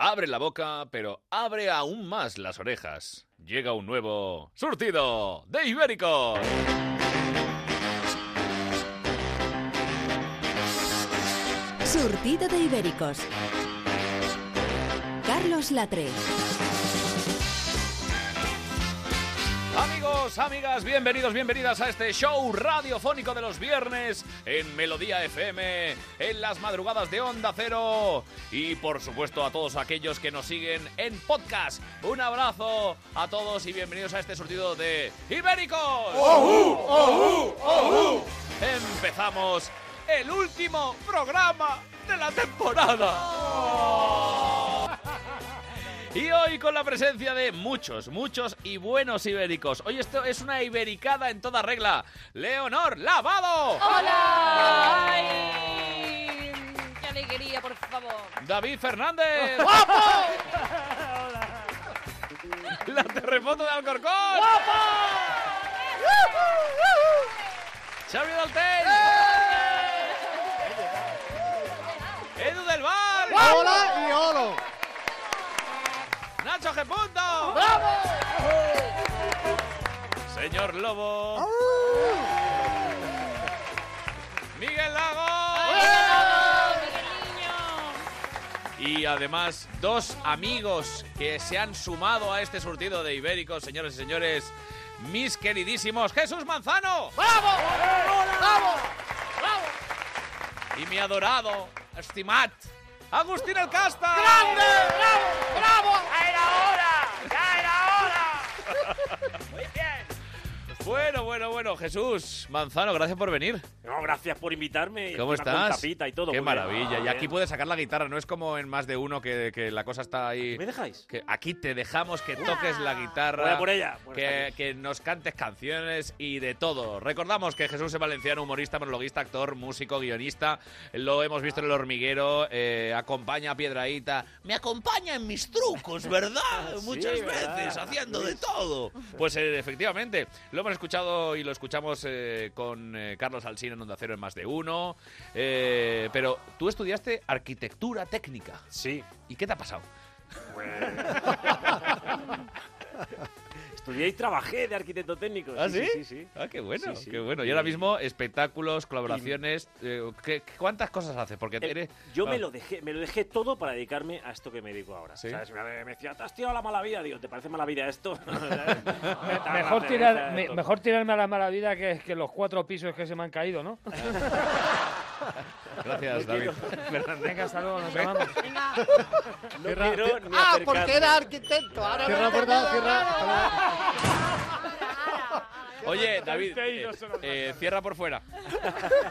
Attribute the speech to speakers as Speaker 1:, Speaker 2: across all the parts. Speaker 1: Abre la boca, pero abre aún más las orejas. Llega un nuevo surtido de Ibéricos.
Speaker 2: Surtido de Ibéricos. Carlos Latre.
Speaker 1: Amigos, amigas, bienvenidos, bienvenidas a este show radiofónico de los viernes en Melodía FM, en las madrugadas de Onda Cero y por supuesto a todos aquellos que nos siguen en podcast. Un abrazo a todos y bienvenidos a este surtido de Ibéricos. Uh. Empezamos el último programa de la temporada. Y hoy con la presencia de muchos, muchos y buenos ibéricos. Hoy esto es una ibericada en toda regla. Leonor Lavado.
Speaker 3: ¡Hola! ¡Ay! ¡Qué alegría, por favor!
Speaker 1: David Fernández. La terremoto de Alcorcón. Xavi Daltén. Edu del Val.
Speaker 4: y olo!
Speaker 1: Nacho G. Punto. Señor Lobo. Miguel Lago. Y además, dos amigos que se han sumado a este surtido de ibéricos, señores y señores, mis queridísimos Jesús Manzano y mi adorado, estimat, Agustín Alcasta.
Speaker 5: ¡Ya era hora! ¡Ya era hora! Muy bien.
Speaker 1: Bueno, bueno, bueno, Jesús Manzano, gracias por venir.
Speaker 5: No, gracias por invitarme.
Speaker 1: ¿Cómo
Speaker 5: Encima Con
Speaker 1: estás?
Speaker 5: tapita y todo.
Speaker 1: Qué
Speaker 5: muy bien.
Speaker 1: maravilla.
Speaker 5: Ah,
Speaker 1: Y aquí
Speaker 5: bien.
Speaker 1: puedes sacar la guitarra, no es como en más de uno que, que la cosa está ahí.
Speaker 5: ¿Me dejáis?
Speaker 1: Que aquí te dejamos que toques la guitarra.
Speaker 5: Voy a por ella. Buenas
Speaker 1: Que,
Speaker 5: tardes.
Speaker 1: que nos cantes canciones y de todo. Recordamos que Jesús es valenciano, humorista, monologuista, actor, músico, guionista. Lo hemos visto en El Hormiguero. eh, acompaña a Piedraíta. Me acompaña en mis trucos, ¿verdad?
Speaker 5: Sí,
Speaker 1: Muchas
Speaker 5: ¿verdad?
Speaker 1: veces, haciendo de todo. Pues eh, efectivamente, lo hemos escuchado y lo escuchamos eh, con eh, Carlos Alsina en Onda Cero en más de uno. Eh, pero tú estudiaste arquitectura técnica.
Speaker 5: Sí. Pues,
Speaker 1: ¿Y qué te ha pasado?
Speaker 5: Estudié y trabajé de arquitecto técnico. Sí, sí, sí.
Speaker 1: Ah, qué bueno,
Speaker 5: Sí, sí.
Speaker 1: qué bueno. Y ahora mismo espectáculos, colaboraciones, eh, ¿qué- ¿cuántas cosas haces? Porque
Speaker 5: Eh,
Speaker 1: eres...
Speaker 5: Yo me
Speaker 1: Ah,
Speaker 5: lo dejé, me lo dejé todo para dedicarme a esto que me dedico ahora.
Speaker 1: ¿Sí?
Speaker 5: ¿Sabes? Me, me decía, te has tirado la mala vida, digo, ¿te parece mala vida esto? Ah,
Speaker 6: Mejor, tirar, me- mejor tirarme a la mala vida que, que los cuatro pisos que se me han caído, ¿no?
Speaker 1: Gracias, David.
Speaker 6: Venga, hasta luego, nos amamos.
Speaker 5: No quiero ni
Speaker 4: Ah,
Speaker 5: acercarme.
Speaker 4: porque era arquitecto. Ahora
Speaker 7: Cierra la puerta, cierra.
Speaker 1: Oye, David,
Speaker 6: Ahí
Speaker 1: eh,
Speaker 6: no se lo
Speaker 1: eh, cierra por fuera.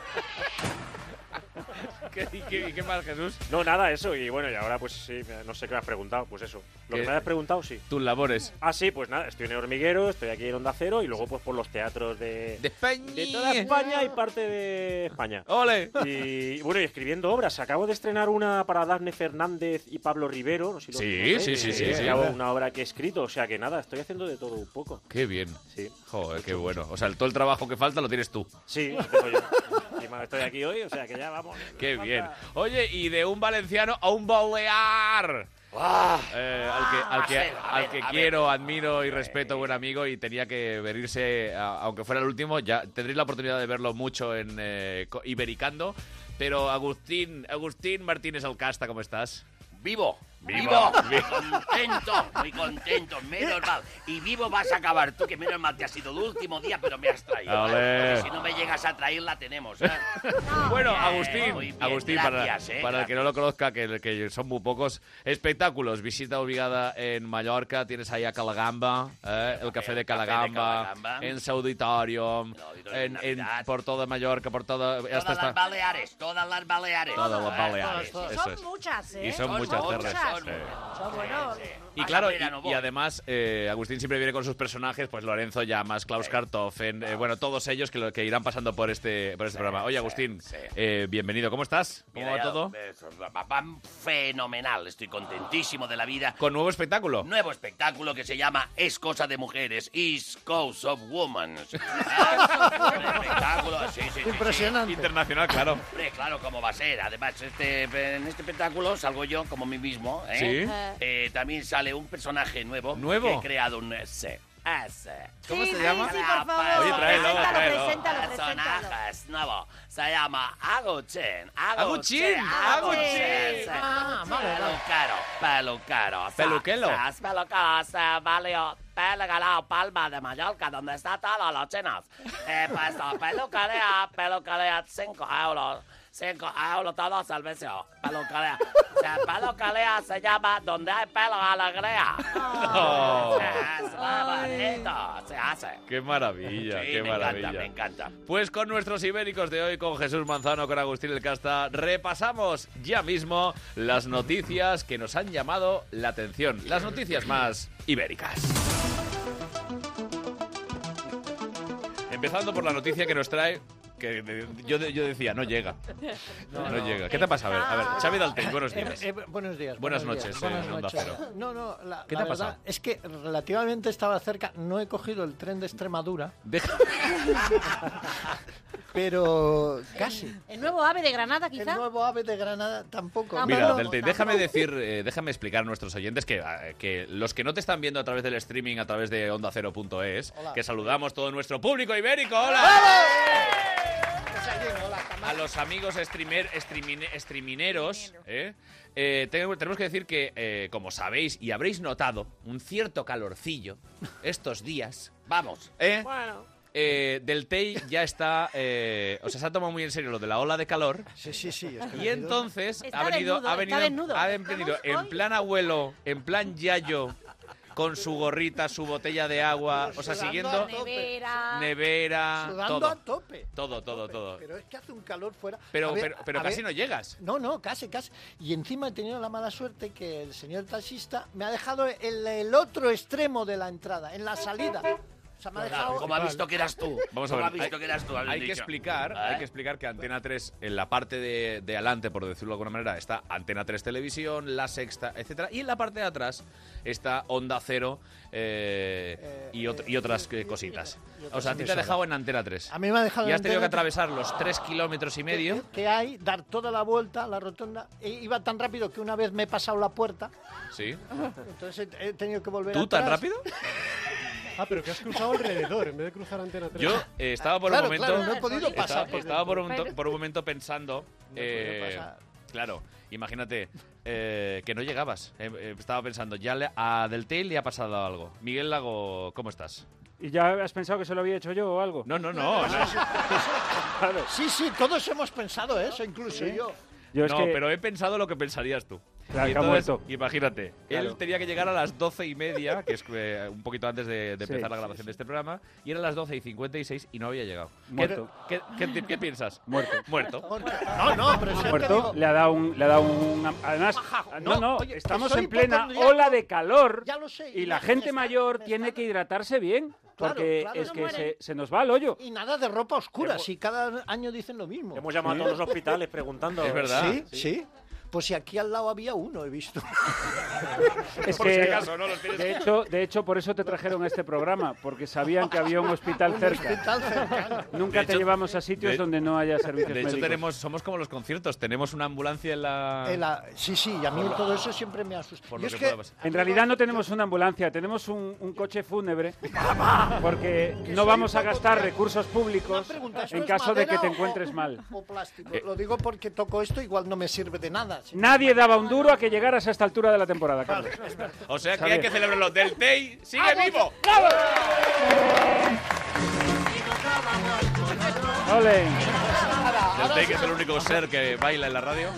Speaker 1: ¿Qué, y qué, y qué más, Jesús?
Speaker 5: No, nada, eso. Y bueno, y ahora pues sí, no sé qué me has preguntado. Pues eso. Lo
Speaker 1: ¿Qué?
Speaker 5: que me has preguntado, sí.
Speaker 1: Tus labores.
Speaker 5: Ah, sí, pues nada, estoy en el hormiguero, estoy aquí en Onda Cero y luego pues por los teatros de,
Speaker 1: De España.
Speaker 5: de toda España y parte de España.
Speaker 1: ¡Ole!
Speaker 5: Y bueno, y escribiendo obras. Acabo de estrenar una para Dafne Fernández y Pablo Rivero. No sé si lo
Speaker 1: Sí,
Speaker 5: conocéis.
Speaker 1: sí, sí, sí,
Speaker 5: Eh,
Speaker 1: sí.
Speaker 5: Acabo una obra que he escrito, o sea que nada, estoy haciendo de todo un poco.
Speaker 1: ¡Qué bien!
Speaker 5: Sí,
Speaker 1: Joder, qué bueno. O sea, el- todo el trabajo que falta lo tienes tú.
Speaker 5: sí, lo tengo yo. Encima estoy aquí hoy, o sea que ya vamos.
Speaker 1: ¡Qué bien! Oye, y de un valenciano a un balear. Eh, al que, al que,
Speaker 7: Ah, Marcelo, a
Speaker 1: al
Speaker 7: ver,
Speaker 1: que
Speaker 7: a ver.
Speaker 1: quiero, admiro y respeto, buen amigo, y tenía que venirse, a- aunque fuera el último, ya tendréis la oportunidad de verlo mucho en eh, co- Ibericando. Pero Agustín, Agustín Martínez Alcasta, ¿cómo estás?
Speaker 7: Vivo.
Speaker 1: Vivo. Eh.
Speaker 7: Vivo. Contento, muy contento, menos mal. Y vivo vas a acabar tú, que menos mal te ha sido el último día, pero me has traído. ¿eh?
Speaker 1: Ole.
Speaker 7: Porque si no me llegas a traer, la tenemos. ¿eh?
Speaker 1: Bueno,
Speaker 7: Bien,
Speaker 1: Agustín,
Speaker 7: muy bien,
Speaker 1: Agustín
Speaker 7: gracias,
Speaker 1: para,
Speaker 7: eh,
Speaker 1: para el que
Speaker 7: gracias.
Speaker 1: no lo conozca, que, que son muy pocos, espectáculos, visita obligada en Mallorca, tienes ahí a Calagamba, eh, el café de Calagamba,
Speaker 7: Calagamba.
Speaker 1: en Sauditorium,
Speaker 7: El Auditorium
Speaker 1: en,
Speaker 7: de
Speaker 1: en-
Speaker 7: Navidad.
Speaker 1: por toda Mallorca, por toda... hasta
Speaker 7: Todas
Speaker 1: está-
Speaker 7: las baleares, todas las baleares.
Speaker 1: Todas las
Speaker 7: ¿eh?
Speaker 1: Baleares,
Speaker 7: Todas, todas.
Speaker 1: eso es.
Speaker 8: Son muchas, ¿eh?
Speaker 1: Y son muchas terras.
Speaker 7: Son muchas.
Speaker 4: Ah,
Speaker 8: Son, bueno,
Speaker 1: Y
Speaker 7: A
Speaker 1: claro,
Speaker 7: Cabrera no
Speaker 1: y,
Speaker 7: voy.
Speaker 1: y además eh, Agustín siempre viene con sus personajes, pues Lorenzo Llamas, Klaus Kartoffen, eh, bueno, todos ellos que, lo, que irán pasando por este, por este programa. Oye, Agustín,
Speaker 7: Ah, sí.
Speaker 1: eh, bienvenido, ¿cómo estás? ¿Cómo
Speaker 7: Mira,
Speaker 1: va
Speaker 7: ya,
Speaker 1: todo?
Speaker 7: eh, va- va fenomenal, estoy contentísimo de la vida.
Speaker 1: Con nuevo espectáculo.
Speaker 7: Nuevo espectáculo que se llama Es cosa de mujeres, Is Coast of Women. espectáculo, sí, sí, sí, sí.
Speaker 4: Impresionante.
Speaker 1: Internacional, claro.
Speaker 7: Hombre, claro, ¿cómo va a ser? Además, este, en este espectáculo salgo yo como mí mismo, ¿eh?
Speaker 1: Sí.
Speaker 9: Eh,
Speaker 7: Eh, también sale un personaje nuevo.
Speaker 1: ¿Nuevo?
Speaker 7: Que he creado un S. S.
Speaker 10: ¿Cómo
Speaker 8: sí,
Speaker 10: se llama?
Speaker 8: Sí, sí, por favor.
Speaker 1: Oye, tráelo,
Speaker 8: preséntalo,
Speaker 1: tráelo.
Speaker 8: preséntalo, preséntalo.
Speaker 7: Personajes nuevo. Se llama Aguchin.
Speaker 1: Aguchin, Aguchin.
Speaker 7: sí.
Speaker 10: Ah, vale, vale.
Speaker 7: Peluquero, peluquero.
Speaker 1: Peluquelo.
Speaker 7: Sas, peluquero, se valió. Pelgalao, Palma de Mallorca, donde está todos los chinos. He puesto peluquería, peluquería, 5 euros. 5 euros todo servicio. Peluquería. La peluquería se llama donde hay pelo alegría.
Speaker 1: Oh,
Speaker 7: Es bonito, se hace.
Speaker 1: ¡Qué maravilla,
Speaker 7: Sí,
Speaker 1: qué
Speaker 7: me
Speaker 1: maravilla!
Speaker 7: encanta, me encanta.
Speaker 1: Pues con nuestros ibéricos de hoy, con Jesús Manzano, con Agustín El Casta, repasamos ya mismo las noticias que nos han llamado la atención. Las noticias más ibéricas. Empezando por la noticia que nos trae. Que de- yo, de- yo decía, no llega. No, llega. ¿Qué te pasa? A ver, a ver, Xavi Dalten, buenos
Speaker 4: Eh,
Speaker 1: días.
Speaker 4: eh, buenos días.
Speaker 1: Buenas
Speaker 4: buenos
Speaker 1: noches,
Speaker 4: días,
Speaker 1: eh, en Onda Cero.
Speaker 4: No, no, la,
Speaker 1: ¿Qué
Speaker 4: la
Speaker 1: te ha
Speaker 4: verdad
Speaker 1: pasado?
Speaker 4: es que relativamente estaba cerca. No he cogido el tren de Extremadura,
Speaker 1: Deja-
Speaker 4: pero casi.
Speaker 8: El nuevo ave de Granada,
Speaker 4: El
Speaker 8: quizá.
Speaker 4: nuevo AVE de Granada tampoco.
Speaker 8: Tampoco.
Speaker 1: Mira,
Speaker 4: Pero-
Speaker 1: Delta, déjame decir, eh, déjame explicar a nuestros oyentes que, eh, que los que no te están viendo a través del streaming, a través de onda0.es,
Speaker 4: Hola.
Speaker 1: que saludamos todo nuestro público ibérico, hola. A los amigos streamer, streamine- streamineros, ¿eh? Eh, tengo- tenemos que decir que, eh, como sabéis y habréis notado, un cierto calorcillo estos días,
Speaker 7: Vamos.
Speaker 1: ¿eh?
Speaker 11: Bueno.
Speaker 1: Eh, Del Tey ya está, eh, o sea, se ha tomado muy en serio lo de la ola de calor.
Speaker 4: Sí, sí, sí. es que me
Speaker 1: Y
Speaker 4: he ido-
Speaker 1: entonces
Speaker 8: Está
Speaker 1: ha venido,
Speaker 8: desnudo,
Speaker 1: ha
Speaker 8: está
Speaker 1: venido,
Speaker 8: desnudo.
Speaker 1: ha venido
Speaker 8: Estamos
Speaker 1: en
Speaker 8: hoy.
Speaker 1: plan abuelo, en plan yayo, con su gorrita, su botella de agua, o sea,
Speaker 4: Sudando
Speaker 1: siguiendo
Speaker 4: a tope,
Speaker 8: Nevera.
Speaker 1: nevera,
Speaker 4: Sudando a
Speaker 1: todo,
Speaker 4: tope.
Speaker 1: todo, todo,
Speaker 4: tope.
Speaker 1: todo.
Speaker 4: Pero es que hace un calor fuera.
Speaker 1: Pero,
Speaker 4: A ver,
Speaker 1: pero, pero
Speaker 4: a
Speaker 1: casi
Speaker 4: ver,
Speaker 1: no llegas.
Speaker 4: No, no, casi, casi. Y encima he tenido la mala suerte que el señor taxista me ha dejado el, el otro extremo de la entrada, en la salida. O sea, me ha
Speaker 1: Pues
Speaker 4: dejado...
Speaker 7: Como ha visto que eras tú.
Speaker 1: Vamos a
Speaker 7: Como
Speaker 1: ver,
Speaker 7: ha visto
Speaker 1: hay-
Speaker 7: que eras tú. habéis
Speaker 1: Hay que
Speaker 7: dicho.
Speaker 1: explicar,
Speaker 7: ¿Eh?
Speaker 1: hay que explicar que Antena 3 en la parte de, de adelante, por decirlo de alguna manera, está Antena 3 Televisión, La Sexta, etcétera, y en la parte de atrás está Onda Cero eh,
Speaker 4: Eh,
Speaker 1: y, ot-
Speaker 4: eh,
Speaker 1: y otras
Speaker 4: y-
Speaker 1: que
Speaker 4: y-
Speaker 1: cositas.
Speaker 4: y otras
Speaker 1: O sea, a ti te ha
Speaker 4: emisoras.
Speaker 1: dejado en Antena 3.
Speaker 4: A mí me ha dejado
Speaker 1: Y
Speaker 4: en
Speaker 1: has tenido que
Speaker 4: antena
Speaker 1: atravesar los tres kilómetros y medio.
Speaker 4: que, que hay, dar toda la vuelta a la rotonda. E iba tan rápido que una vez me he pasado la puerta,
Speaker 1: Sí.
Speaker 4: entonces he he tenido que volver
Speaker 1: ¿Tú tan
Speaker 4: atrás.
Speaker 1: rápido?
Speaker 10: Ah, pero que has cruzado alrededor en vez de cruzar antena 3.
Speaker 1: Yo eh, estaba por un
Speaker 4: Ah, Claro,
Speaker 1: momento.
Speaker 4: claro, no he podido
Speaker 1: estaba-
Speaker 4: pasar.
Speaker 1: Estaba,
Speaker 4: por
Speaker 1: por, un
Speaker 4: dentro.
Speaker 1: momento, por un momento pensando.
Speaker 4: No he podido
Speaker 1: eh,
Speaker 4: pasar.
Speaker 1: claro, imagínate eh, que no llegabas. Eh, eh, estaba pensando, ya le- a Del Tey le ha pasado algo. Miguel Lago, ¿cómo estás?
Speaker 11: ¿Y ya has pensado que se lo había hecho yo o algo?
Speaker 1: No, no, no. no,
Speaker 11: claro.
Speaker 4: Sí, sí, todos hemos pensado eso, incluso yo.
Speaker 11: Yo es
Speaker 1: no,
Speaker 11: que
Speaker 1: pero he pensado lo que pensarías tú.
Speaker 11: Claro,
Speaker 1: Y
Speaker 11: que ha
Speaker 1: entonces,
Speaker 11: muerto.
Speaker 1: Imagínate,
Speaker 11: Claro.
Speaker 1: él tenía que llegar a las doce y media, que es eh, un poquito antes de, de
Speaker 11: Sí,
Speaker 1: empezar la
Speaker 11: sí,
Speaker 1: grabación de este programa, y eran las doce y cincuenta y seis y no había llegado. ¿Qué-
Speaker 11: Muerto.
Speaker 1: ¿Qué, qué, qué piensas?
Speaker 11: Muerto.
Speaker 1: Muerto.
Speaker 4: Ah, No, no, pero es que
Speaker 11: muerto,
Speaker 4: digo,
Speaker 11: le ha dado un, le ha dado un, además, no, no,
Speaker 4: No, oye, que
Speaker 11: estamos
Speaker 4: soy
Speaker 11: en plena
Speaker 4: hipocondriaco.
Speaker 11: ola de calor
Speaker 4: Ya lo sé,
Speaker 11: y
Speaker 4: y
Speaker 11: la
Speaker 4: me-
Speaker 11: gente
Speaker 4: me está-
Speaker 11: mayor
Speaker 4: me
Speaker 11: tiene
Speaker 4: está-
Speaker 11: que hidratarse bien
Speaker 4: Claro,
Speaker 11: porque
Speaker 4: claro.
Speaker 11: es
Speaker 4: No
Speaker 11: que se,
Speaker 8: mueren.
Speaker 11: se nos va al hoyo.
Speaker 4: Y nada de ropa oscura, si cada año dicen lo mismo.
Speaker 11: Hemos llamado a todos los hospitales preguntando.
Speaker 1: Es verdad.
Speaker 4: ¿Sí? sí, Pues si aquí al lado había uno, he visto.
Speaker 11: Es
Speaker 1: Por
Speaker 11: que,
Speaker 1: si acaso, ¿no? Los tienes-
Speaker 11: de, hecho, de hecho, por eso te trajeron a este programa, porque sabían que había un hospital cerca.
Speaker 4: Hospital cercano.
Speaker 11: Nunca
Speaker 1: De
Speaker 11: te
Speaker 1: hecho-
Speaker 11: llevamos a sitios
Speaker 1: de-
Speaker 11: donde no haya servicios
Speaker 1: De hecho,
Speaker 11: médicos.
Speaker 1: tenemos, somos como los conciertos, tenemos una ambulancia en la...
Speaker 4: Eh, la- sí, sí, y a mí todo eso siempre me asusta.
Speaker 1: Por
Speaker 4: Y
Speaker 1: lo
Speaker 4: es
Speaker 1: que
Speaker 4: que-
Speaker 1: pueda pasar.
Speaker 11: En realidad no tenemos una ambulancia, tenemos un, un coche fúnebre, porque no vamos a gastar recursos
Speaker 4: Una
Speaker 11: públicos
Speaker 4: pregunta, ¿esto
Speaker 11: en
Speaker 4: es
Speaker 11: caso de que
Speaker 4: madera
Speaker 11: te
Speaker 4: o-
Speaker 11: encuentres mal.
Speaker 4: o plástico?
Speaker 1: Eh.
Speaker 4: Lo digo porque toco esto, igual no me sirve de nada. sí.
Speaker 11: Nadie daba un duro a que llegaras a esta altura de la temporada, Carlos.
Speaker 1: O sea que
Speaker 11: Javier.
Speaker 1: hay que celebrarlo. Del Tey
Speaker 4: Ah,
Speaker 1: sigue vivo.
Speaker 11: Ole.
Speaker 1: Del Tey, que es el único ser que baila en la radio.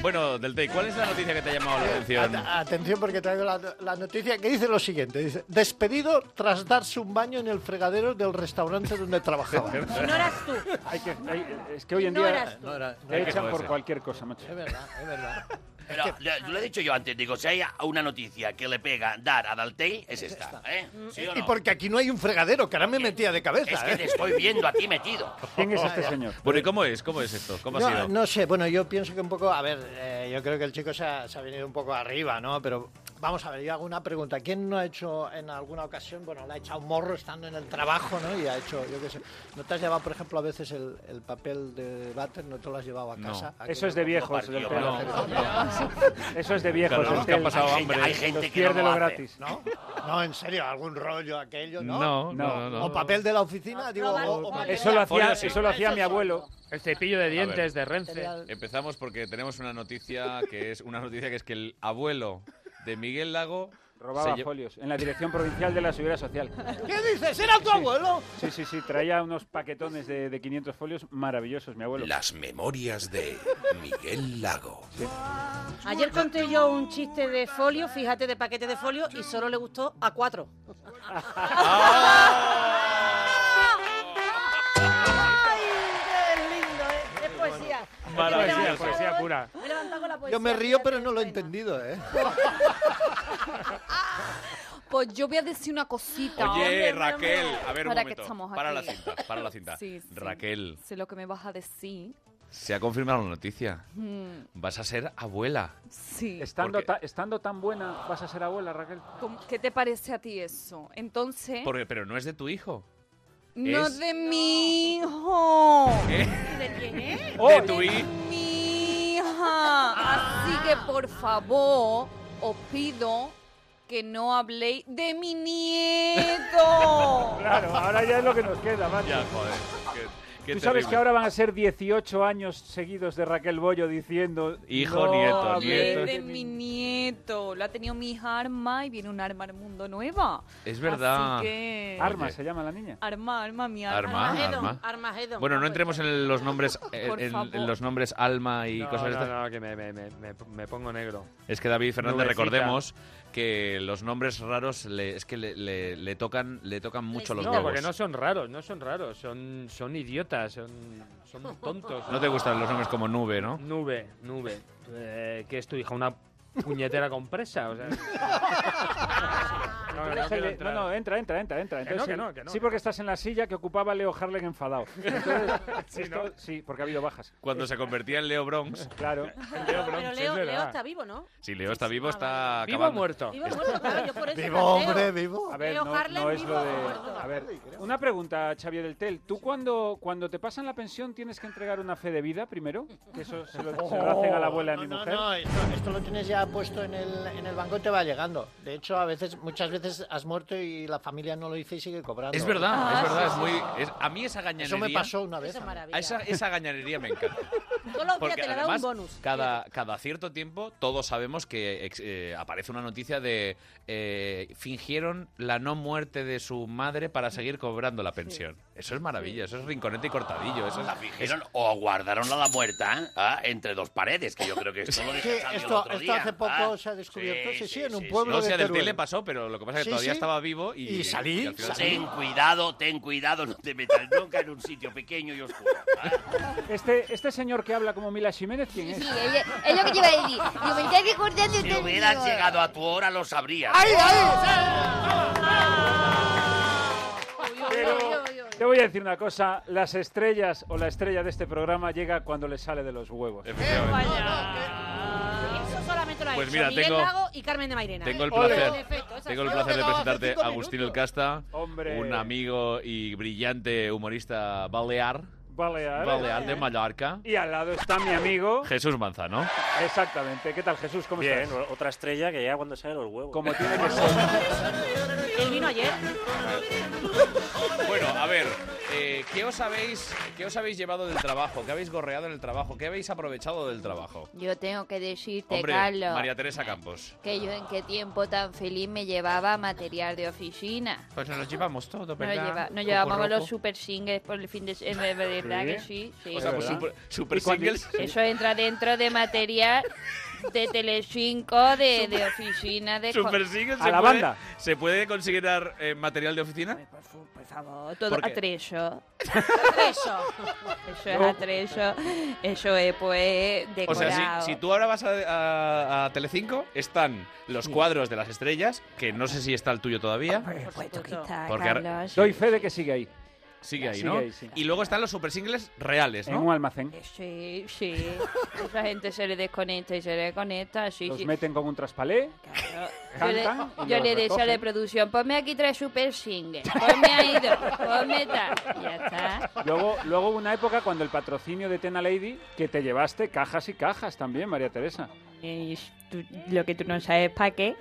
Speaker 1: Bueno, Del Tey, ¿cuál es la noticia que te ha llamado la atención?
Speaker 4: At- Atención porque traigo la, la noticia que dice lo siguiente. Dice, despedido tras darse un baño en el fregadero del restaurante donde trabajaba.
Speaker 8: Y no eras tú.
Speaker 11: Hay que- hay- es que hoy en
Speaker 8: No
Speaker 11: día
Speaker 8: eras tú.
Speaker 4: No era- no
Speaker 11: te
Speaker 1: Hay que
Speaker 4: era-
Speaker 11: echan por
Speaker 1: joderse.
Speaker 11: cualquier cosa, macho.
Speaker 4: es verdad, es verdad.
Speaker 7: Pero le- lo he dicho yo antes, digo, si hay una noticia que le pega dar a Daltey, es esta, ¿eh?
Speaker 1: Mm.
Speaker 7: ¿Sí o
Speaker 4: Y
Speaker 7: no?
Speaker 4: porque aquí no hay un fregadero, que ahora me metía de cabeza.
Speaker 7: Es que
Speaker 4: ¿eh?
Speaker 7: te estoy viendo a ti metido.
Speaker 1: Pues
Speaker 11: ¿Quién es este señor?
Speaker 1: Bueno, ¿y cómo es? ¿Cómo es esto? ¿Cómo ha
Speaker 4: No,
Speaker 1: sido?
Speaker 4: no sé, bueno, yo pienso que un poco, a ver, eh, yo creo que el chico se ha, se ha venido un poco arriba, ¿no? Pero Vamos a ver, yo hago una pregunta. ¿Quién no ha hecho en alguna ocasión, bueno, le ha echado morro estando en el trabajo, ¿no? Y ha hecho, yo qué sé. ¿No te has llevado, por ejemplo, a veces el, el papel de váter? ¿No te lo has llevado a
Speaker 1: No.
Speaker 4: casa? ¿A
Speaker 8: Eso
Speaker 4: que
Speaker 8: es
Speaker 4: no?
Speaker 8: de viejos.
Speaker 7: Compartido,
Speaker 8: doctor.
Speaker 1: No,
Speaker 8: Eso es de viejos.
Speaker 1: Claro, los que
Speaker 8: usted
Speaker 1: han pasado
Speaker 7: Hay gente-
Speaker 1: hambre.
Speaker 7: hay gente
Speaker 8: los
Speaker 7: que no
Speaker 8: pierde
Speaker 7: lo
Speaker 8: lo
Speaker 7: hace.
Speaker 8: gratis.
Speaker 4: ¿No? No, en serio, algún rollo aquello, ¿no?
Speaker 1: No, no, no.
Speaker 11: No.
Speaker 1: no.
Speaker 4: O papel de la oficina, digo,
Speaker 12: no,
Speaker 4: o- o
Speaker 12: no,
Speaker 4: papel-
Speaker 8: Eso lo hacía,
Speaker 1: Folio sí.
Speaker 8: eso lo hacía
Speaker 4: Eso
Speaker 8: mi
Speaker 4: sí.
Speaker 8: abuelo. El cepillo de dientes de Renfe.
Speaker 4: material-
Speaker 1: Empezamos porque tenemos una noticia que es una noticia que es que el abuelo de Miguel Lago
Speaker 11: Robaba
Speaker 1: se lle-
Speaker 11: folios en la Dirección Provincial de la Seguridad Social.
Speaker 4: ¿Qué dices? ¿Era tu abuelo?
Speaker 11: Sí, sí, sí, traía unos paquetones de, de 500 folios maravillosos, mi abuelo.
Speaker 13: Las memorias de Miguel Lago.
Speaker 12: Ayer conté yo un chiste de folio, fíjate, de paquete de folio, y solo le gustó a cuatro. ¡Ay, qué lindo! Es, es poesía.
Speaker 8: Poesía, poesía pura.
Speaker 12: Me he levantado con la poesía.
Speaker 4: Yo me río, pero
Speaker 12: fíjate,
Speaker 4: no lo he
Speaker 12: buena.
Speaker 4: entendido, ¿eh?
Speaker 3: Pues yo voy a decir una cosita.
Speaker 1: Oye,
Speaker 3: hombre, hombre,
Speaker 1: Raquel,
Speaker 3: hombre.
Speaker 1: a ver un
Speaker 3: Ahora que
Speaker 1: momento.
Speaker 3: estamos
Speaker 1: Para la
Speaker 3: aquí.
Speaker 1: cinta, para la cinta.
Speaker 3: Sí, sí.
Speaker 1: Raquel,
Speaker 3: Sé lo que me vas a decir.
Speaker 1: se ha confirmado la noticia.
Speaker 3: Mm,
Speaker 1: Vas a ser abuela.
Speaker 3: Sí.
Speaker 11: Estando,
Speaker 1: Porque-
Speaker 11: ta- estando tan buena, vas a ser abuela, Raquel.
Speaker 3: ¿Cómo- ¿Qué te parece a ti eso? Entonces,
Speaker 1: Porque, pero no es de tu hijo.
Speaker 3: ¿Eh? no
Speaker 1: es-
Speaker 3: de mi hijo.
Speaker 12: ¿Y de quién es?
Speaker 1: De tu hijo.
Speaker 3: mi hija. Así que por favor, os pido que no habléis de mi nieto.
Speaker 11: Claro, ahora ya es lo que nos queda, macho.
Speaker 1: Ya, joder. Qué, qué
Speaker 11: Tú sabes
Speaker 1: terrible.
Speaker 11: que ahora van a ser 18 años seguidos de Raquel Bollo diciendo...
Speaker 1: Hijo,
Speaker 11: "No,
Speaker 1: nieto,
Speaker 3: No hablé
Speaker 1: nieto".
Speaker 3: de mi nieto. Lo ha tenido mi hija Arma y viene un arma al mundo nueva.
Speaker 1: Es verdad.
Speaker 3: Así que...
Speaker 11: Arma
Speaker 1: Oye.
Speaker 11: se llama la niña.
Speaker 3: Arma, arma, mi arma.
Speaker 1: Arma. Armagedón,
Speaker 12: Armagedón.
Speaker 1: Bueno, no entremos en los nombres eh,
Speaker 3: Por
Speaker 1: en,
Speaker 3: favor.
Speaker 1: en los nombres alma y
Speaker 6: no,
Speaker 1: cosas de
Speaker 6: no,
Speaker 1: estas.
Speaker 6: no, que me, me- me- me- me pongo negro.
Speaker 1: Es que David Fernández,
Speaker 6: Nubecita.
Speaker 1: recordemos que los nombres raros le, es que le, le- le tocan le tocan mucho los
Speaker 6: No,
Speaker 1: huevos.
Speaker 6: porque no son raros, no son raros, son, son idiotas, son, son tontos.
Speaker 1: No te gustan los nombres como nube, ¿no?
Speaker 6: Nube, nube. Eh, ¿Qué es tu hija? ¿Una puñetera compresa? O sea, no, no, no quiero
Speaker 11: Déjale- No,
Speaker 6: entrar.
Speaker 11: no, entra, entra, entra. entra.
Speaker 6: Que no, que no, que no,
Speaker 11: sí,
Speaker 6: que
Speaker 11: porque estás en la silla que ocupaba Leo Harlan enfadado. Entonces,
Speaker 6: Sí,
Speaker 11: esto-
Speaker 6: ¿no?
Speaker 11: sí, porque ha habido bajas.
Speaker 1: Cuando se convertía en Leo Bronx,
Speaker 11: Claro.
Speaker 12: Pero Leo, Leo está vivo, ¿no?
Speaker 1: si Leo está vivo, está
Speaker 6: ¿Vivo o
Speaker 1: acabando.
Speaker 6: muerto?
Speaker 12: Vivo muerto, claro, yo por eso.
Speaker 4: Vivo,
Speaker 12: planteo.
Speaker 4: hombre, vivo.
Speaker 11: A ver,
Speaker 12: Leo
Speaker 11: no,
Speaker 12: Harlem
Speaker 11: no es
Speaker 12: vivo
Speaker 11: lo
Speaker 12: o
Speaker 11: de.
Speaker 12: muerto.
Speaker 11: A ver, una pregunta, Xavier del Tel. ¿Tú cuando, cuando te pasan la pensión tienes que entregar una fe de vida primero? Que eso se lo, se lo hacen a la abuela de
Speaker 4: No,
Speaker 11: mi
Speaker 4: no,
Speaker 11: mujer.
Speaker 4: no, esto, esto lo tienes ya puesto en el, en el banco y te va llegando. De hecho, a veces, muchas veces has muerto y la familia no lo dice y sigue cobrando.
Speaker 1: Es verdad,
Speaker 3: Ah,
Speaker 1: es verdad, es muy es- a mí esa gañanería
Speaker 4: Eso me pasó una vez.
Speaker 12: Eso es maravilla.
Speaker 1: a esa, esa gañanería me encanta.
Speaker 12: Todos los días
Speaker 1: Porque
Speaker 12: te le da un
Speaker 1: además,
Speaker 12: bonus.
Speaker 1: cada, cada cierto tiempo, todos sabemos que ex- eh, aparece una noticia de eh, fingieron la no muerte de su madre para seguir cobrando la pensión. Eso es maravilla, eso es rinconete y cortadillo. Eso es,
Speaker 7: La fingieron o aguardaron a la muerta ah, entre dos paredes, que yo creo que esto lo dijo
Speaker 4: Sí,
Speaker 7: Xavi el
Speaker 4: esto,
Speaker 7: otro
Speaker 4: esto
Speaker 7: día,
Speaker 4: hace poco
Speaker 7: ah.
Speaker 4: se ha descubierto. Sí, sí, en un
Speaker 7: sí,
Speaker 4: pueblo
Speaker 1: no o
Speaker 4: de
Speaker 1: sea, del
Speaker 4: Teruel.
Speaker 1: tele pasó, pero lo que pasa es que
Speaker 4: Sí,
Speaker 1: todavía
Speaker 4: sí.
Speaker 1: estaba vivo y,
Speaker 4: Y salí,
Speaker 1: al final-
Speaker 7: Ten cuidado, ten cuidado, no te metas nunca en un sitio pequeño y oscuro. ah.
Speaker 11: Este, este señor que habla como Mila Jiménez, ¿quién es?
Speaker 14: Es lo que te iba a decir. Yo
Speaker 1: Ah.
Speaker 14: me estoy recordando
Speaker 7: Si hubieras llegado a tu hora, lo sabrías.
Speaker 11: Pero te voy a decir una cosa. Las estrellas o la estrella de este programa llega cuando le sale de los huevos.
Speaker 1: Efectivamente.
Speaker 12: Eso solamente lo ha
Speaker 1: Pues
Speaker 12: hecho
Speaker 1: mira,
Speaker 12: Miguel
Speaker 1: tengo-
Speaker 12: Lago y Carmen de Mairena.
Speaker 1: Tengo el
Speaker 12: Ole.
Speaker 1: placer-
Speaker 12: En efecto, esas
Speaker 1: Tengo el
Speaker 12: son.
Speaker 1: placer de
Speaker 4: quedaba hace
Speaker 1: presentarte
Speaker 4: cinco
Speaker 1: a Agustín el
Speaker 4: minutos.
Speaker 1: Casta,
Speaker 11: Hombre.
Speaker 1: un amigo y brillante humorista balear,
Speaker 11: Vale, a ver.
Speaker 1: balear de Mallorca,
Speaker 11: Y al lado está mi amigo.
Speaker 1: Jesús Manzano.
Speaker 11: Exactamente. ¿Qué tal, Jesús? ¿Cómo
Speaker 5: Bien,
Speaker 11: estás?
Speaker 5: otra estrella que ya cuando sale los huevos.
Speaker 11: Como tiene que ser.
Speaker 12: Él vino ayer.
Speaker 1: Bueno, a ver, eh, ¿qué, os habéis, ¿qué os habéis llevado del trabajo? ¿Qué habéis gorreado en el trabajo? ¿Qué habéis aprovechado del trabajo?
Speaker 14: Yo tengo que decirte,
Speaker 1: Hombre,
Speaker 14: Carlos,
Speaker 1: María Teresa Campos.
Speaker 14: que yo en qué tiempo tan feliz me llevaba material de oficina.
Speaker 1: Pues nos lo llevamos todo,
Speaker 14: Nos, lleva- nos llevábamos los super singles por el fin de semana, ¿verdad que sí? Sí.
Speaker 1: O sea, pues
Speaker 11: ¿verdad?
Speaker 1: super, super
Speaker 11: ¿Y cuando-
Speaker 1: singles.
Speaker 14: Eso entra dentro de material de Telecinco, de, de oficina, de... co-
Speaker 1: Super singles.
Speaker 11: A
Speaker 1: se
Speaker 11: la
Speaker 1: puede-
Speaker 11: banda.
Speaker 1: ¿Se puede considerar eh, material de oficina?
Speaker 14: Por, fu- por favor, todo
Speaker 1: ¿Por qué?
Speaker 14: atrecho.
Speaker 12: Eso.
Speaker 14: Eso
Speaker 1: Oh.
Speaker 14: es atrecho. Eso es, pues,
Speaker 1: O
Speaker 14: decorado.
Speaker 1: sea, si, si tú ahora vas a, a- a Telecinco, están los cuadros de las estrellas, que no sé si está el tuyo todavía.
Speaker 14: Por supuesto que está,
Speaker 1: Porque ahora-
Speaker 14: Carlos.
Speaker 11: Doy fe de que sigue ahí.
Speaker 1: Sigue ahí,
Speaker 11: Sigue
Speaker 1: ¿no?
Speaker 11: ahí, sí.
Speaker 1: Y luego están los super singles reales, ¿no?
Speaker 11: En un almacén.
Speaker 3: Sí, sí. Esa gente se le desconecta y se le desconecta. Sí,
Speaker 11: Los
Speaker 3: sí.
Speaker 11: meten con un traspalé.
Speaker 3: Yo le,
Speaker 11: Cantan y
Speaker 3: yo
Speaker 11: los
Speaker 3: le decía a la
Speaker 11: recogen.
Speaker 3: producción, ponme aquí tres super singles, ponme ahí dos, ponme tal. Y Ya está.
Speaker 11: Luego, luego hubo una época cuando el patrocinio de Tena Lady, que te llevaste cajas y cajas también, María Teresa.
Speaker 3: Y es- tú- lo que tú no sabes para qué.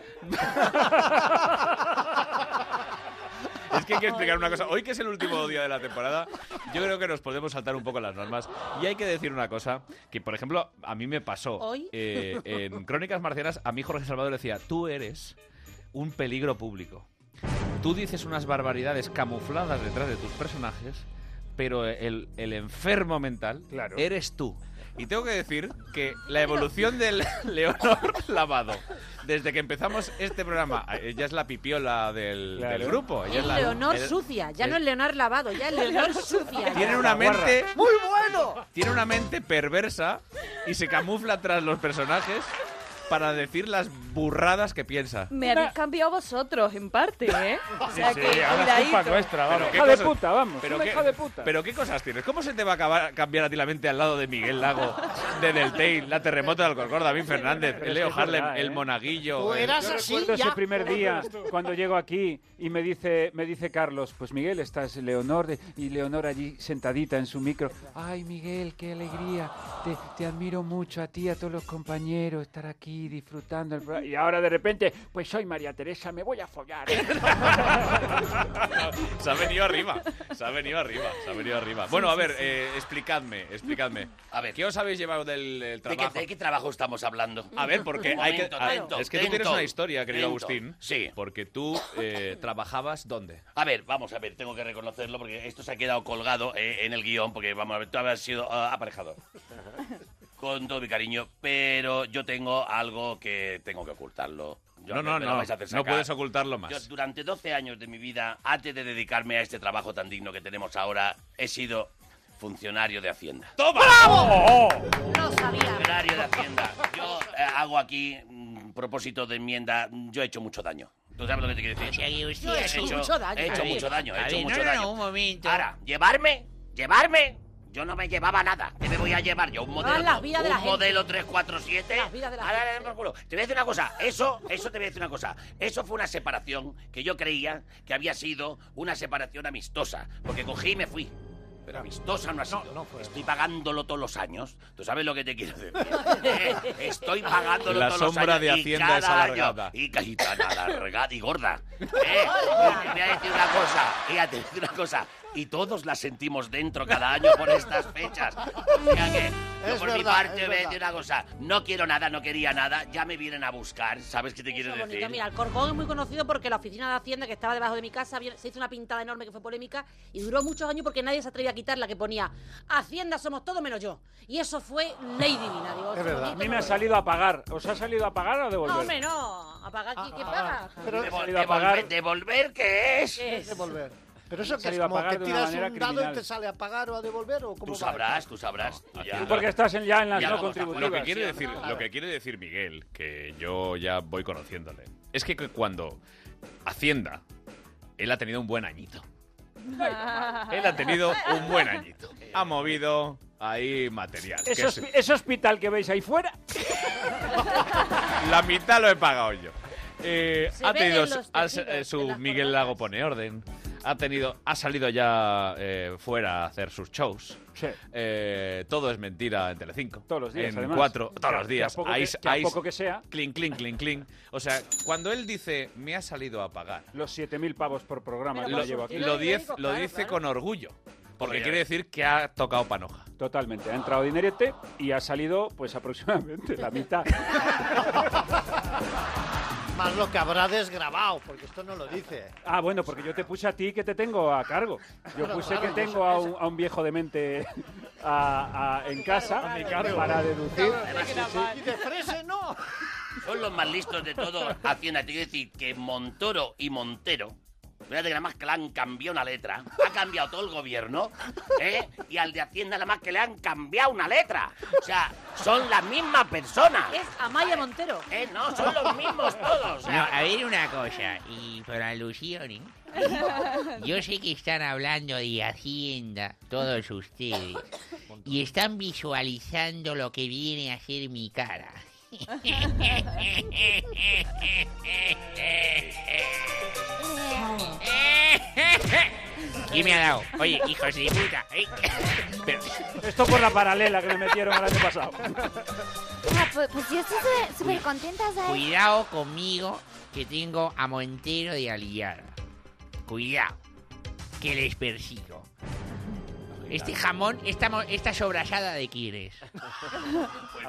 Speaker 1: Es que hay que explicar una cosa. Hoy que es el último día de la temporada, yo creo que nos podemos saltar un poco las normas. Y hay que decir una cosa, que por ejemplo, a mí me pasó.
Speaker 6: ¿Hoy?
Speaker 1: eh, en Crónicas Marcianas, a mí Jorge Salvador decía, tú eres un peligro público. Tú dices unas barbaridades camufladas detrás de tus personajes, pero el, el enfermo mental eres tú. Y tengo que decir que la evolución del Leonor Lavado, desde que empezamos este programa, ella es la pipiola del, del grupo. ella
Speaker 12: Es
Speaker 1: es la-
Speaker 12: Leonor
Speaker 1: el-
Speaker 12: sucia, ya
Speaker 1: el-
Speaker 12: no es Leonor lavado, ya es Leonor sucia.
Speaker 1: Tiene
Speaker 12: ya.
Speaker 1: una mente,
Speaker 12: ¡Muy bueno!
Speaker 1: tiene una mente perversa y se camufla tras los personajes para decir las burradas que piensa.
Speaker 15: Me habéis cambiado vosotros, en parte, ¿eh? Mm, O sea que,
Speaker 3: ah.
Speaker 15: cuidadito.
Speaker 1: Pero qué
Speaker 11: Hija de
Speaker 1: cosas-
Speaker 11: puta, vamos,
Speaker 1: Pero
Speaker 11: una
Speaker 1: qué,
Speaker 11: hija de puta.
Speaker 1: pero qué cosas tienes. ¿Cómo se te va a acabar- cambiar a ti la mente al lado de Miguel Lago, de Del Teil, la terremoto de Alcorcón, David Fernández, el Leo
Speaker 11: es que es
Speaker 1: Harlem,
Speaker 11: verdad,
Speaker 1: el
Speaker 11: ¿eh?
Speaker 1: Monaguillo?
Speaker 11: Yo
Speaker 1: el-
Speaker 11: recuerdo ese primer día cuando llego aquí y me dice, me dice Carlos, pues Miguel, estás Leonor de- y Leonor allí sentadita en su micro. Ay, Miguel, qué alegría. Te, te admiro mucho a ti, y a todos los compañeros, estar aquí disfrutando el programa. Y ahora de repente, pues soy María Teresa, me voy a follar.
Speaker 1: Se ha venido arriba, se ha venido arriba, se ha venido arriba.
Speaker 11: Sí,
Speaker 1: Bueno, a
Speaker 11: sí,
Speaker 1: ver,
Speaker 11: sí.
Speaker 1: eh, explicadme, explicadme. A ver, ¿qué os habéis llevado del, del
Speaker 7: ¿De
Speaker 1: trabajo?
Speaker 7: qué, de qué trabajo estamos hablando?
Speaker 1: A ver, porque hay que.
Speaker 7: Momento,
Speaker 1: a-
Speaker 7: momento,
Speaker 1: es que tú tienes
Speaker 7: momento,
Speaker 1: una historia, querido
Speaker 7: momento.
Speaker 1: Agustín.
Speaker 7: Sí.
Speaker 1: Porque tú eh, trabajabas dónde?
Speaker 7: A ver, vamos a ver, tengo que reconocerlo porque esto se ha quedado colgado eh, en el guión, porque vamos a ver, tú habrás sido ah, aparejador. Con todo mi cariño, pero yo tengo algo que tengo que ocultarlo. Yo-
Speaker 1: No, no,
Speaker 7: me lo
Speaker 1: no,
Speaker 7: vais a hacer
Speaker 1: no
Speaker 7: sacar.
Speaker 1: puedes ocultarlo más.
Speaker 7: Yo durante 12 años de mi vida, antes de dedicarme a este trabajo tan digno que tenemos ahora, he sido funcionario de Hacienda. ¡Toma!
Speaker 12: No sabía.
Speaker 7: Funcionario de Hacienda. Yo eh, hago aquí, mm, propósito de enmienda, mm, yo he hecho mucho daño. ¿Tú sabes lo que te quiero decir?
Speaker 12: Yo he hecho mucho daño.
Speaker 7: He hecho
Speaker 12: A ver,
Speaker 7: mucho daño,
Speaker 12: a
Speaker 7: he hecho
Speaker 12: ver,
Speaker 7: mucho
Speaker 12: no, no,
Speaker 7: daño.
Speaker 12: no, un
Speaker 7: momento. Ahora, llevarme, llevarme. Yo no me llevaba nada. ¿Qué me voy a llevar yo? Un modelo,
Speaker 12: Ah, las vidas de
Speaker 7: un
Speaker 12: la gente.
Speaker 7: modelo 347.
Speaker 12: Las vidas de la
Speaker 7: Ahora,
Speaker 12: gente.
Speaker 7: ahora, por culo. Te voy a decir una cosa. Eso, eso te voy a decir una cosa. Eso fue una separación que yo creía que había sido una separación amistosa. Porque cogí y me fui. Pero amistosa no ha sido. Estoy pagándolo todos los años. ¿Tú sabes lo que te quiero decir? Eh, Estoy pagándolo
Speaker 1: La
Speaker 7: todos los años.
Speaker 1: sombra de
Speaker 7: y
Speaker 1: Hacienda
Speaker 7: cada
Speaker 1: es
Speaker 7: año-
Speaker 1: alargada.
Speaker 7: y ca- y tan alargada y gorda. Eh, y Te voy a decir una cosa. y te voy a decir una cosa. Y todos la sentimos dentro cada año por estas fechas. O sea que, yo
Speaker 4: Es
Speaker 7: por mi
Speaker 4: verdad,
Speaker 7: parte voy
Speaker 4: es
Speaker 7: a
Speaker 4: verdad.
Speaker 7: decir una cosa. No quiero nada, no quería nada. Ya me vienen a buscar. ¿Sabes qué te quiero
Speaker 12: Qué
Speaker 7: decir?
Speaker 12: bonito. Mira, Alcorcón es muy conocido porque la oficina de Hacienda que estaba debajo de mi casa había- se hizo una pintada enorme que fue polémica y duró muchos años porque nadie se atrevía a quitarla que ponía Hacienda somos todos menos yo. Y eso fue ley divina. Digo, qué
Speaker 11: A
Speaker 12: bonito,
Speaker 11: mí me
Speaker 12: ¿no?
Speaker 11: ha salido a pagar. ¿Os ha salido a pagar o a devolver?
Speaker 12: No, hombre, no. Apaga
Speaker 4: Ah,
Speaker 12: aquí, ¿qué paga?
Speaker 11: Pero-
Speaker 7: Devol-
Speaker 11: Salido a pagar.
Speaker 7: devolver, ¿Devolver qué es?
Speaker 12: ¿Qué es?
Speaker 4: Devolver. Pero eso que es
Speaker 11: Salido a
Speaker 4: como
Speaker 11: pagar
Speaker 4: que
Speaker 11: de una
Speaker 4: tiras un
Speaker 11: manera
Speaker 4: dado
Speaker 11: criminal.
Speaker 4: y te sale a pagar o a devolver o cómo
Speaker 7: Tú
Speaker 4: va?
Speaker 7: sabrás, tú sabrás. tú ya.
Speaker 11: Tú porque estás en- ya en las
Speaker 7: Ya
Speaker 11: no
Speaker 7: vamos a-
Speaker 11: contributivas.
Speaker 1: Lo que, quiere decir, lo que quiere decir Miguel, que yo ya voy conociéndole, es que cuando Hacienda, él ha tenido un buen añito. Él ha tenido un buen añito. Ha movido ahí material. que
Speaker 11: Ese,
Speaker 1: es-
Speaker 11: hospi- ese hospital que veis ahí fuera,
Speaker 1: la mitad lo he pagado yo. Eh,
Speaker 12: Se
Speaker 1: ha
Speaker 12: ve
Speaker 1: tenido
Speaker 12: en los
Speaker 1: ha sa-
Speaker 12: tejidos,
Speaker 1: eh, su
Speaker 12: en las
Speaker 1: Miguel Lago pone orden. Ha tenido, ha salido ya eh, fuera a hacer sus shows.
Speaker 11: Sí.
Speaker 1: Eh, todo es mentira en Telecinco.
Speaker 11: todos los días,
Speaker 1: en
Speaker 11: además.
Speaker 1: cuatro,
Speaker 11: Que
Speaker 1: todos
Speaker 11: a-
Speaker 1: los días.
Speaker 11: Que a poco,
Speaker 1: Ahí-
Speaker 11: que, que a
Speaker 1: ahí-
Speaker 11: poco que sea,
Speaker 1: Clink, clink, clink, clink. O sea, cuando él dice, me ha salido a pagar,
Speaker 11: los 7.000 pavos por programa que
Speaker 1: lo,
Speaker 11: me llevo aquí.
Speaker 1: lo diez- lo dice con orgullo. Porque quiere decir que ha tocado panoja.
Speaker 11: Totalmente. Ha entrado dinerete y ha salido, pues, aproximadamente la mitad.
Speaker 4: Más lo que habrá desgrabado, porque esto no lo dice.
Speaker 11: Ah, bueno, porque yo te puse a ti que te tengo a cargo. Yo
Speaker 4: Claro,
Speaker 11: puse
Speaker 4: claro,
Speaker 11: que
Speaker 4: yo
Speaker 11: tengo
Speaker 4: sé-
Speaker 11: a un, a un viejo demente a- a- en casa para deducir.
Speaker 4: Y de frese no.
Speaker 7: Son los más listos de todo Hacienda. Te quiero decir que Montoro y Montero
Speaker 10: Fíjate que nada más que le han cambiado una letra. Ha cambiado todo el gobierno, ¿eh? Y al de Hacienda nada más que le han cambiado una letra. O sea, son las mismas personas.
Speaker 12: Es Amaya Montero.
Speaker 10: Eh, no, son los mismos todos.
Speaker 16: No, a ver una cosa, y por alusiones, yo sé que están hablando de Hacienda, todos ustedes, y están visualizando lo que viene a ser mi cara. ¿Quién me ha dado? Oye, hijos de puta. ¿eh? Pero-
Speaker 5: Esto por la paralela que me metieron el año pasado.
Speaker 17: Ah, pues, pues yo estoy súper- súper contenta, ¿sabes?
Speaker 16: Cuidado conmigo que tengo a Montero de aliada. Cuidado, que les persigo. Este jamón, esta, mo- esta sobrasada de quién es.
Speaker 10: Pues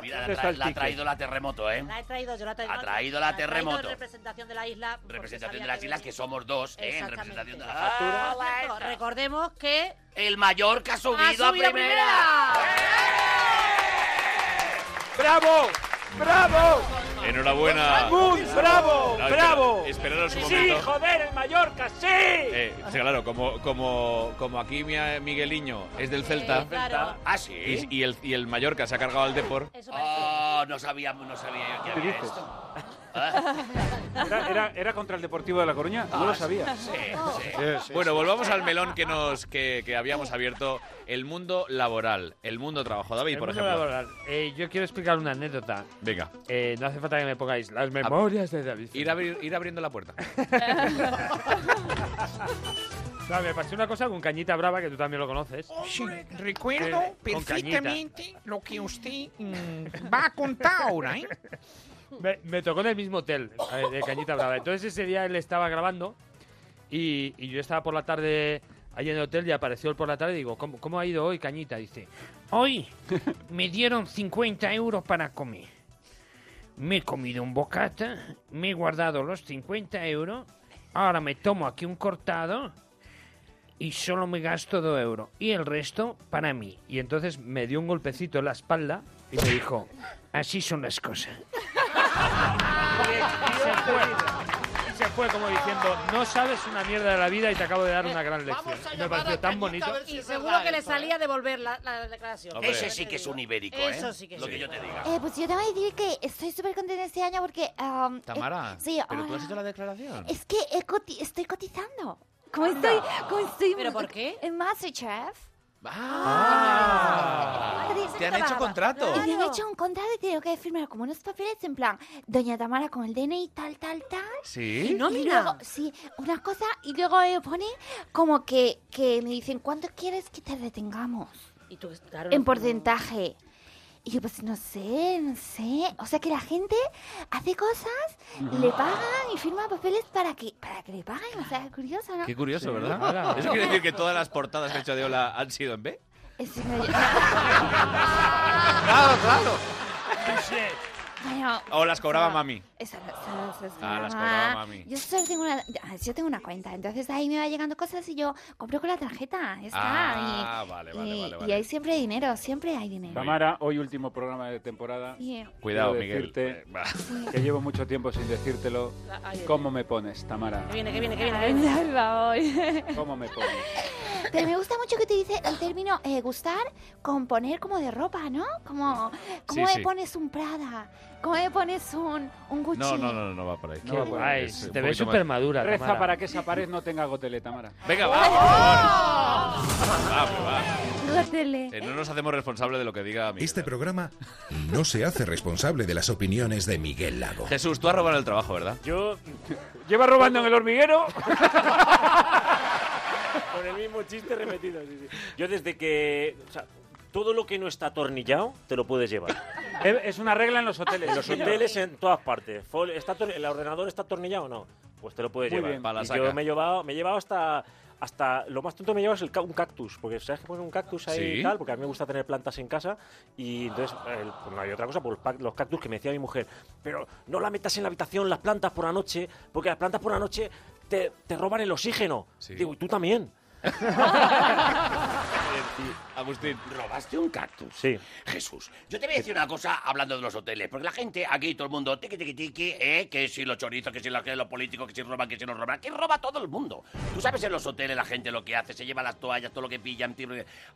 Speaker 10: mira, la,
Speaker 16: ¿Dónde está
Speaker 10: tra-
Speaker 16: el
Speaker 10: la ha
Speaker 16: ticket?
Speaker 10: traído la terremoto, ¿eh?
Speaker 12: La he traído yo, la he traído.
Speaker 10: Ha traído la terremoto.
Speaker 12: representación de la isla. porque
Speaker 10: Representación
Speaker 12: sabía
Speaker 10: de las
Speaker 12: que
Speaker 10: islas, que somos dos, ¿eh? En
Speaker 12: Exactamente.
Speaker 10: representación de Ah, la
Speaker 12: venía.
Speaker 10: factura.
Speaker 12: Por cierto, recordemos que...
Speaker 10: El Mallorca ha subido,
Speaker 7: Ah,
Speaker 10: a primera.
Speaker 18: ¡Eh!
Speaker 5: ¡Bravo! ¡Bravo!
Speaker 11: Ah.
Speaker 1: Enhorabuena.
Speaker 5: ¡Amun! ¡Bravo!
Speaker 1: No, espera-
Speaker 5: ¡Bravo!
Speaker 1: esperaros un
Speaker 5: ¡Sí,
Speaker 1: momento.
Speaker 5: joder, el Mallorca, sí!
Speaker 1: Eh, sí, claro, como, como, como aquí mi- Migueliño es del Celta.
Speaker 10: Eh, claro. Ah, sí.
Speaker 1: Y, y el, y el Mallorca se ha cargado al Depor.
Speaker 10: Oh, no sabía, no sabía yo que
Speaker 11: ¿Qué
Speaker 10: había
Speaker 11: dices?
Speaker 10: esto. Ah.
Speaker 11: ¿Era, era, era contra el Deportivo de La Coruña? No lo sabía.
Speaker 10: Sí, sí.
Speaker 17: Oh,
Speaker 1: Bueno, volvamos al melón que nos que, que habíamos abierto. El mundo laboral, el mundo trabajo. David,
Speaker 6: El
Speaker 1: por
Speaker 6: mundo
Speaker 1: ejemplo.
Speaker 6: laboral. Eh, yo quiero explicar una anécdota.
Speaker 1: Venga.
Speaker 6: Eh, no hace falta que me pongáis las memorias de David.
Speaker 1: Ir, abri- ir abriendo la puerta.
Speaker 6: No, me pasó una cosa con Cañita Brava, que tú también lo conoces.
Speaker 19: Sí, recuerdo
Speaker 6: Eh, con
Speaker 19: perfectamente lo que usted mm, va a contar ahora, ¿eh?
Speaker 6: Me, me tocó en el mismo hotel eh, de Cañita Brava. Entonces ese día él estaba grabando y, y yo estaba por la tarde allí en el hotel y apareció él por la tarde y digo, ¿cómo, cómo ha ido hoy Cañita? Dice,
Speaker 19: Hoy me dieron 50 euros para comer. Me he comido un bocata, me he guardado los 50 euros, ahora me tomo aquí un cortado y solo me gasto 2 euros. Y el resto para mí.
Speaker 6: y entonces me dio un golpecito en la espalda y me dijo,
Speaker 19: Así son las cosas.
Speaker 6: y se fue como diciendo, no sabes una mierda de la vida y te acabo de dar una gran lección. Y me pareció tan bonito.
Speaker 12: Y seguro que le salía devolver la, la declaración.
Speaker 10: Ese ¿eh? sí que es un ibérico, ¿eh?
Speaker 12: Eso sí que
Speaker 10: Lo
Speaker 12: sí.
Speaker 10: que yo te diga.
Speaker 17: Eh, pues yo te voy a decir que estoy súper contenta este año porque... am, eh,
Speaker 1: Tamara,
Speaker 17: sí,
Speaker 1: pero tú
Speaker 17: hola.
Speaker 1: has hecho la declaración.
Speaker 17: Es que he coti- estoy cotizando. ¿Cómo estoy? ¿Cómo estoy?
Speaker 12: ¿Pero por qué?
Speaker 17: En Masterchef.
Speaker 1: Ah, Te han hecho contrato.
Speaker 17: Y me han hecho un contrato y tengo que firmar como unos papeles en plan, Doña Tamara con el DNI tal, tal, tal.
Speaker 1: ¿Sí?
Speaker 17: y luego, sí, una cosa, y luego me pone como que, que me dicen, ¿cuánto quieres que te retengamos?
Speaker 12: Y tú, claro,
Speaker 17: en
Speaker 12: no-
Speaker 17: porcentaje. Y yo, pues no sé, no sé. O sea que la gente hace cosas, le pagan y firma papeles para que, para que le paguen. O sea, curioso, ¿no?
Speaker 1: Qué curioso,
Speaker 17: Sí.
Speaker 1: ¿verdad? Eso quiere decir que todas las portadas que ha hecho de Ola han sido en B.
Speaker 17: Sí, no, yo-
Speaker 1: Claro, claro.
Speaker 17: Bueno,
Speaker 1: O las cobraba mami.
Speaker 17: Eso, eso, eso, eso,
Speaker 1: Ah, las
Speaker 17: mamá.
Speaker 1: cobraba mami.
Speaker 17: Yo solo tengo una, ah, yo tengo una cuenta, entonces ahí me va llegando cosas y yo compro con la tarjeta, ya está.
Speaker 1: Ah, vale,
Speaker 17: y,
Speaker 1: vale,
Speaker 17: y-
Speaker 1: vale,
Speaker 17: y
Speaker 1: vale.
Speaker 17: hay siempre dinero, siempre hay dinero.
Speaker 11: Tamara, hoy último programa de temporada.
Speaker 17: Sí.
Speaker 1: Cuidado,
Speaker 11: Quiero
Speaker 1: Miguel.
Speaker 11: decirte
Speaker 1: Eh, va.
Speaker 11: Que llevo mucho tiempo sin decírtelo.
Speaker 17: Ay, ay,
Speaker 11: ¿Cómo me pones, Tamara?
Speaker 17: Que
Speaker 12: viene, que viene, que
Speaker 17: viene, que viene.
Speaker 11: ¿Cómo me pones?
Speaker 17: Pero me gusta mucho que utilice el término eh, gustar con poner como de ropa, ¿no? Como, ¿cómo
Speaker 1: Sí,
Speaker 17: me
Speaker 1: sí.
Speaker 17: pones un Prada? ¿Cómo me pones un, un Gucci?
Speaker 1: No, no, no, no, no va por ahí.
Speaker 6: No va por ahí.
Speaker 1: Es
Speaker 6: Te ves
Speaker 1: un poquito más-
Speaker 6: supermadura,
Speaker 11: Reza
Speaker 6: Tamara.
Speaker 11: para que esa pared no tenga gotele, Tamara.
Speaker 1: Venga, va, por favor. Va, pero
Speaker 17: Gótele.
Speaker 1: va. Eh, no nos hacemos responsable de lo que diga Miguel.
Speaker 20: Este programa no se hace responsable de las opiniones de Miguel Lago.
Speaker 1: Jesús, tú has robado en el trabajo, ¿verdad?
Speaker 5: Yo
Speaker 11: ¿Lleva robando en el hormiguero?
Speaker 5: Con el mismo chiste repetido, sí, sí. Yo desde que... o sea, todo lo que no está atornillado, te lo puedes llevar.
Speaker 11: Es es una regla en los hoteles.
Speaker 5: En los
Speaker 11: señor.
Speaker 5: hoteles, en todas partes. Fol- está ator- ¿El ordenador está atornillado o no? Pues te lo puedes
Speaker 11: Muy
Speaker 5: llevar.
Speaker 11: bien. Pa' la
Speaker 5: Y
Speaker 11: saca.
Speaker 5: yo me he llevado, me he llevado hasta... Hasta lo más tonto que me he llevado es el ca- un cactus, porque sabes que ponen un cactus ahí
Speaker 1: Sí.
Speaker 5: y tal, porque a mí me gusta tener plantas en casa y entonces el- pues no hay otra cosa, pues los, pa- los cactus que me decía mi mujer, pero no la metas en la habitación las plantas por la noche, porque las plantas por la noche te, te roban el oxígeno. Digo, y tú también.
Speaker 1: Agustín.
Speaker 7: ¿Robaste un cactus?
Speaker 5: Sí.
Speaker 7: Jesús. Yo te voy a decir una cosa hablando de los hoteles, porque la gente aquí, todo el mundo, tiqui, tiqui, tiqui, eh, que si los chorizos, que si la- que los políticos, que si roban, que si no roban, que roba todo el mundo. Tú sabes en los hoteles la gente lo que hace, se lleva las toallas, todo lo que pillan. tío,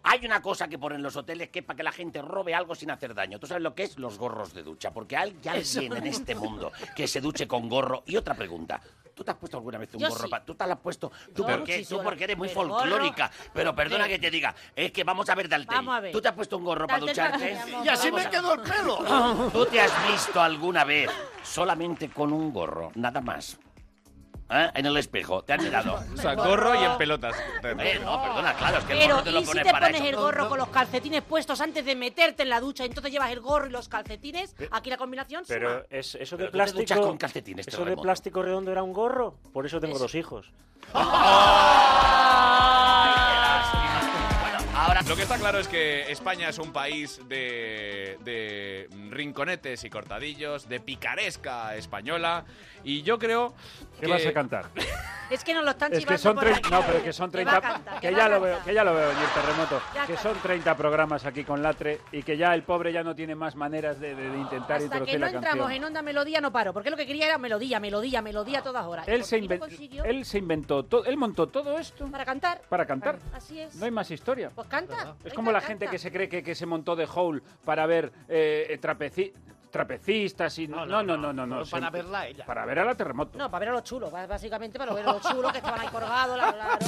Speaker 7: Hay una cosa que ponen los hoteles que es para que la gente robe algo sin hacer daño. ¿Tú sabes lo que es? Los gorros de ducha, porque hay
Speaker 10: Eso.
Speaker 7: alguien en este mundo que se duche con gorro. Y otra pregunta. ¿Tú te has puesto alguna vez un
Speaker 10: Yo
Speaker 7: gorro?
Speaker 10: sí.
Speaker 7: pa- ¿Tú te lo has puesto? ¿Tú,
Speaker 10: Yo
Speaker 7: por qué?
Speaker 10: sí,
Speaker 7: tú
Speaker 10: yo-
Speaker 7: porque eres muy
Speaker 10: pero gorro-
Speaker 7: folclórica. Pero perdona
Speaker 10: Pero-
Speaker 7: que te diga, es que vamos a ver Daltel.
Speaker 10: Vamos a ver.
Speaker 7: ¿Tú te has puesto un gorro para
Speaker 10: Daltel, para
Speaker 7: ducharte?
Speaker 10: que veamos, Y así vamos me a- quedó el pelo.
Speaker 7: ¿Tú te has visto alguna vez solamente con un gorro, nada más? ¿Eh? En el espejo, te han mirado.
Speaker 1: O sea, gorro y en pelotas.
Speaker 7: Eh, no, perdona, claro, es que el
Speaker 12: Pero,
Speaker 7: gorro te lo
Speaker 12: ¿y si
Speaker 7: pones
Speaker 12: te
Speaker 7: para
Speaker 12: pones
Speaker 7: eso.
Speaker 12: el gorro con los calcetines puestos antes de meterte en la ducha? Entonces llevas el gorro y los calcetines.
Speaker 11: Eh,
Speaker 12: Aquí la combinación
Speaker 5: Pero
Speaker 12: suma.
Speaker 5: es, eso
Speaker 7: Pero
Speaker 5: de
Speaker 7: tú te duchas
Speaker 5: plástico.
Speaker 7: con calcetines,
Speaker 5: eso de
Speaker 7: Terremoto.
Speaker 5: plástico redondo era un gorro. Por eso tengo dos hijos.
Speaker 1: Lo que está claro es que España es un país de, de rinconetes y cortadillos, de picaresca española, y yo creo
Speaker 11: ¿Qué
Speaker 1: que-
Speaker 11: vas a cantar?
Speaker 12: Es que nos lo están
Speaker 11: Es
Speaker 12: chivando
Speaker 11: que son
Speaker 12: por
Speaker 11: tres,
Speaker 12: aquí.
Speaker 11: no, pero que son
Speaker 12: Que va a
Speaker 11: 30,
Speaker 12: cantar,
Speaker 11: que
Speaker 12: va
Speaker 11: ya
Speaker 12: a
Speaker 11: lo
Speaker 12: cantar.
Speaker 11: veo, que ya lo veo venir terremoto,
Speaker 12: Ya
Speaker 11: que
Speaker 12: está.
Speaker 11: son 30 programas aquí con Latre y que ya el pobre ya no tiene más maneras de, de- de intentar
Speaker 12: Hasta que
Speaker 11: introducir
Speaker 12: no
Speaker 11: la
Speaker 12: entramos
Speaker 11: canción.
Speaker 12: en onda melodía no paro, porque lo que quería era melodía, melodía, melodía a todas horas.
Speaker 11: Él se,
Speaker 12: ¿Y por qué
Speaker 11: inven-
Speaker 12: no consiguió?
Speaker 11: él se inventó, todo, él montó todo esto
Speaker 12: Para cantar.
Speaker 11: para cantar.
Speaker 12: Así es.
Speaker 11: No hay más historia.
Speaker 12: Pues canta.
Speaker 11: Es como la gente que se cree que, que se montó de Hole para ver eh, eh, trapeci- trapecistas y... No, no, no, no. no,
Speaker 4: no,
Speaker 11: se-
Speaker 4: para verla a ella.
Speaker 11: Para ver a la terremoto.
Speaker 12: No, para ver a los chulos, ba- básicamente para ver a los chulos que estaban ahí colgados, la- claro.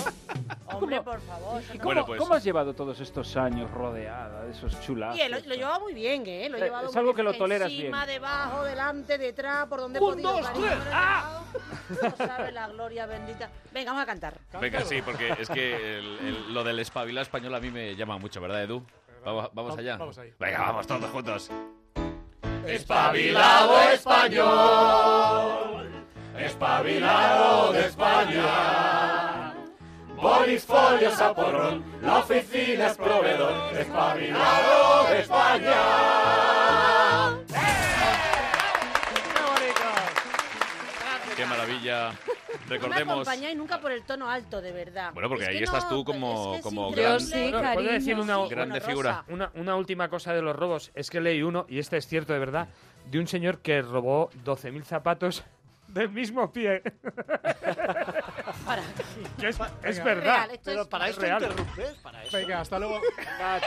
Speaker 12: Hombre, por favor. eso no-
Speaker 11: ¿Cómo,
Speaker 1: Bueno, pues-
Speaker 11: cómo has llevado todos estos años rodeada de esos chulazos?
Speaker 12: Bien, lo, lo llevaba muy bien, ¿eh? Lo
Speaker 11: Eh,
Speaker 12: llevaba
Speaker 11: es
Speaker 12: muy
Speaker 11: algo
Speaker 12: bien.
Speaker 11: que lo toleras
Speaker 12: Encima,
Speaker 11: bien.
Speaker 12: debajo, delante, detrás, por donde he podido.
Speaker 11: dos,
Speaker 12: cariño,
Speaker 11: tres, ¡Ah!
Speaker 12: me lo he llevado. No sabe la gloria bendita. Venga, vamos a cantar.
Speaker 1: Venga, sí, porque es que el- el- lo del espabilado español a mí me llama mucho, ¿verdad, Edu? Vamos, vamos allá.
Speaker 18: Vamos ahí.
Speaker 1: Venga, vamos todos juntos.
Speaker 18: Espabilado español, espabilado de España. Bolis, folios, aporrón, la oficina es proveedor, espabilado de España.
Speaker 1: Qué maravilla.
Speaker 12: No me
Speaker 1: Recordemos.
Speaker 12: acompañáis nunca por el tono alto, de verdad.
Speaker 1: Bueno, porque
Speaker 12: Es que
Speaker 1: ahí estás
Speaker 12: no-
Speaker 1: tú como,
Speaker 12: es que
Speaker 1: como
Speaker 12: sí,
Speaker 1: gran-
Speaker 12: yo sí,
Speaker 1: Bueno,
Speaker 12: cariño,
Speaker 1: ¿puedo decir una
Speaker 12: sí.
Speaker 1: grande
Speaker 12: Bueno,
Speaker 1: figura.
Speaker 6: Una, una última cosa de los robos. Es que leí uno, y este es cierto de verdad, de un señor que robó 12.000 zapatos del mismo pie. Que es, es verdad.
Speaker 12: Real, esto Pero es- para
Speaker 6: Es
Speaker 12: esto
Speaker 6: real.
Speaker 4: interrumpes, para eso.
Speaker 18: Venga, hasta luego.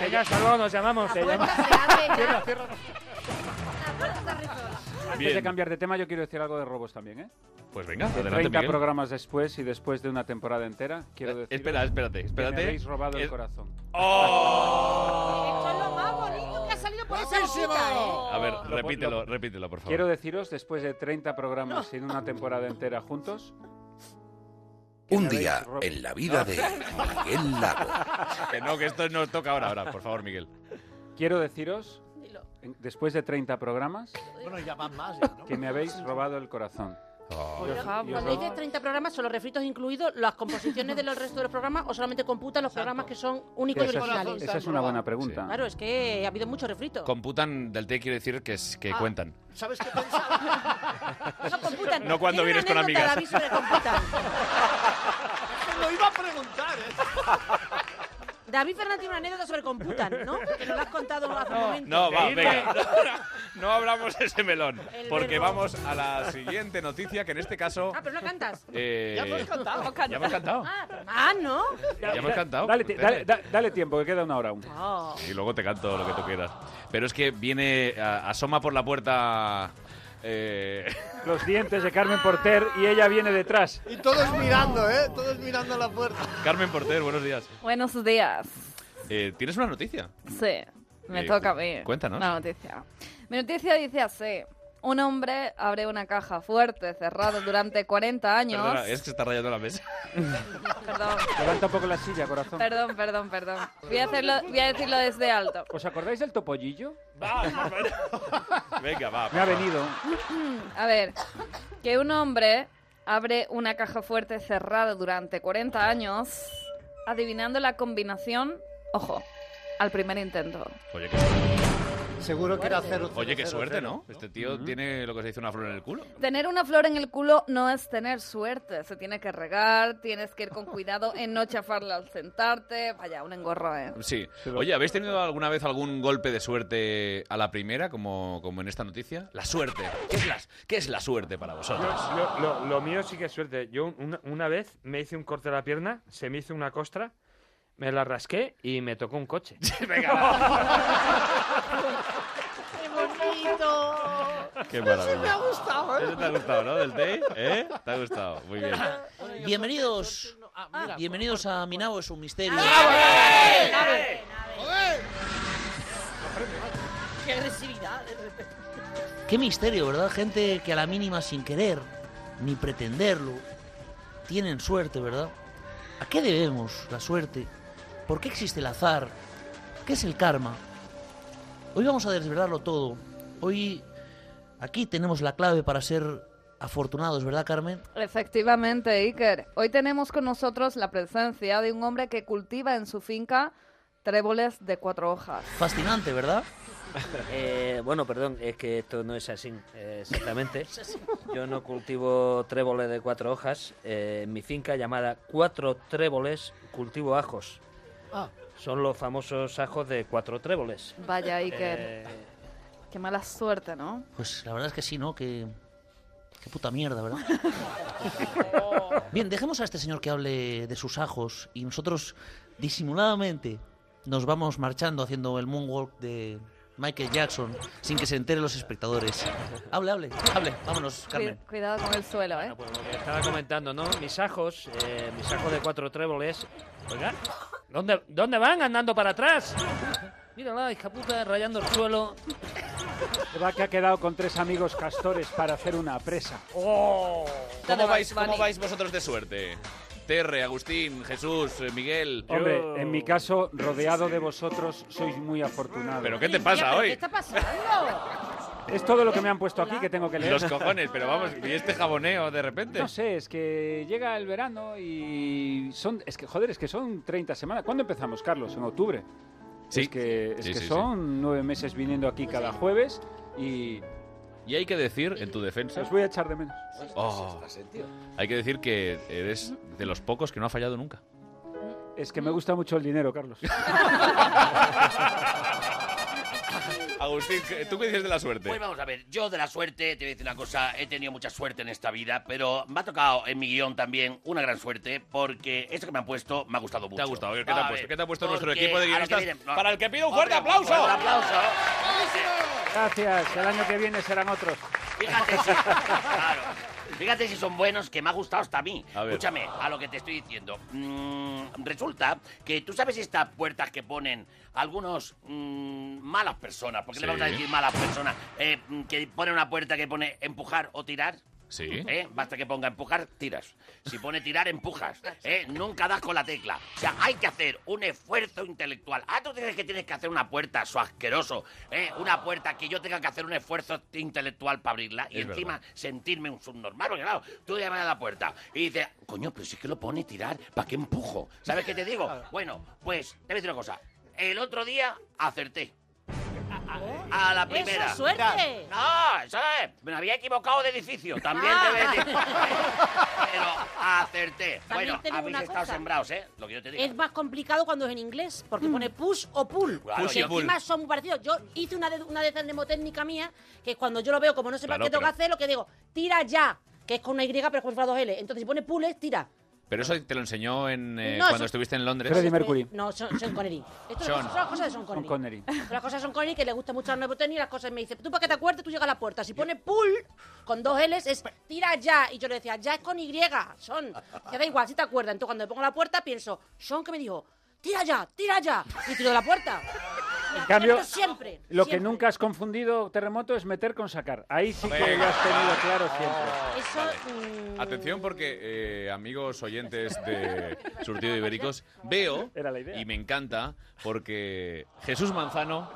Speaker 6: Venga, hasta luego, nos llamamos.
Speaker 11: Te llamo.
Speaker 18: Cierra, cierra.
Speaker 11: Antes
Speaker 1: Bien.
Speaker 11: de cambiar de tema, yo quiero decir algo de robos también, ¿eh?
Speaker 1: Pues venga,
Speaker 11: Que
Speaker 1: adelante,
Speaker 11: 30
Speaker 1: Miguel. Eh,
Speaker 11: programas después y después de una temporada entera, quiero decir.
Speaker 1: espera, espérate, espérate.
Speaker 11: Que me habéis robado el
Speaker 1: Es-
Speaker 11: corazón.
Speaker 1: Oh.
Speaker 12: Esto es lo más bonito que ha salido por esa boquita, ¿eh?
Speaker 1: A ver,
Speaker 11: Lo-
Speaker 1: repítelo,
Speaker 11: lo-
Speaker 1: repítelo, por favor.
Speaker 11: Quiero deciros, después de 30 programas y de una temporada entera juntos.
Speaker 20: Un día en la vida de Miguel Lago.
Speaker 1: Que no, que esto nos toca ahora, ahora, por favor, Miguel.
Speaker 11: Quiero deciros, en- después de 30 programas,
Speaker 4: Bueno, ya van más, ya, ¿no?
Speaker 11: que me habéis robado el corazón.
Speaker 20: Oh.
Speaker 11: Y os- y os
Speaker 12: Cuando
Speaker 11: robo-
Speaker 12: dices 30 programas, ¿son los refritos incluidos, las composiciones de los resto de los programas o solamente computan los programas que son únicos y
Speaker 11: Esa es-
Speaker 12: originales?
Speaker 11: esa es una buena pregunta.
Speaker 12: Claro, es que ha habido muchos refritos.
Speaker 1: Computan del T quiere decir que, es- que
Speaker 12: Ah.
Speaker 1: cuentan.
Speaker 4: ¿Sabes qué pensaba?
Speaker 12: No computan.
Speaker 1: No cuando
Speaker 12: Tiene
Speaker 1: vienes con
Speaker 12: una anécdota,
Speaker 1: amigas.
Speaker 12: David, sobre computan.
Speaker 4: Lo iba a preguntar, ¿eh?
Speaker 12: David Fernández tiene una anécdota sobre computan, ¿no? Que nos lo has contado hace un momento.
Speaker 1: No, va,
Speaker 6: Irme.
Speaker 1: venga. No abramos ese melón.
Speaker 12: El
Speaker 1: Porque
Speaker 12: verbo.
Speaker 1: vamos a la siguiente noticia, que en este caso.
Speaker 12: Ah, pero no cantas.
Speaker 1: eh, Ya hemos cantado.
Speaker 12: Ah, ah, ¿no?
Speaker 1: Ya hemos cantado.
Speaker 11: Dale, ti- dale- da- dale tiempo, que queda una hora aún.
Speaker 12: Oh.
Speaker 1: Y luego te canto lo que tú quieras. Pero es que viene. a- asoma por la puerta. eh,
Speaker 11: Los dientes de Carmen Porter y ella viene detrás.
Speaker 4: Y todos mirando, ¿eh? Todos mirando a la puerta.
Speaker 1: Carmen Porter, buenos días.
Speaker 3: Buenos días.
Speaker 1: Eh, ¿Tienes una noticia?
Speaker 3: Sí, me
Speaker 1: Eh,
Speaker 3: toca a mí.
Speaker 1: cuéntanos.
Speaker 3: La noticia. Mi noticia dice así. Un hombre abre una caja fuerte cerrada durante 40 años.
Speaker 1: Perdona, es que se está rayando la mesa.
Speaker 3: Perdón,
Speaker 11: Levanta un poco la silla, corazón.
Speaker 3: perdón, perdón, perdón. Voy a, hacerlo, voy a decirlo desde alto.
Speaker 11: ¿Os acordáis del topollillo?
Speaker 1: Venga, va.
Speaker 11: Me ha venido.
Speaker 3: A ver, que un hombre abre una caja fuerte cerrada durante 40 años, adivinando la combinación, ojo, al primer intento.
Speaker 1: Oye, que-
Speaker 4: Seguro que era cero.
Speaker 1: Oye,
Speaker 4: cero,
Speaker 1: qué
Speaker 4: cero,
Speaker 1: suerte,
Speaker 4: cero.
Speaker 1: ¿no? Este tío tiene lo que se dice una flor en el culo.
Speaker 3: Tener una flor en el culo no es tener suerte. Se tiene que regar, tienes que ir con cuidado en no chafarla al sentarte. Vaya, un engorro, ¿eh?
Speaker 1: Sí. Oye, ¿habéis tenido alguna vez algún golpe de suerte a la primera, como, como en esta noticia? La suerte. ¿Qué es la, qué es la suerte para vosotros?
Speaker 6: Yo- lo, lo- lo mío sí que es suerte. Yo una, una vez me hice un corte de la pierna, se me hizo una costra, me la rasqué y me tocó un coche.
Speaker 12: ¡Qué bonito!
Speaker 1: Qué
Speaker 12: Ese me ha
Speaker 1: maravilla.
Speaker 12: gustado, ¿eh?
Speaker 1: Ese te ha gustado, ¿no? ¿Del té? ¿Eh? Te ha gustado. Muy bien.
Speaker 21: Bienvenidos. Bienvenidos a Minao es un misterio.
Speaker 12: Ah, ¡Qué agresividad! de repente.
Speaker 21: Qué misterio, ¿verdad? Gente que a la mínima sin querer, ni pretenderlo, tienen suerte, ¿verdad? ¿A qué debemos la suerte? ¿Por qué existe el azar? ¿Qué es el karma? Hoy vamos a desvelarlo todo. Hoy aquí tenemos la clave para ser afortunados, ¿verdad, Carmen?
Speaker 3: Efectivamente, Iker. Hoy tenemos con nosotros la presencia de un hombre que cultiva en su finca tréboles de cuatro hojas.
Speaker 21: Fascinante, ¿verdad?
Speaker 22: Eh, bueno, perdón, es que esto no es así eh, exactamente. Yo no cultivo tréboles de cuatro hojas. eh, en mi finca llamada Cuatro Tréboles cultivo ajos.
Speaker 3: Ah.
Speaker 22: Son los famosos ajos de cuatro tréboles.
Speaker 3: Vaya, Iker.
Speaker 22: Eh,
Speaker 3: Qué mala suerte, ¿no?
Speaker 21: Pues la verdad es que sí, ¿no? Que. Qué puta mierda, ¿verdad? Bien, dejemos a este señor que hable de sus ajos y nosotros disimuladamente nos vamos marchando haciendo el moonwalk de Michael Jackson sin que se enteren los espectadores. Hable, hable, hable. Vámonos,
Speaker 3: Cui-
Speaker 21: Carmen.
Speaker 3: Cuidado con el suelo, ¿eh?
Speaker 22: estaba comentando, ¿no? Mis ajos, eh, mis ajos de cuatro tréboles. Oiga,
Speaker 6: ¿Dónde, ¿Dónde van andando para atrás? Mírala, hija puta, rayando el suelo.
Speaker 11: Va que ha quedado con tres amigos castores para hacer una presa.
Speaker 1: ¿Cómo vais, cómo vais vosotros de suerte? Terre, Agustín, Jesús, eh, Miguel.
Speaker 11: Hombre, en mi caso, rodeado de vosotros, sois muy afortunados.
Speaker 1: ¿Pero qué te pasa
Speaker 12: ¿Qué
Speaker 1: hoy?
Speaker 12: está pasando?
Speaker 11: Es todo lo que me han puesto aquí que tengo que leer.
Speaker 1: Los cojones, pero vamos, ¿y este jaboneo de repente?
Speaker 11: ¿eh? No sé, es que llega el verano y son... Es que, joder, es que son 30 semanas. ¿Cuándo empezamos, Carlos? En octubre.
Speaker 1: Sí.
Speaker 11: Es que, es
Speaker 1: Sí,
Speaker 11: que
Speaker 1: sí, sí.
Speaker 11: son nueve meses viniendo aquí cada jueves y
Speaker 1: Y hay que decir, en tu defensa,
Speaker 11: os voy a echar de menos.
Speaker 1: Oh. hay que decir que eres de los pocos que no ha fallado nunca.
Speaker 11: Es que me gusta mucho el dinero, Carlos.
Speaker 1: Agustín, ¿tú qué dices de la suerte?
Speaker 7: Pues vamos a ver, yo de la suerte, te voy a decir una cosa, he tenido mucha suerte en esta vida, pero me ha tocado en mi guión también una gran suerte, porque esto que me han puesto me ha gustado mucho.
Speaker 1: ¿Te ha gustado? ¿Qué te ha
Speaker 7: A
Speaker 1: puesto?
Speaker 7: ver,
Speaker 1: ¿Qué te ha puesto
Speaker 7: porque
Speaker 1: nuestro equipo de
Speaker 7: a lo que
Speaker 1: guionistas?
Speaker 7: viene- no,
Speaker 1: Para el que pido un
Speaker 7: hombre,
Speaker 1: fuerte aplauso.
Speaker 7: fuerte aplauso.
Speaker 11: Gracias, el año que viene serán otros.
Speaker 7: Fíjate si, claro, fíjate si son buenos, que me ha gustado hasta a mí.
Speaker 11: ver.
Speaker 7: Escúchame, a lo que te estoy diciendo. Mm, resulta que tú sabes estas puertas que ponen algunos mm, malas personas, porque le
Speaker 1: Sí.
Speaker 7: vamos a decir malas personas, eh, mm, que ponen una puerta que pone empujar o tirar.
Speaker 1: Sí.
Speaker 7: ¿Eh? Basta que ponga empujar, tiras. Si pone tirar, empujas. ¿eh? Nunca das con la tecla. O sea, hay que hacer un esfuerzo intelectual. Ah, tú dices que tienes que hacer una puerta, eso asqueroso. ¿eh? Una puerta que yo tenga que hacer un esfuerzo intelectual para abrirla y
Speaker 1: Es
Speaker 7: encima sentirme un subnormal. Porque claro, tú llamas a la puerta y dices, coño, pero si es que lo pone tirar, ¿para qué empujo? ¿Sabes qué te digo? Bueno, pues te voy a decir una cosa. El otro día acerté. A la primera.
Speaker 12: ¡Eso es Ah, suerte!
Speaker 7: No, eso es. Me había equivocado de edificio. También te voy a decir. Pero acerté.
Speaker 12: Ah. También
Speaker 7: bueno,
Speaker 12: te digo
Speaker 7: habéis
Speaker 12: una
Speaker 7: estado
Speaker 12: cosa.
Speaker 7: sembrados, ¿eh? Lo que yo te digo.
Speaker 12: Es más complicado cuando es en inglés, porque pone push o pull.
Speaker 7: Claro,
Speaker 12: y
Speaker 7: yo-
Speaker 12: encima son muy parecidos. Yo hice una de una de esas mnemotécnica mía, que es cuando yo lo veo, como no sé
Speaker 1: Claro,
Speaker 12: qué tengo que
Speaker 1: pero-
Speaker 12: hacer, lo que digo, tira ya, que es con una Y, pero es con dos L. Entonces, si pone pull, es tira.
Speaker 1: Pero eso te lo enseñó en, eh,
Speaker 12: No,
Speaker 1: cuando
Speaker 12: eso-
Speaker 1: estuviste en Londres.
Speaker 11: Freddie Mercury.
Speaker 12: No, Sean, Sean Connery. Esto
Speaker 1: Sean.
Speaker 12: son las cosas de Sean Connery.
Speaker 11: Connery.
Speaker 12: Son las cosas de Sean Connery que le gusta mucho al nuevo tenis y las cosas me dice, tú para que te acuerdes, tú llegas a la puerta. Si pone pull con dos L's es tira ya. Y yo le decía, ya es con Y, Sean. Que da igual, si te acuerdas. Entonces cuando me pongo a la puerta pienso, Sean que me dijo, tira ya, tira ya. Y tiro de la puerta.
Speaker 11: En cambio,
Speaker 12: Pero siempre,
Speaker 11: lo que
Speaker 12: siempre.
Speaker 11: nunca has confundido, terremoto, es meter con sacar. Ahí sí que lo
Speaker 1: Venga.
Speaker 11: has tenido claro
Speaker 5: Oh.
Speaker 11: siempre.
Speaker 12: Eso... mm,
Speaker 1: Atención porque, eh, amigos oyentes de Surtido de Ibéricos, veo y me encanta porque Jesús Manzano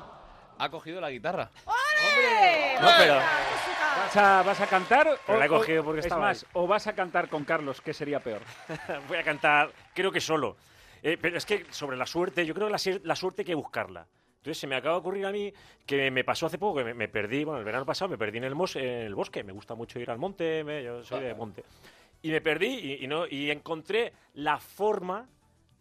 Speaker 1: ha cogido la guitarra. No, pero...
Speaker 11: ¿Vas a, vas a cantar?
Speaker 5: Pero
Speaker 11: o-
Speaker 5: la he
Speaker 11: o-
Speaker 5: cogido porque
Speaker 11: es
Speaker 5: estaba
Speaker 11: más,
Speaker 5: ahí.
Speaker 11: o vas a cantar con Carlos, que sería peor.
Speaker 5: Voy a cantar, creo que solo. Eh, pero es que sobre la suerte, yo creo que la, sier- la suerte hay que buscarla. Entonces se me acaba de ocurrir a mí que me pasó hace poco, que me, me perdí, bueno, el verano pasado me perdí en el, mos- en el bosque, me gusta mucho ir al monte, me- yo soy de monte. Y me perdí y, y no, y encontré la forma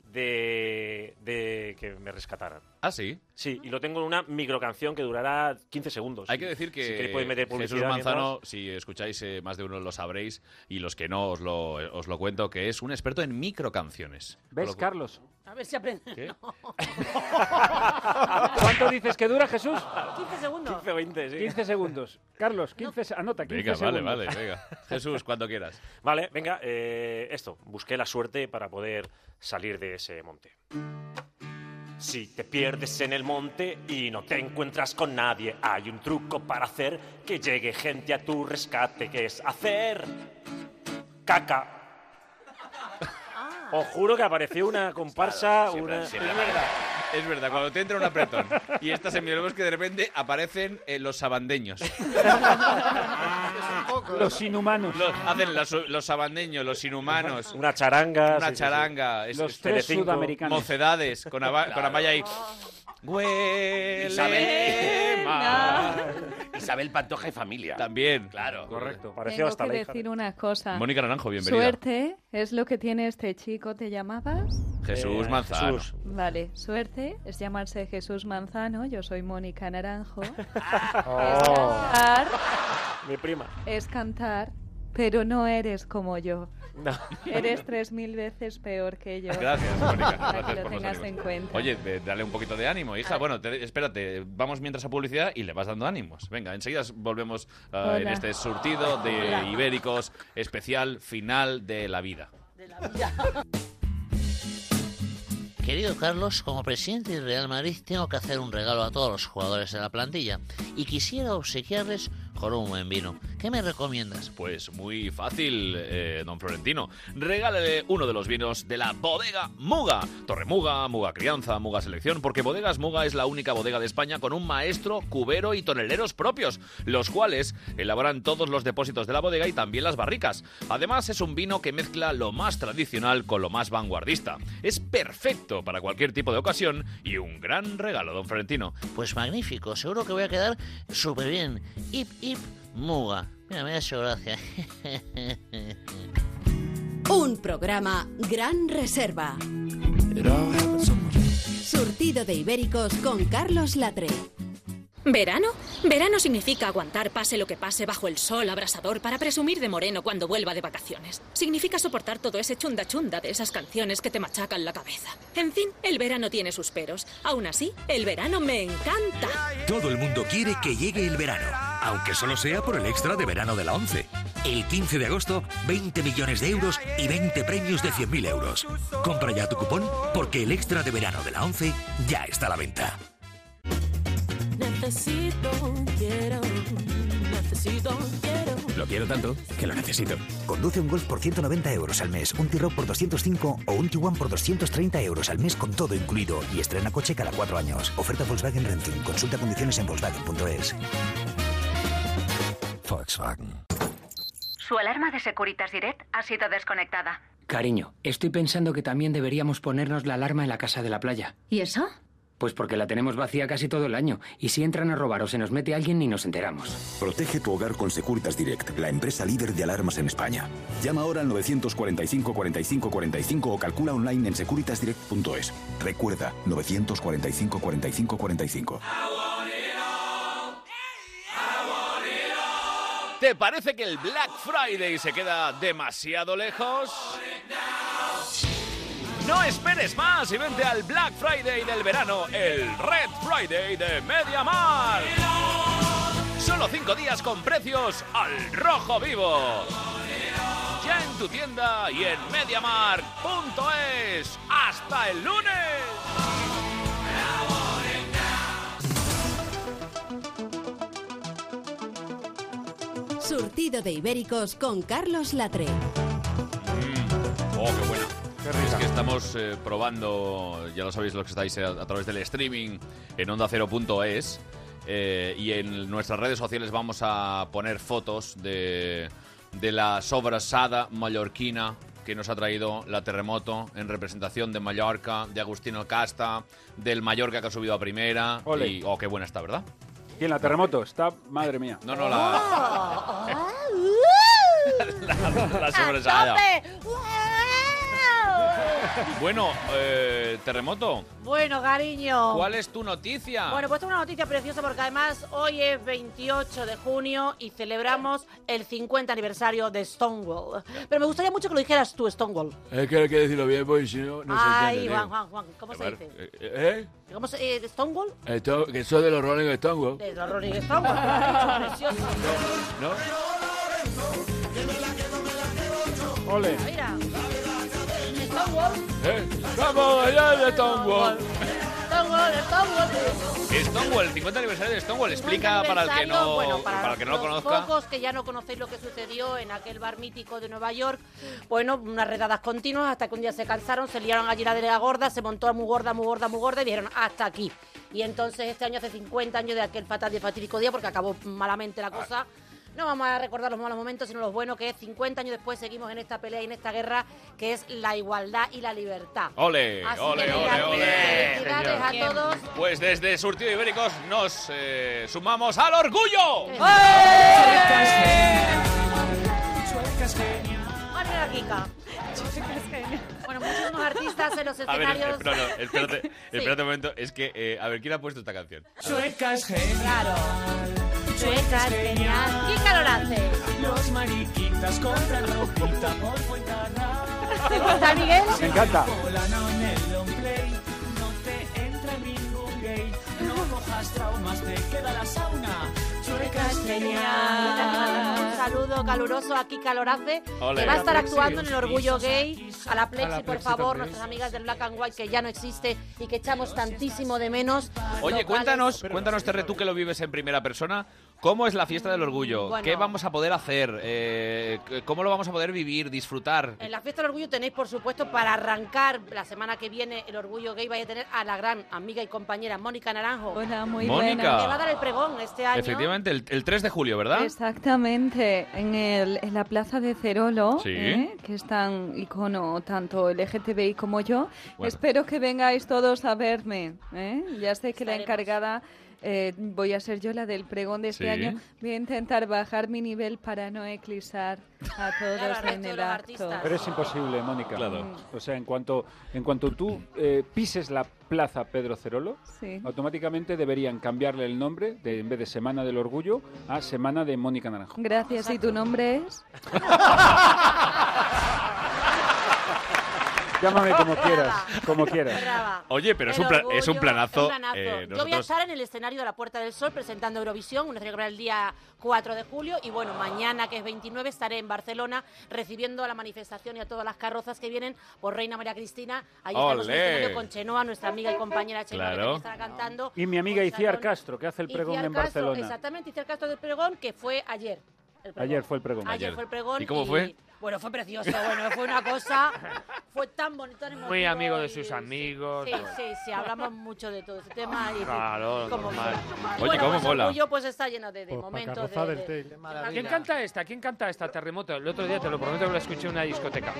Speaker 5: de, de que me rescataran.
Speaker 1: ¿Ah, sí?
Speaker 5: Sí, y lo tengo en una microcanción que durará 15 segundos.
Speaker 1: Hay que decir
Speaker 5: pues Si
Speaker 1: que
Speaker 5: queréis podéis meter
Speaker 1: Jesús
Speaker 5: publicidad
Speaker 1: Manzano, si escucháis eh, más de uno lo sabréis y los que no os lo, eh, os lo cuento, que es un experto en microcanciones.
Speaker 11: ¿Ves,
Speaker 1: Con lo cu-
Speaker 11: Carlos?
Speaker 12: A ver si aprende.
Speaker 1: ¿Qué?
Speaker 12: No.
Speaker 11: ¿Cuánto dices que dura, Jesús?
Speaker 12: 15 segundos.
Speaker 5: 15 o 20, sí.
Speaker 11: 15 segundos. Carlos, 15, se- anota, 15
Speaker 1: Venga, vale,
Speaker 11: segundos.
Speaker 1: vale, venga. Jesús, cuando quieras.
Speaker 5: Vale, venga, eh, esto. Busqué la suerte para poder salir de ese monte. Si te pierdes en el monte y no te encuentras con nadie, hay un truco para hacer que llegue gente a tu rescate, que es hacer caca. Os juro que apareció una comparsa, una...
Speaker 1: es verdad. Es verdad, cuando te entra un apretón y estás en mi bosque, de repente aparecen eh, los sabandeños.
Speaker 11: Los inhumanos.
Speaker 1: Los- hacen los, los sabandeños, los inhumanos.
Speaker 5: Una charanga.
Speaker 1: Una
Speaker 5: sí, sí, sí.
Speaker 1: charanga. es-
Speaker 5: Los
Speaker 1: es-
Speaker 5: tres Telecinco. sudamericanos.
Speaker 1: Mocedades, con, Ava- con Amaya ahí. Huele
Speaker 7: Isabel, Isabel Pantoja y familia.
Speaker 1: También.
Speaker 7: Claro. Correcto.
Speaker 3: Tengo que decir una cosa.
Speaker 1: Mónica Naranjo, bienvenida.
Speaker 3: Suerte es lo que tiene este chico. ¿Te llamabas?
Speaker 1: Jesús
Speaker 5: Eh,
Speaker 1: Manzano.
Speaker 5: Jesús.
Speaker 3: Vale, suerte es llamarse Jesús Manzano. Yo soy Mónica Naranjo. Cantar
Speaker 5: Oh. Mi prima.
Speaker 3: es cantar, pero no eres como yo. Eres tres mil veces peor que yo.
Speaker 1: Gracias, Mónica.
Speaker 3: Para
Speaker 1: Gracias
Speaker 3: que lo
Speaker 1: por los
Speaker 3: tengas
Speaker 1: ánimos.
Speaker 3: en cuenta.
Speaker 1: Oye, eh, dale un poquito de ánimo, hija. Bueno, te- espérate, vamos mientras a publicidad y le vas dando ánimos. Venga, enseguida volvemos ah, en
Speaker 3: Hola.
Speaker 1: este surtido de
Speaker 3: Hola.
Speaker 1: ibéricos especial final de la vida.
Speaker 21: Querido Carlos, como presidente del Real Madrid tengo que hacer un regalo a todos los jugadores de la plantilla y quisiera obsequiarles con un buen vino. ¿Qué me recomiendas?
Speaker 1: Pues muy fácil, eh, don Florentino. Regálale uno de los vinos de la bodega Muga. Torremuga, Muga Crianza, Muga Selección, porque Bodegas Muga es la única bodega de España con un maestro, cubero y toneleros propios, los cuales elaboran todos los depósitos de la bodega y también las barricas. Además, es un vino que mezcla lo más tradicional con lo más vanguardista. Es perfecto para cualquier tipo de ocasión y un gran regalo, don Florentino.
Speaker 21: Pues magnífico, seguro que voy a quedar súper bien. Hip, hip, muga. Mira, me ha hecho gracia.
Speaker 2: Un programa Gran Reserva. Surtido de ibéricos con Carlos Latre.
Speaker 23: ¿Verano? Verano significa aguantar pase lo que pase bajo el sol abrasador para presumir de moreno cuando vuelva de vacaciones. Significa soportar todo ese chunda chunda de esas canciones que te machacan la cabeza. En fin, el verano tiene sus peros. Aún así, el verano me encanta.
Speaker 20: Todo el mundo quiere que llegue el verano, aunque solo sea por el extra de verano de la 11. El 15 de agosto, 20 millones de euros y 20 premios de 100.000 euros. Compra ya tu cupón porque el extra de verano de la 11 ya está a la venta.
Speaker 24: Necesito, quiero, necesito, quiero.
Speaker 25: Lo quiero tanto que lo necesito.
Speaker 26: Conduce un Golf por 190 euros al mes, un T-Rock por 205 o un Tiguan por 230 euros al mes con todo incluido y estrena coche cada cuatro años. Oferta Volkswagen Renting. Consulta condiciones en Volkswagen.es. Volkswagen.
Speaker 27: Su alarma de Securitas Direct ha sido desconectada.
Speaker 28: Cariño, estoy pensando que también deberíamos ponernos la alarma en la casa de la playa.
Speaker 27: ¿Y eso?
Speaker 28: Pues porque la tenemos vacía casi todo el año, y si entran a robar o se nos mete alguien ni nos enteramos.
Speaker 29: Protege tu hogar con Securitas Direct, la empresa líder de alarmas en España. Llama ahora al 945 45 45 o calcula online en securitasdirect.es. Recuerda, 945 45 45.
Speaker 1: ¿Te parece que el Black Friday se queda demasiado lejos? No esperes más y vente al Black Friday del verano, el Red Friday de MediaMar. Solo cinco días con precios al rojo vivo. Ya en tu tienda y en MediaMar.es. ¡Hasta el lunes!
Speaker 2: Surtido de ibéricos con Carlos Latre.
Speaker 1: Oh, qué buena. Es que estamos eh, probando, ya lo sabéis los que estáis eh, a, a través del streaming en onda0.es eh, y en nuestras redes sociales vamos a poner fotos de, de la sobrasada mallorquina que nos ha traído la terremoto en representación de Mallorca, de Agustín Alcasta, del Mallorca que ha subido a primera.
Speaker 11: Ole.
Speaker 1: Y, oh, qué buena está, ¿verdad?
Speaker 11: ¿Quién la terremoto? Está, madre mía.
Speaker 1: No, no, la, la sobresada. Bueno, eh, terremoto,
Speaker 12: Bueno, cariño.
Speaker 1: ¿cuál es tu noticia?
Speaker 12: Oh. Bueno, pues tengo una noticia preciosa porque además hoy es 28 de junio y celebramos el 50 aniversario de Stonewall. Pero me gustaría mucho que lo dijeras tú, Stonewall.
Speaker 30: Es que hay que decirlo bien, porque si no, no se
Speaker 12: Ay,
Speaker 30: entiende.
Speaker 12: Juan, Juan, Juan, ¿cómo se
Speaker 30: A ver,
Speaker 12: dice?
Speaker 30: ¿Eh?
Speaker 12: ¿Cómo se, eh, ¿Stonewall?
Speaker 30: Esto- que soy de los Rolling Stones,
Speaker 12: De los Rolling Stones, lo has dicho precioso.
Speaker 30: ¿no?
Speaker 11: Ole.
Speaker 12: Mira. Stonewall,
Speaker 30: ¿Eh? ¡Vamos allá de Stonewall!
Speaker 12: Stonewall, Stonewall.
Speaker 1: Stonewall, 50 aniversario de Stonewall. Explica para el que
Speaker 12: aniversario,
Speaker 1: no,
Speaker 12: bueno,
Speaker 1: para el que no lo
Speaker 12: Los
Speaker 1: conozca.
Speaker 12: pocos que ya no conocéis lo que sucedió en aquel bar mítico de Nueva York, bueno, unas redadas continuas hasta que un día se cansaron, se liaron allí la de la gorda, se montó a muy gorda, muy gorda, muy gorda y dijeron hasta aquí. Y entonces este año hace 50 años de aquel fatal y fatídico día porque acabó malamente la cosa. No vamos a recordar los malos momentos, sino los buenos que es 50 años después seguimos en esta pelea y en esta guerra que es la igualdad y la libertad.
Speaker 1: Ole,
Speaker 12: Así
Speaker 1: ole,
Speaker 12: que
Speaker 1: ole,
Speaker 12: mira,
Speaker 1: ole.
Speaker 12: Felicidades a todos.
Speaker 1: Pues desde Surtido Ibéricos nos eh, sumamos al orgullo.
Speaker 12: Ah, mira, Kika. Bueno, muchísimos artistas en los
Speaker 1: A ver,
Speaker 12: escenarios.
Speaker 1: espera, no, espérate,
Speaker 12: Sí.
Speaker 1: espérate un momento. Es que, eh, a ver, ¿quién ha puesto esta canción?
Speaker 24: Chueca es genial.
Speaker 12: Claro. Chueca es genial. Kika lo hace.
Speaker 24: Los mariquitas compran ropita por cuenta rara.
Speaker 12: ¿Te gusta, Miguel?
Speaker 11: Me encanta.
Speaker 24: Volano en el long play, no te entra ningún gay. No cojas traumas, te queda la sauna. Chueca es genial.
Speaker 12: Un saludo caluroso a Kika Lorace,
Speaker 24: Ole.
Speaker 12: que va a estar
Speaker 24: A la
Speaker 12: actuando en
Speaker 24: Plexi.
Speaker 12: el Orgullo Gay. A la Plexi,
Speaker 24: A la
Speaker 12: por
Speaker 24: Plexi
Speaker 12: favor,
Speaker 24: también.
Speaker 12: nuestras amigas del Black and White, que ya no existe y que echamos tantísimo de menos.
Speaker 1: Oye,
Speaker 12: Lo cual
Speaker 1: cuéntanos, cuéntanos, Terre, tú que lo vives en primera persona, ¿cómo es la fiesta del orgullo?
Speaker 12: Mm, Bueno.
Speaker 1: ¿Qué vamos a poder hacer? Eh, ¿Cómo lo vamos a poder vivir, disfrutar?
Speaker 12: En la fiesta del orgullo tenéis, por supuesto, para arrancar la semana que viene el orgullo gay, vais a tener a la gran amiga y compañera Mónica Naranjo. Hola, muy
Speaker 1: Mónica. buena.
Speaker 12: Que va a dar el pregón este año.
Speaker 1: Efectivamente, el, el 3 de julio, ¿verdad?
Speaker 3: Exactamente, en, el- en la plaza de Cerolo,
Speaker 1: Sí.
Speaker 3: ¿eh? que es tan icono tanto el LGTBI como yo.
Speaker 1: Bueno.
Speaker 3: Espero que vengáis todos a verme. ¿eh? Ya sé que la encargada eh, voy a ser yo, la del pregón de este
Speaker 1: Sí.
Speaker 3: año. Voy a intentar bajar mi nivel para no eclipsar a todos en el acto.
Speaker 11: Ah. Pero es imposible, Mónica.
Speaker 3: Claro.
Speaker 11: O sea, en cuanto, en cuanto tú eh, pises la plaza Pedro Cerolo,
Speaker 3: Sí.
Speaker 11: automáticamente deberían cambiarle el nombre de, en vez de Semana del Orgullo a Semana de Mónica Naranjo.
Speaker 3: Gracias, ¿y tu nombre es?
Speaker 11: Llámame como quieras, como quieras.
Speaker 12: Brava.
Speaker 1: Oye, pero es
Speaker 12: El
Speaker 1: un, plan-
Speaker 12: orgullo,
Speaker 1: es un planazo.
Speaker 12: es un planazo.
Speaker 1: Eh,
Speaker 12: Yo voy a
Speaker 1: nosotros-
Speaker 12: estar en el escenario de la Puerta del Sol presentando Eurovisión, una celebra el día 4 de julio. Y bueno, mañana, que es 29, estaré en Barcelona recibiendo a la manifestación y a todas las carrozas que vienen por Reina María Cristina. Ahí estamos en el
Speaker 11: Olé.
Speaker 12: escenario con Chenoa, nuestra amiga y compañera Chenoa, que
Speaker 11: Claro.
Speaker 12: también estará cantando.
Speaker 11: Y mi amiga Iciar Castro, que hace el
Speaker 12: Y
Speaker 11: pregón
Speaker 12: Ciar
Speaker 11: en
Speaker 12: Castro,
Speaker 11: Barcelona.
Speaker 12: Exactamente, Iciar Castro del Pregón, que fue ayer. el pregón.
Speaker 11: Ayer fue el pregón.
Speaker 12: Ayer,
Speaker 11: Ayer.
Speaker 12: fue el pregón.
Speaker 11: ¿Y cómo fue?
Speaker 12: Bueno, fue precioso. Bueno, fue una cosa. Fue tan bonito, tan emotivo.
Speaker 6: Muy amigo de
Speaker 12: y-
Speaker 6: sus amigos.
Speaker 12: Sí, sí, sí, hablamos mucho de todo ese tema. Y,
Speaker 6: Claro,
Speaker 12: como-
Speaker 6: normal.
Speaker 1: Oye,
Speaker 12: bueno,
Speaker 1: ¿cómo
Speaker 12: pues
Speaker 1: mola?
Speaker 12: Orgullo pues está lleno de, de
Speaker 6: Pues, pa'
Speaker 12: momentos.
Speaker 6: carroza
Speaker 12: De,
Speaker 6: del
Speaker 12: de- de-
Speaker 6: ¿Quién canta esta? ¿Quién canta esta terremoto? El otro día te lo prometo que la escuché en una discoteca.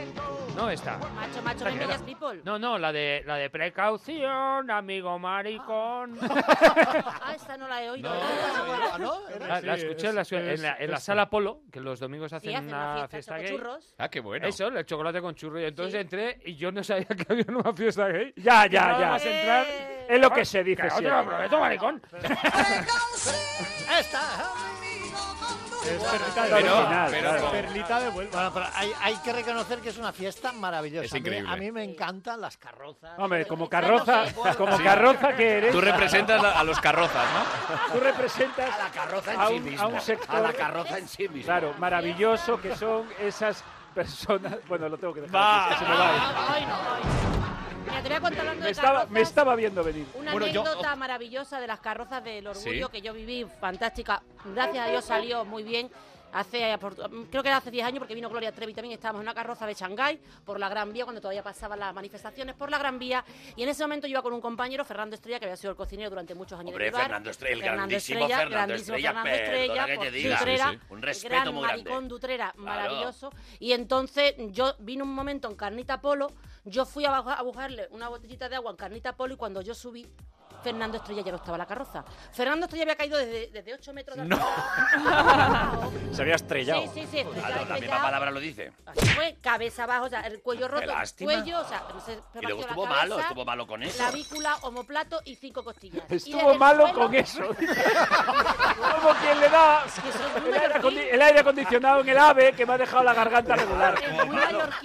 Speaker 6: No esta.
Speaker 12: Macho, macho,
Speaker 6: Esta
Speaker 12: no
Speaker 6: que
Speaker 12: pillas
Speaker 6: era.
Speaker 12: people.
Speaker 6: No, no, la de la de precaución, amigo maricón.
Speaker 12: Ah, esta no la he oído.
Speaker 4: Ah, ¿no?
Speaker 6: La, la escuché en la, en la- en la sala Polo, que los domingos hacen,
Speaker 12: hacen una fiesta,
Speaker 6: gay.
Speaker 12: chocochurros.
Speaker 1: Ah, qué bueno.
Speaker 6: Eso, el chocolate con churros. Y entonces entré y yo no sabía que había una fiesta gay.
Speaker 11: Ya,
Speaker 6: Y
Speaker 11: Ah, ya,
Speaker 6: nada
Speaker 11: ya.
Speaker 6: más entrar,
Speaker 11: Es lo que se dice
Speaker 6: Claro, te lo
Speaker 11: siempre.
Speaker 6: prometo, maricón.
Speaker 4: Esta.
Speaker 18: perlita
Speaker 11: de Pero- Huelva. pero-
Speaker 18: Es
Speaker 4: perlita de Bueno, pero hay, hay que reconocer que es una fiesta maravillosa.
Speaker 1: Es
Speaker 4: A mí-
Speaker 1: increíble.
Speaker 4: A mí, me encantan las carrozas.
Speaker 11: Hombre, como carroza, como carroza que eres.
Speaker 1: Tú representas a, a los carrozas, ¿no?
Speaker 11: Tú representas a la
Speaker 7: carroza en sí misma.
Speaker 11: un sector,
Speaker 7: A la carroza en sí misma.
Speaker 11: Claro, maravilloso que son esas personas. Bueno, lo tengo que dejar.
Speaker 1: Va.
Speaker 11: aquí, es que se me va a ir.
Speaker 12: Ay, no, ay, no. Mira, te voy a contar hablando
Speaker 11: Me
Speaker 12: de
Speaker 11: estaba,
Speaker 12: carrozas.
Speaker 11: me estaba viendo venir.
Speaker 12: Una anécdota maravillosa de las carrozas del orgullo
Speaker 11: Sí.
Speaker 12: que yo viví, fantástica. Gracias a Dios salió muy bien. Hace, eh, por- creo que era hace 10 años porque vino Gloria Trevi también, estábamos en una carroza de Shanghái por la Gran Vía, cuando todavía pasaban las manifestaciones por la Gran Vía, y en ese momento yo iba con un compañero, Fernando Estrella, que había sido el cocinero durante muchos años.
Speaker 7: Hombre,
Speaker 12: de mi bar.
Speaker 7: Fernando Estrella, el grandísimo Fernando
Speaker 12: grandísimo
Speaker 7: Estrella,
Speaker 12: Fernando
Speaker 7: perdona
Speaker 12: Estrella,
Speaker 7: que
Speaker 12: por
Speaker 7: te diga.
Speaker 12: Dutrera,
Speaker 7: Sí, sí. Un respeto
Speaker 12: gran
Speaker 7: muy grande.
Speaker 12: maricón Dutrera,
Speaker 7: Claro.
Speaker 12: maravilloso. Y entonces yo vino un momento en Carnita Polo, yo fui a, baja- a buscarle una botellita de agua en Carnita Polo y cuando yo subí, Fernando Estrella ya no estaba en la carroza. Fernando Estrella había caído desde, desde 8 metros de altura.
Speaker 5: Se había estrellado.
Speaker 12: Sí, sí, sí, estrellado,
Speaker 7: Claro, la misma
Speaker 12: estrellado.
Speaker 7: palabra lo dice.
Speaker 12: Así fue, cabeza abajo, o sea, el cuello roto, el
Speaker 7: lástima.
Speaker 12: cuello, o sea, se
Speaker 7: Y
Speaker 12: repartió
Speaker 7: luego
Speaker 12: la
Speaker 7: estuvo
Speaker 12: cabeza,
Speaker 7: malo, estuvo malo con eso.
Speaker 12: Clavícula, omoplato y cinco costillas. Y
Speaker 11: Estuvo
Speaker 12: desde el
Speaker 11: malo
Speaker 12: suelo-
Speaker 11: con eso. Como quien le da el aire, acondi- el aire acondicionado en el ave que me ha dejado la garganta regular.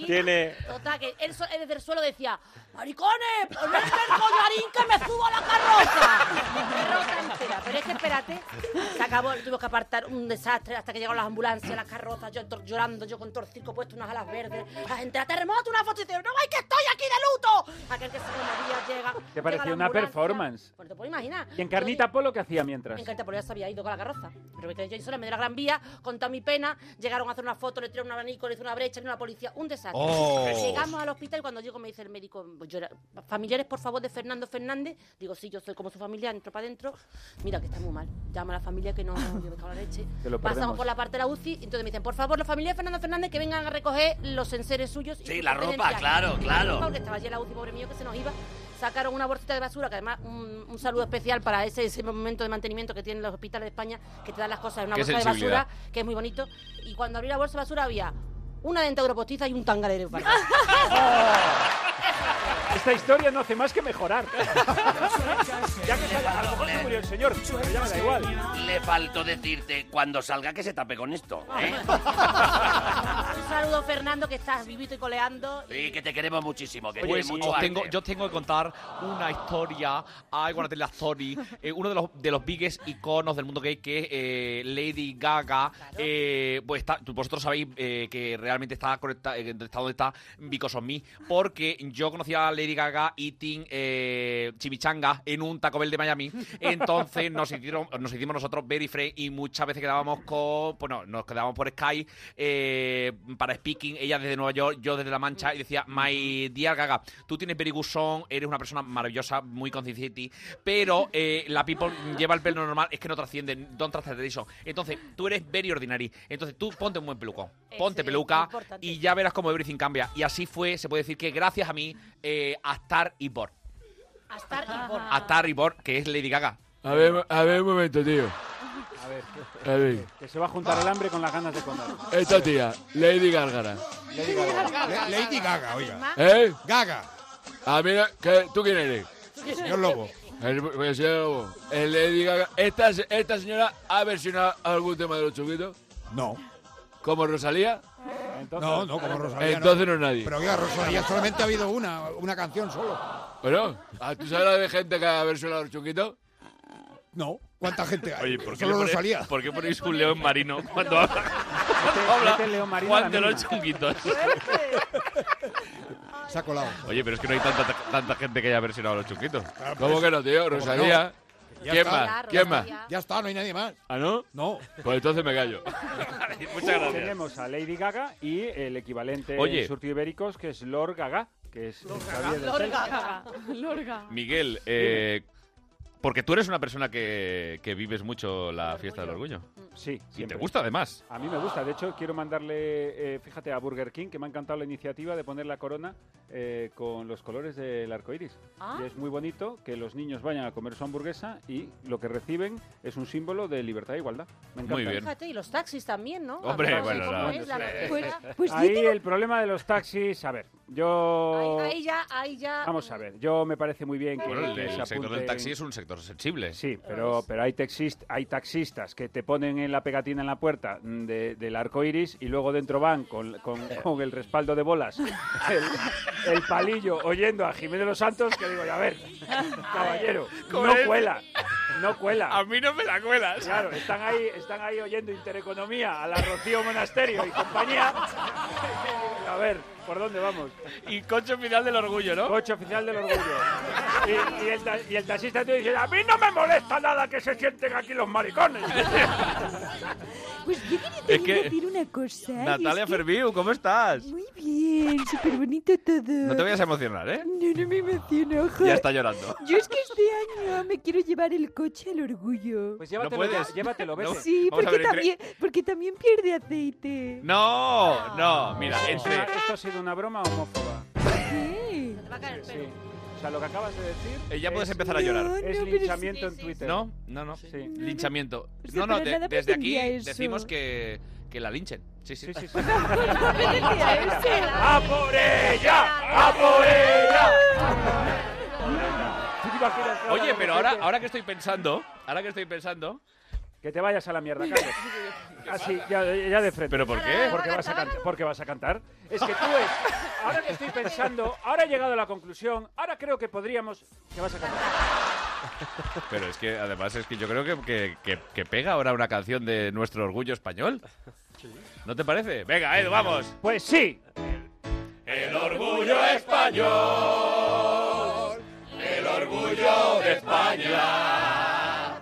Speaker 5: Tiene.
Speaker 12: Total, que él, so- él desde el suelo decía, maricones, ponedme el collarín que me subo a la carroza. Carroza entera. Pero es que espérate, se acabó, tuvimos que apartar un desastre hasta que llegaron las ambulancias, las carrozas, yo tor- llorando, yo con todo el circo puesto, unas alas verdes, la gente, "A terremoto, una foto y dice, no, ay, que estoy aquí de luto. Aquel que se conmovía llega.
Speaker 11: Te
Speaker 12: llega
Speaker 11: pareció
Speaker 12: la
Speaker 11: una
Speaker 12: ambulancia.
Speaker 11: performance.
Speaker 12: Pues te puedo imaginar.
Speaker 11: Y en
Speaker 12: Yo digo,
Speaker 11: Carnita Polo, ¿qué hacía mientras?
Speaker 12: en Cartapolo ya se había ido con la carroza. Pero yo hice la medio de la Gran Vía, conté mi pena, llegaron a hacer una foto, le tiraron un abanico, le hice una brecha, vino la policía, un desastre.
Speaker 8: Oh.
Speaker 12: Llegamos al hospital y cuando llego me dice el médico, yo era- familiares por favor de Fernando Fernández, digo, sí, yo soy como su familia, entro para adentro, mira que está muy mal, llama a la familia que no, yo me cago en la leche.
Speaker 11: Que lo
Speaker 12: Pasamos
Speaker 11: perdemos.
Speaker 12: por la parte de la UCI, entonces me dicen, por favor, la familia de Fernando Fernández que vengan a recoger los enseres suyos. y
Speaker 7: Sí,
Speaker 12: sus
Speaker 7: la ropa,
Speaker 12: pertenencias".
Speaker 7: claro,
Speaker 12: La
Speaker 7: claro.
Speaker 12: ropa, porque estaba allí la UCI, pobre mío, que se nos iba. Sacaron una bolsita de basura, que además un, un saludo especial para ese, ese momento de mantenimiento que tienen los hospitales de España, que te dan las cosas en una
Speaker 8: Qué
Speaker 12: bolsa de
Speaker 8: sensibilidad.
Speaker 12: basura, que es muy bonito. Y cuando abrí la bolsa de basura había una dentadura postiza y un tangalero.
Speaker 11: Esta historia no hace más que mejorar.
Speaker 7: Ya que a lo mejor se murió el señor, pero ya me da igual. Le faltó decirte, cuando salga que se tape con esto, ¿eh?
Speaker 12: un saludo, Fernando, que estás vivito y coleando.
Speaker 7: Sí, que te queremos muchísimo, que
Speaker 8: Pues
Speaker 7: tienes mucho
Speaker 8: os tengo,
Speaker 7: arte.
Speaker 8: yo os tengo que contar una historia, I Wanna Tell a Story, eh, uno de los, de los biggest iconos del mundo gay que es eh, Lady Gaga. Eh, pues está- vosotros sabéis eh, que realmente está, conecta- eh, está donde está Because of Me, porque yo conocí a Lady Gaga eating eh, chimichanga en un Taco Bell de Miami. Entonces nos, hicieron, nos hicimos nosotros very friends y muchas veces quedábamos con, bueno, nos quedábamos por Skype eh, para speaking, ella desde Nueva York, yo desde La Mancha, y decía, my dear Gaga, tú tienes very good song, eres una persona maravillosa, muy consciente, pero eh, la people lleva el pelo normal, es que no trasciende, don't trust the tradition. Entonces, tú eres very ordinary, entonces tú ponte un buen peluco, ponte peluca y ya verás cómo everything cambia. Y así fue, se puede decir que gracias a mí, eh, a Star y Born.
Speaker 12: A estar y por.
Speaker 11: Ah.
Speaker 8: A Star y Born, que es Lady Gaga.
Speaker 30: A ver, a ver, un momento, tío.
Speaker 11: A ver,
Speaker 30: A ver.
Speaker 11: que se va a juntar el hambre con las ganas de comer.
Speaker 30: Esta tía, Lady Gárgara.
Speaker 10: Le- Lady Gaga, oiga.
Speaker 30: ¿Eh?
Speaker 10: Gaga.
Speaker 30: A mí, no- Ah, ¿qué- ¿tú quién eres?
Speaker 10: Señor Lobo.
Speaker 30: El, el señor Lobo. El Lady Gaga. ¿Esta, se- ¿Esta señora ha versionado algún tema de los chuquitos?
Speaker 10: No.
Speaker 30: ¿Como Rosalía?
Speaker 10: No, no, como Rosalía.
Speaker 30: Entonces no es nadie.
Speaker 10: Pero oiga, Rosalía solamente ha habido una, una canción solo.
Speaker 30: Bueno, ¿ah, ¿tú sabes la de gente que ha versionado los chuquitos?
Speaker 10: No. ¿Cuánta gente hay?
Speaker 1: ¿Por qué,
Speaker 10: solo
Speaker 1: le ponéis-
Speaker 10: Rosalía.
Speaker 1: por qué ponéis un león marino cuando habla? cuando habla Juan de los chunguitos.
Speaker 10: Se ha colado.
Speaker 1: Oye, pero es que no hay tanta, tanta gente que haya versionado los chunguitos.
Speaker 10: Ah, pues
Speaker 30: ¿Cómo que no, tío? Rosalía.
Speaker 10: Ya
Speaker 30: ¿Quién
Speaker 10: está.
Speaker 30: más? ¿Quién más?
Speaker 10: Ya está, no hay nadie más.
Speaker 30: ¿Ah, no?
Speaker 10: No.
Speaker 30: Pues entonces me callo.
Speaker 1: gracias.
Speaker 11: Tenemos a Lady Gaga y el equivalente
Speaker 1: Oye.
Speaker 11: en surtido ibéricos, que es Lord Gaga, que es Javier del Tell.
Speaker 16: Lorga.
Speaker 1: Miguel, eh, porque tú eres una persona que, que vives mucho la fiesta del orgullo.
Speaker 11: Sí,
Speaker 1: Y te
Speaker 11: siempre.
Speaker 1: gusta además.
Speaker 11: A mí me gusta, de hecho quiero mandarle, eh, fíjate, a Burger King, que me ha encantado la iniciativa de poner la corona eh, con los colores del arco iris.
Speaker 17: Ah.
Speaker 11: Y es muy bonito que los niños vayan a comer su hamburguesa y lo que reciben es un símbolo de libertad e igualdad. Me encanta.
Speaker 12: Fíjate, y los taxis también, ¿no?
Speaker 1: Hombre,
Speaker 12: Además,
Speaker 1: bueno,
Speaker 12: ¿cómo
Speaker 1: no.
Speaker 12: es la
Speaker 1: Pues-
Speaker 12: logística?
Speaker 11: Eh, Ahí el problema de los taxis, a ver, yo...
Speaker 12: Ahí ya, ahí ya.
Speaker 11: Vamos a ver, yo me parece muy bien que,
Speaker 1: Bueno, el,
Speaker 11: que
Speaker 1: el
Speaker 11: se
Speaker 1: sector del
Speaker 11: apunten-
Speaker 1: taxi es un sector sensible.
Speaker 11: Sí, Pero, pero hay, taxist- hay taxistas que te ponen en la pegatina en la puerta mm, de- del arco iris y luego dentro van con, con-
Speaker 1: Eh.
Speaker 11: con el respaldo de bolas, el, el palillo, oyendo a Jiménez de los Santos, que digo, "Y a ver, caballero,
Speaker 1: Con
Speaker 11: no
Speaker 1: el-
Speaker 11: cuela, no cuela.
Speaker 1: A mí no me la cuelas.
Speaker 11: Claro, están ahí, están ahí oyendo Intereconomía a la Rocío Monasterio y compañía. A ver, ¿por dónde vamos?
Speaker 1: Y coche oficial del orgullo, ¿no?
Speaker 11: Coche oficial del orgullo.
Speaker 8: Y, y el, ta- y el taxista te dice, a mí no me molesta nada que se sienten aquí los maricones.
Speaker 14: Pues yo quería
Speaker 1: Es
Speaker 14: también
Speaker 1: que-
Speaker 14: decir una cosa. y es
Speaker 1: Natalia
Speaker 14: que-
Speaker 1: Ferviu, ¿cómo estás?
Speaker 14: Muy bien, súper bonito todo.
Speaker 1: No te vayas a emocionar, ¿eh?
Speaker 14: No, no me emociono, ojo.
Speaker 1: Ya está llorando.
Speaker 14: Yo es que este año me quiero llevar el coche al orgullo. Pues
Speaker 1: llévatelo No puedes. ya, llévatelo, vete. No.
Speaker 14: Sí,
Speaker 1: Vamos a
Speaker 14: porque,
Speaker 1: ver, entre-
Speaker 14: también, porque también pierde aceite.
Speaker 1: No, no, mira, este- entre...
Speaker 11: ¿Esto ha sido una broma homófoba?
Speaker 14: Sí.
Speaker 11: Sí. O sea, lo que acabas de decir...
Speaker 1: Eh, ya puedes
Speaker 11: es-
Speaker 1: empezar a llorar.
Speaker 11: Es linchamiento en Twitter.
Speaker 1: No, no, no. Linchamiento.
Speaker 14: O sea,
Speaker 1: No, no,
Speaker 14: para
Speaker 1: de-
Speaker 14: nada
Speaker 1: desde aquí
Speaker 14: pretendía eso.
Speaker 1: decimos que, que la linchen. Sí, sí. sí,
Speaker 14: ¡A
Speaker 8: por ella! ¡A por ella!
Speaker 1: Oye, pero ahora, ahora que estoy pensando, ahora que estoy pensando...
Speaker 11: Que te vayas a la mierda, Carlos. Así, ya, ya de frente.
Speaker 1: ¿Pero por qué?
Speaker 11: Porque vas a cantar. Porque vas a cantar. Es que tú es... Ahora que estoy pensando, ahora he llegado a la conclusión, ahora creo que podríamos... Que vas a cantar.
Speaker 1: Pero es que además es que yo creo que, que, que- que pega ahora una canción de nuestro orgullo español. ¿No te parece? Venga, Edu, vamos.
Speaker 11: Pues sí.
Speaker 1: El orgullo español.
Speaker 8: El orgullo de España.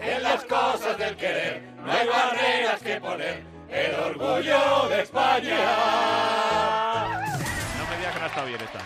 Speaker 8: En las cosas del querer no hay barreras que poner. El orgullo de España.
Speaker 1: No me digas que no está bien esta.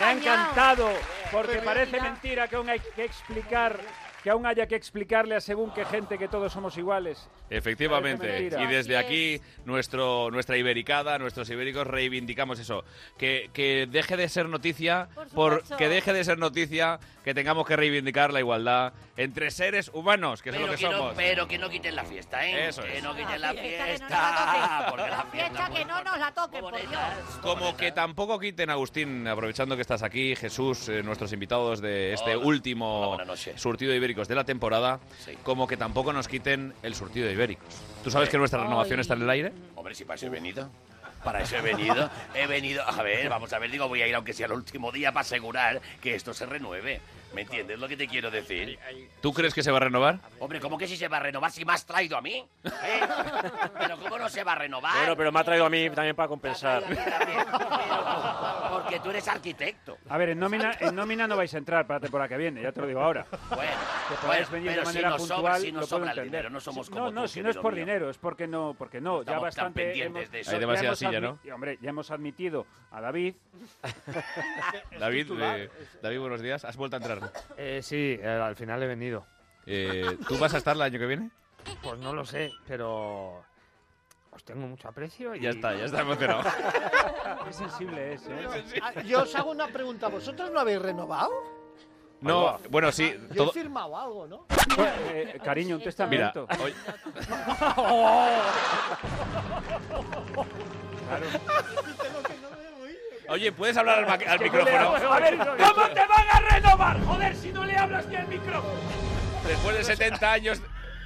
Speaker 11: Me ha encantado, porque parece mentira que aún hay que explicar... Que aún haya que explicarle a según qué gente que todos somos iguales. Parece
Speaker 1: Efectivamente.
Speaker 11: mentira.
Speaker 1: Y desde aquí, nuestro, nuestra ibericada, nuestros ibéricos reivindicamos eso. Que, que deje de ser noticia, por,
Speaker 7: supuesto.
Speaker 1: que deje de ser noticia, que tengamos que reivindicar la igualdad entre seres humanos, que es
Speaker 7: pero,
Speaker 1: lo que,
Speaker 7: que no,
Speaker 1: somos.
Speaker 7: pero que no quiten la fiesta, ¿eh?
Speaker 1: Eso
Speaker 7: que
Speaker 1: es.
Speaker 7: no quiten la fiesta. porque la fiesta.
Speaker 12: Fiesta que no nos la toquen, por Dios.
Speaker 1: Como que tampoco quiten, Agustín, aprovechando que estás aquí, Jesús, eh, nuestros invitados de este
Speaker 7: Hola.
Speaker 1: último surtido de ibéricos de la temporada, como que tampoco nos quiten el surtido de ibéricos. ¿Tú sabes
Speaker 7: Sí.
Speaker 1: que nuestra renovación
Speaker 7: Ay.
Speaker 1: está en el aire?
Speaker 7: Hombre, si para eso he venido. Para eso he venido. He venido. A ver, vamos a ver, digo, voy a ir aunque sea el último día para asegurar que esto se renueve. ¿Me entiendes lo que te quiero decir?
Speaker 1: ¿Tú crees que se va a renovar?
Speaker 7: Hombre, ¿cómo que si se va a renovar si me has traído a mí? ¿Eh? Pero ¿cómo no se va a renovar?
Speaker 5: Bueno, pero me ha traído a mí también para compensar.
Speaker 7: Porque tú eres arquitecto.
Speaker 11: A ver, en nómina, en nómina no vais a entrar para la temporada que viene, ya te lo digo ahora.
Speaker 7: Bueno,
Speaker 11: Que
Speaker 7: bueno,
Speaker 11: podáis venir de
Speaker 7: pero si
Speaker 11: manera
Speaker 7: nos
Speaker 11: puntual,
Speaker 7: sobra, si nos
Speaker 11: lo puedo
Speaker 7: sobra el
Speaker 11: entender.
Speaker 7: dinero, no somos
Speaker 11: Si-
Speaker 7: como
Speaker 11: No, no,
Speaker 7: tú,
Speaker 11: si no es
Speaker 7: querido
Speaker 11: por
Speaker 7: mío.
Speaker 11: dinero, es porque no, porque no, ya
Speaker 7: estamos tan
Speaker 11: bastante
Speaker 7: pendientes de eso. Hay
Speaker 11: ya
Speaker 1: demasiada
Speaker 11: hemos
Speaker 1: silla,
Speaker 11: admi- Hombre, ya hemos admitido a David.
Speaker 1: David,
Speaker 11: titular,
Speaker 1: eh, David, buenos días. ¿Has vuelto a entrar?
Speaker 8: sí, eh, al final he venido.
Speaker 1: Eh, ¿Tú vas a estar el año que viene?
Speaker 8: Pues no lo sé, pero os tengo mucho aprecio y...
Speaker 1: Ya está, Ah, ya está emocionado.
Speaker 11: Qué sensible es, ¿eh?
Speaker 4: Ah, Yo os hago una pregunta. ¿Vosotros no habéis renovado?
Speaker 1: No, bueno, sí.
Speaker 4: Yo he
Speaker 1: todo-
Speaker 4: firmado algo, ¿no?
Speaker 11: Eh, cariño, un
Speaker 1: Mira,
Speaker 11: testamento.
Speaker 1: hoy- oye, ¿puedes hablar al, ma- al micrófono?
Speaker 8: A ver, ¿cómo te van a renovar? Joder, si no le hablas ni al micrófono.
Speaker 1: Después de 70 años...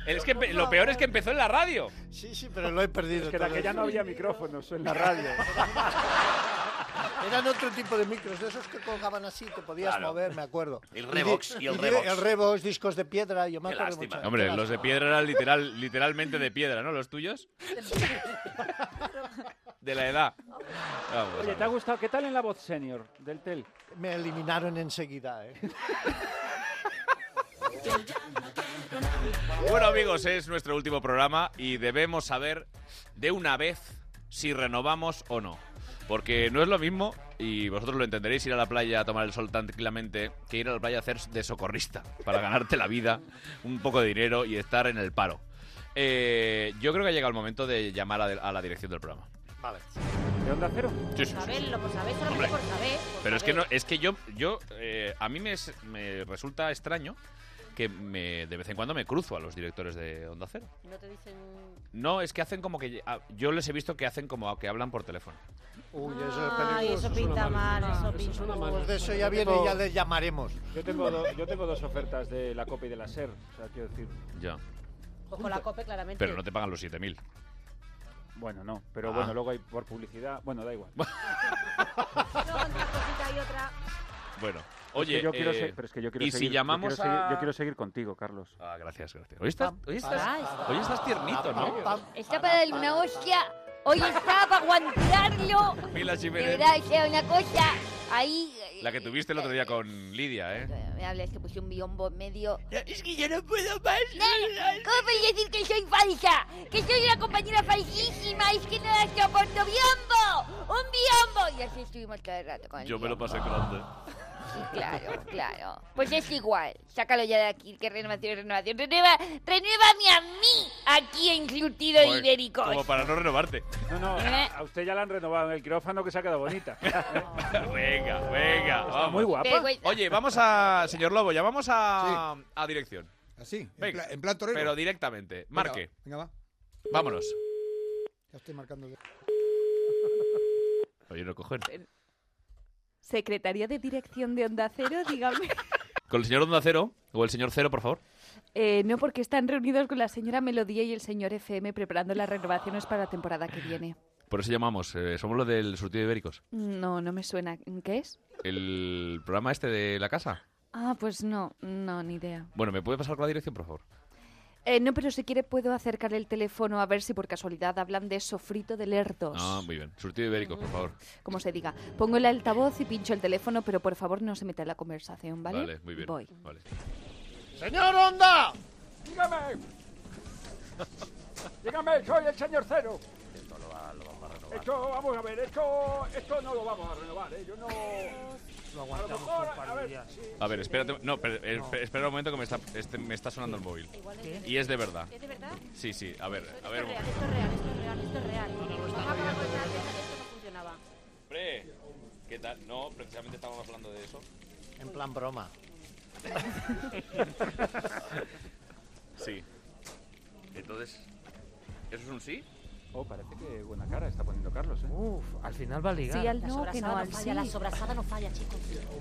Speaker 1: Es que empe- lo peor es que empezó en la radio.
Speaker 4: Sí, sí, pero lo he perdido.
Speaker 11: Es que en
Speaker 4: todo
Speaker 11: aquella
Speaker 4: eso.
Speaker 11: no había micrófonos en la radio.
Speaker 4: Eran otro tipo de micros, de esos que colgaban así, que podías
Speaker 7: Claro.
Speaker 4: mover, me acuerdo.
Speaker 7: El Revox,
Speaker 4: di-
Speaker 7: y el
Speaker 4: di-
Speaker 7: Revox.
Speaker 4: El Revox, discos de piedra, yo me
Speaker 7: Qué
Speaker 4: acuerdo
Speaker 7: lástima.
Speaker 4: mucho.
Speaker 1: Hombre, los de piedra eran literal, literalmente de piedra, ¿no? ¿Los tuyos? De la edad. Vamos,
Speaker 11: Oye, ¿te ha gustado? ¿Qué tal en la voz senior del TEL?
Speaker 4: Me eliminaron enseguida, ¿eh?
Speaker 1: Bueno amigos, es nuestro último programa y debemos saber de una vez si renovamos o no. Porque no es lo mismo, y vosotros lo entenderéis, ir a la playa a tomar el sol tan tranquilamente que ir a la playa a hacer de socorrista para ganarte la vida, un poco de dinero y estar en el paro. Eh, yo creo que ha llegado el momento de llamar a, de- a la dirección del programa.
Speaker 4: Vale.
Speaker 11: ¿De onda cero?
Speaker 1: Sí, sí, sí.
Speaker 12: Saberlo, por saber, solamente por saber. por
Speaker 1: Pero es que
Speaker 12: saber.
Speaker 1: no, es que yo, yo eh, a mí me, es- me resulta extraño que me, de vez en cuando me cruzo a los directores de Onda Cero.
Speaker 12: No te dicen.
Speaker 1: No, es que hacen como que. ah, Yo les he visto que hacen como que hablan por teléfono.
Speaker 4: Uy, eso es
Speaker 12: Ay,
Speaker 4: peligroso.
Speaker 12: eso pinta mal, eso pinta
Speaker 4: Pues de eso ya viene y ya les llamaremos.
Speaker 11: Yo tengo, do- yo tengo dos ofertas de la COPE y de la SER. O sea, quiero decir...
Speaker 1: Ya.
Speaker 12: Pues con la cope, claramente.
Speaker 1: Pero no te pagan los 7.000.
Speaker 11: Bueno, no. Pero
Speaker 1: Ah.
Speaker 11: bueno, luego hay por publicidad... Bueno, da igual.
Speaker 1: Bueno,
Speaker 11: Es que
Speaker 1: oye.
Speaker 11: yo quiero
Speaker 1: eh,
Speaker 11: ser- pero es que yo quiero
Speaker 1: y
Speaker 11: seguir-
Speaker 1: si
Speaker 11: yo
Speaker 1: llamamos
Speaker 11: quiero seguir-
Speaker 1: a-
Speaker 11: yo quiero seguir contigo, Carlos.
Speaker 1: Ah, gracias, gracias. Hoy estás, hoy estás-
Speaker 14: Ah, está.
Speaker 1: hoy estás tiernito, ¿no?
Speaker 14: Está para darle una hostia. Hoy está para aguantarlo.
Speaker 1: Mira,
Speaker 14: De verdad, o sea, una cosa ahí
Speaker 1: la que tuviste el otro día con Lidia, ¿eh?
Speaker 14: Me hablas que puse un biombo en medio.
Speaker 8: Es que yo no puedo más.
Speaker 14: ¿Cómo podéis decir que soy falsa? Que soy una compañera falsísima. Es que no la soporto. ¡Biombo! ¡Un biombo! Y así estuvimos todo el rato con el
Speaker 1: Yo me lo
Speaker 14: biombo.
Speaker 1: pasé grande.
Speaker 14: Sí, claro, claro. Pues es igual. Sácalo ya de aquí. Que renovación, renovación. Renueva, renuévame a mí aquí en Clutido
Speaker 1: Joder,
Speaker 14: Ibérico.
Speaker 1: Como para no renovarte.
Speaker 11: No, no,
Speaker 14: ¿Eh?
Speaker 11: a usted ya la han renovado en el quirófano que se ha quedado bonita.
Speaker 1: venga, venga. Vamos.
Speaker 11: muy guapa. Vergüenza.
Speaker 1: Oye, vamos a. Ah, Señor Lobo, ya vamos a, a dirección.
Speaker 21: Así.
Speaker 1: Venga.
Speaker 21: pla- en plan torero.
Speaker 1: Pero directamente. Marque.
Speaker 21: Venga, va.
Speaker 1: Vámonos.
Speaker 21: Ya estoy marcando.
Speaker 1: Oye, no cogen.
Speaker 3: Secretaría de Dirección de Onda Cero, dígame.
Speaker 1: Con el señor Onda Cero, o el señor Cero, por favor.
Speaker 3: Eh, no, porque están reunidos con la señora Melodía y el señor FM preparando las renovaciones para la temporada que viene.
Speaker 1: Por eso llamamos. eh, somos los del surtido de ibéricos.
Speaker 3: No, no me suena. ¿Qué es?
Speaker 1: El programa este de la casa.
Speaker 3: Ah, pues no, no, ni idea.
Speaker 1: Bueno, ¿me puede pasar con la dirección, por favor?
Speaker 3: Eh, no, pero si quiere puedo acercar el teléfono a ver si por casualidad hablan de sofrito de lerdos,
Speaker 1: Ah, muy bien. Surtido de ibéricos, por favor.
Speaker 3: como se diga. Pongo el altavoz y pincho el teléfono, pero por favor no se meta en la conversación, ¿vale?
Speaker 1: Vale, muy bien.
Speaker 3: Voy.
Speaker 1: Vale.
Speaker 3: ¡Señor Onda!
Speaker 11: Dígame. Dígame, soy el señor Cero.
Speaker 7: Esto lo va- lo vamos a renovar.
Speaker 11: Esto, vamos a ver, esto, esto no lo vamos a renovar, ¿eh? Yo no...
Speaker 6: Lo
Speaker 11: aguantamos
Speaker 6: un par de días.
Speaker 1: A ver, espérate. No, pero, eh, esp- espera un momento que me está, este- me está sonando el móvil.
Speaker 12: ¿Qué?
Speaker 1: Y es de verdad.
Speaker 12: ¿Es de verdad?
Speaker 1: Sí, sí. A ver, a ver. un
Speaker 12: Esto
Speaker 1: momento.
Speaker 12: es real, esto es real, esto es real. Vamos a acabar con esta antes de que esto no funcionaba.
Speaker 1: Hombre, ¿qué tal? No, precisamente estábamos hablando de eso.
Speaker 4: En plan broma.
Speaker 1: Sí. Entonces, ¿eso es un sí?
Speaker 11: Oh, parece que buena cara está poniendo Carlos, ¿eh?
Speaker 6: Uf, al final va a ligar.
Speaker 3: Sí, al
Speaker 12: La
Speaker 3: no, que
Speaker 12: sobrasada
Speaker 3: no,
Speaker 12: no
Speaker 3: al
Speaker 12: falla,
Speaker 3: sí.
Speaker 12: la sobrasada no falla, chicos.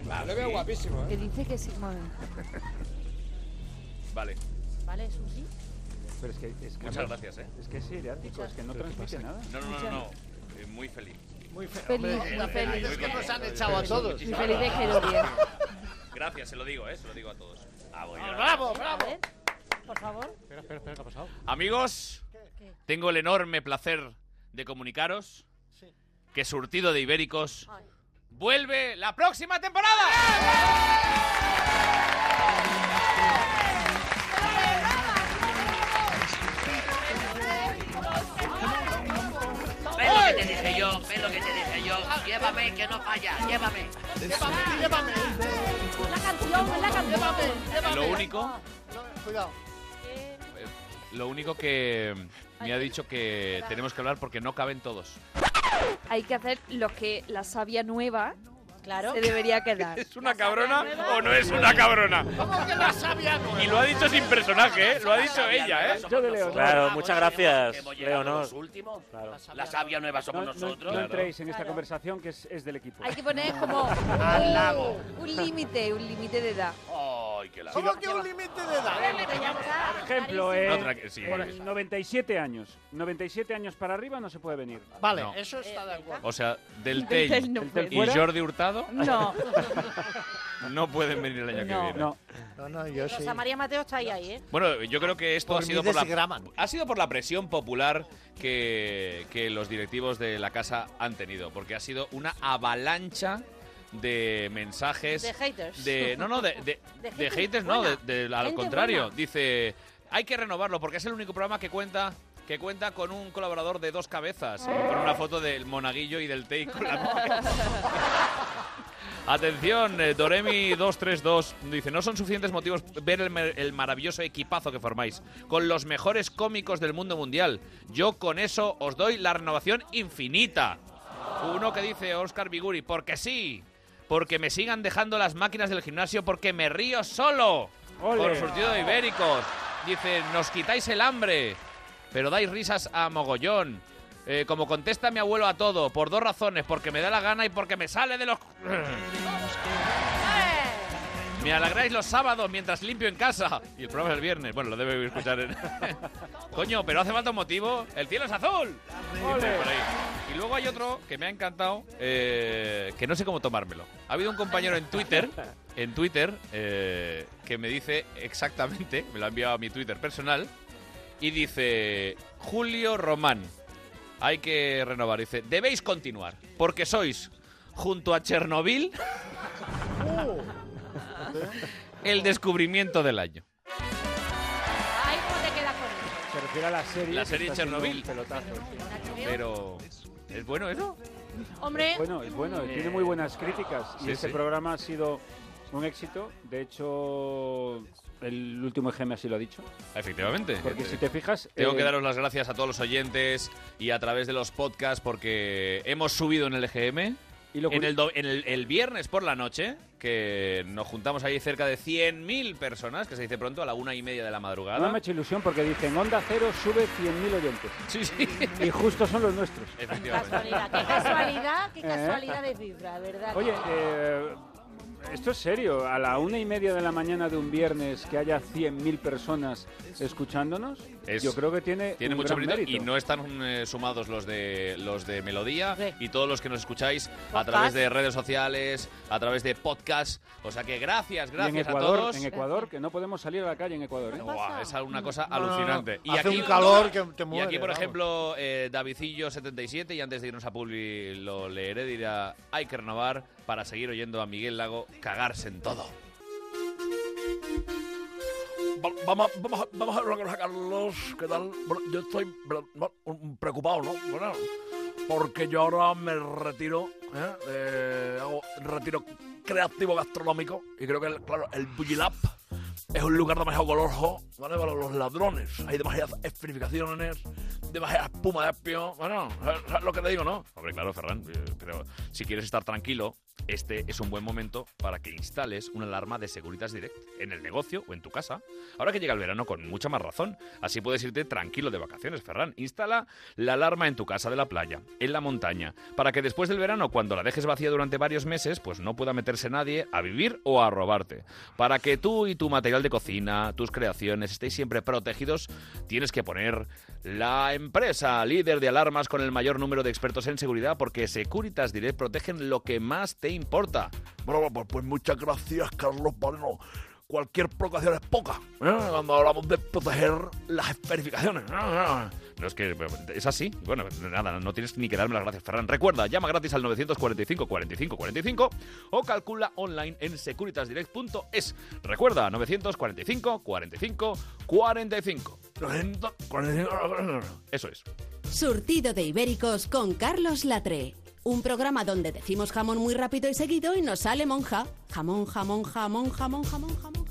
Speaker 1: Ah,
Speaker 21: Lo veo guapísimo, ¿eh?
Speaker 3: Que dice que sí. madre.
Speaker 1: Vale.
Speaker 12: ¿Vale? ¿Es un sí?
Speaker 11: Pero es que... Es que
Speaker 1: Muchas gracias, ¿eh?
Speaker 11: Es que es ideático, es que no transmite nada.
Speaker 1: No, no, no, no. Eh, muy feliz.
Speaker 4: Muy
Speaker 3: Feliz,
Speaker 1: Hombre,
Speaker 3: muy
Speaker 1: eh,
Speaker 3: feliz.
Speaker 1: muy
Speaker 3: Es que
Speaker 1: contento.
Speaker 3: nos han
Speaker 1: Muy
Speaker 3: echado a
Speaker 1: feliz.
Speaker 3: todos.
Speaker 1: Muchísimas
Speaker 3: Y feliz de
Speaker 1: gracias.
Speaker 3: que lo bien.
Speaker 1: Gracias, se lo digo, ¿eh? Se lo digo a todos. Ah, voy a-
Speaker 12: ¡Bravo, bravo! Por favor.
Speaker 10: Espera, espera, espera, ¿qué ha pasado?
Speaker 1: Amigos, tengo el enorme placer de comunicaros que Surtido de Ibéricos vuelve la próxima temporada.
Speaker 8: ¿Ves lo que te dije yo? ¿Ves lo que te dije yo? Llévame, que no falla, llévame.
Speaker 12: Llévame, llévame. La canción, la canción. Llévame,
Speaker 1: Lo único,
Speaker 4: Cuidado.
Speaker 1: lo único que me ha dicho que tenemos que hablar porque no caben todos.
Speaker 3: Hay que hacer lo que la sabia nueva
Speaker 12: claro.
Speaker 3: se debería quedar.
Speaker 1: ¿Es una cabrona o Oh, no es una cabrona?
Speaker 4: ¿Cómo que la sabia nueva?
Speaker 1: Y lo ha dicho sin personaje, ¿eh? Lo ha dicho ella, ¿eh?
Speaker 5: Claro, muchas gracias,
Speaker 7: hemos llegado
Speaker 5: Leonor.
Speaker 7: los últimos.
Speaker 5: Claro.
Speaker 7: La sabia nueva
Speaker 11: No,
Speaker 7: somos
Speaker 11: no-
Speaker 7: nosotros.
Speaker 11: no entréis en esta conversación que es, es del equipo.
Speaker 3: Hay que poner como un-
Speaker 7: Al lago.
Speaker 3: un límite, un límite de edad.
Speaker 7: Ay, qué largo.
Speaker 4: ¿Cómo que un límite de edad?
Speaker 11: Por ejemplo, eh,
Speaker 1: No, tranqui- sí,
Speaker 11: por-
Speaker 1: eh.
Speaker 11: 97 años. 97 años para arriba no se puede venir.
Speaker 4: Vale,
Speaker 1: No.
Speaker 4: eso está de acuerdo.
Speaker 1: O sea, Del
Speaker 4: Del Tell
Speaker 1: Tell
Speaker 4: no puede.
Speaker 1: y Jordi Hurtado
Speaker 3: No.
Speaker 1: no pueden venir el año que
Speaker 4: No.
Speaker 1: viene.
Speaker 4: No. No, no, yo sí.
Speaker 12: Rosa María Mateo está ahí, ahí, ¿eh?
Speaker 1: Bueno, yo creo que esto
Speaker 4: Por
Speaker 1: ha sido
Speaker 4: mí
Speaker 1: por la,
Speaker 4: desgraman.
Speaker 1: ha sido por la presión popular que, que los directivos de la casa han tenido, porque ha sido una avalancha de mensajes.
Speaker 12: De haters.
Speaker 1: de- no, no, de, de-
Speaker 12: De
Speaker 1: de
Speaker 12: gente
Speaker 1: haters, no,
Speaker 12: buena.
Speaker 1: de- de- al
Speaker 12: Gente
Speaker 1: contrario.
Speaker 12: buena.
Speaker 1: Dice, hay que renovarlo porque es el único programa que cuenta que cuenta con un colaborador de dos cabezas, y con una foto del monaguillo y del tei con la Atención, eh, Doremi232 dice, no son suficientes motivos ver el, mer- el maravilloso equipazo que formáis, con los mejores cómicos del mundo mundial. Yo con eso os doy la renovación infinita. Uno que dice Oscar Biguri, porque sí, porque me sigan dejando las máquinas del gimnasio porque me río solo.
Speaker 11: Ole.
Speaker 1: Por surtido de ibéricos. Dice, nos quitáis el hambre, pero dais risas a mogollón. Eh, como contesta mi abuelo a todo, por dos razones, porque me da la gana y porque me sale de los... Me alegráis los sábados mientras limpio en casa. Y el programa es el viernes. Bueno, lo debe escuchar en... Coño, pero hace falta un motivo. El cielo es azul.
Speaker 11: Ole.
Speaker 1: Por ahí. Y luego hay otro que me ha encantado, eh, que no sé cómo tomármelo. Ha habido un compañero en Twitter, en Twitter, eh, que me dice exactamente, me lo ha enviado a mi Twitter personal, y dice, Julio Román, hay que renovar. Dice, debéis continuar, porque sois, junto a Chernobyl, El descubrimiento del año.
Speaker 12: Ay, ¿cómo te quedas con eso?
Speaker 31: Se refiere a la serie.
Speaker 1: La
Speaker 31: que
Speaker 1: serie
Speaker 31: está haciendo
Speaker 1: Chernobyl.
Speaker 31: un pelotazo.
Speaker 1: Pero. ¿Es bueno eso? Eh,
Speaker 12: Hombre.
Speaker 11: Bueno, es bueno, tiene muy buenas críticas y
Speaker 1: sí,
Speaker 11: este
Speaker 1: sí.
Speaker 11: programa ha sido un éxito. De hecho, el último GM así lo ha dicho.
Speaker 1: Efectivamente.
Speaker 11: Porque si te fijas,
Speaker 1: Tengo
Speaker 11: eh,
Speaker 1: que daros las gracias a todos los oyentes y a través de los podcasts porque hemos subido en el EGM. en el, do- en el- el viernes por la noche, que nos juntamos ahí cerca de 100.000 personas, que se dice pronto, a la una y media de la
Speaker 11: No
Speaker 1: madrugada.
Speaker 11: me ha hecho ilusión porque dicen Onda Cero sube 100.000 oyentes.
Speaker 1: Sí, sí.
Speaker 11: Y justo son los nuestros.
Speaker 12: Casualidad, qué casualidad, qué
Speaker 11: ¿Eh?
Speaker 12: casualidad de fibra, ¿verdad?
Speaker 11: Oye, eh, esto es serio. A la una y media de la mañana de un viernes que haya 100.000 personas escuchándonos,
Speaker 1: Es-
Speaker 11: yo creo que tiene,
Speaker 1: Tiene
Speaker 11: un
Speaker 1: mucho
Speaker 11: gran
Speaker 1: mérito y
Speaker 11: mérito.
Speaker 1: no están eh, sumados los de los de Melodía y todos los que nos escucháis a través de redes sociales, a través de podcast. O sea que gracias,
Speaker 11: Y en
Speaker 1: gracias
Speaker 11: Ecuador,
Speaker 1: a todos.
Speaker 11: en Ecuador, que no podemos salir a la calle en Ecuador. ¿eh?
Speaker 1: Buah, es una cosa
Speaker 11: no, no.
Speaker 1: alucinante.
Speaker 11: Hace un calor que te
Speaker 1: Y
Speaker 11: muere,
Speaker 1: aquí, por
Speaker 11: vamos.
Speaker 1: ejemplo, eh, Davidillo77, y antes de irnos a Publi lo leeré, dirá, hay que renovar para seguir oyendo a Miguel Lago cagarse en todo.
Speaker 19: Va- Vamos, a- vamos, a- vamos a ver una cosa, Carlos. ¿Qué tal? Bueno, yo estoy pre- no, un- preocupado, ¿no? Bueno, porque yo ahora me retiro, ¿eh? Eh, hago retiro creativo gastronómico y creo que, el- claro, el Bugilab es un lugar de demasiado goloso, ¿vale? Para los ladrones. Hay demasiadas esferificaciones, demasiada espuma de espio. Bueno, ¿sabes- ¿sabes lo que te digo, no?
Speaker 1: Hombre, claro, Ferran, eh, pero si quieres estar tranquilo, este es un buen momento para que instales una alarma de Securitas Direct en el negocio o en tu casa. Ahora que llega el verano con mucha más razón, así puedes irte tranquilo de vacaciones, Ferran. Instala la alarma en tu casa de la playa, en la montaña, para que después del verano, cuando la dejes vacía durante varios meses, pues no pueda meterse nadie a vivir o a robarte. Para que tú y tu material de cocina, tus creaciones, estéis siempre protegidos, tienes que poner la empresa líder de alarmas con el mayor número de expertos en seguridad, porque Securitas Direct protegen lo que más te importa.
Speaker 19: Bueno, pues, pues muchas gracias, Carlos Moreno. Cualquier provocación es poca, ¿eh? Cuando hablamos de proteger las esferificaciones. ¿eh?
Speaker 1: No es que es así. Bueno, nada, no tienes ni que darme las gracias, Ferran. Recuerda, llama gratis al 945 45 45 o calcula online en securitasdirect.es. Recuerda, 945 45 45. Eso es.
Speaker 2: Surtido de Ibéricos con Carlos Latre. Un programa donde decimos jamón muy rápido y seguido y nos sale monja. Jamón, jamón, jamón, jamón, jamón, jamón.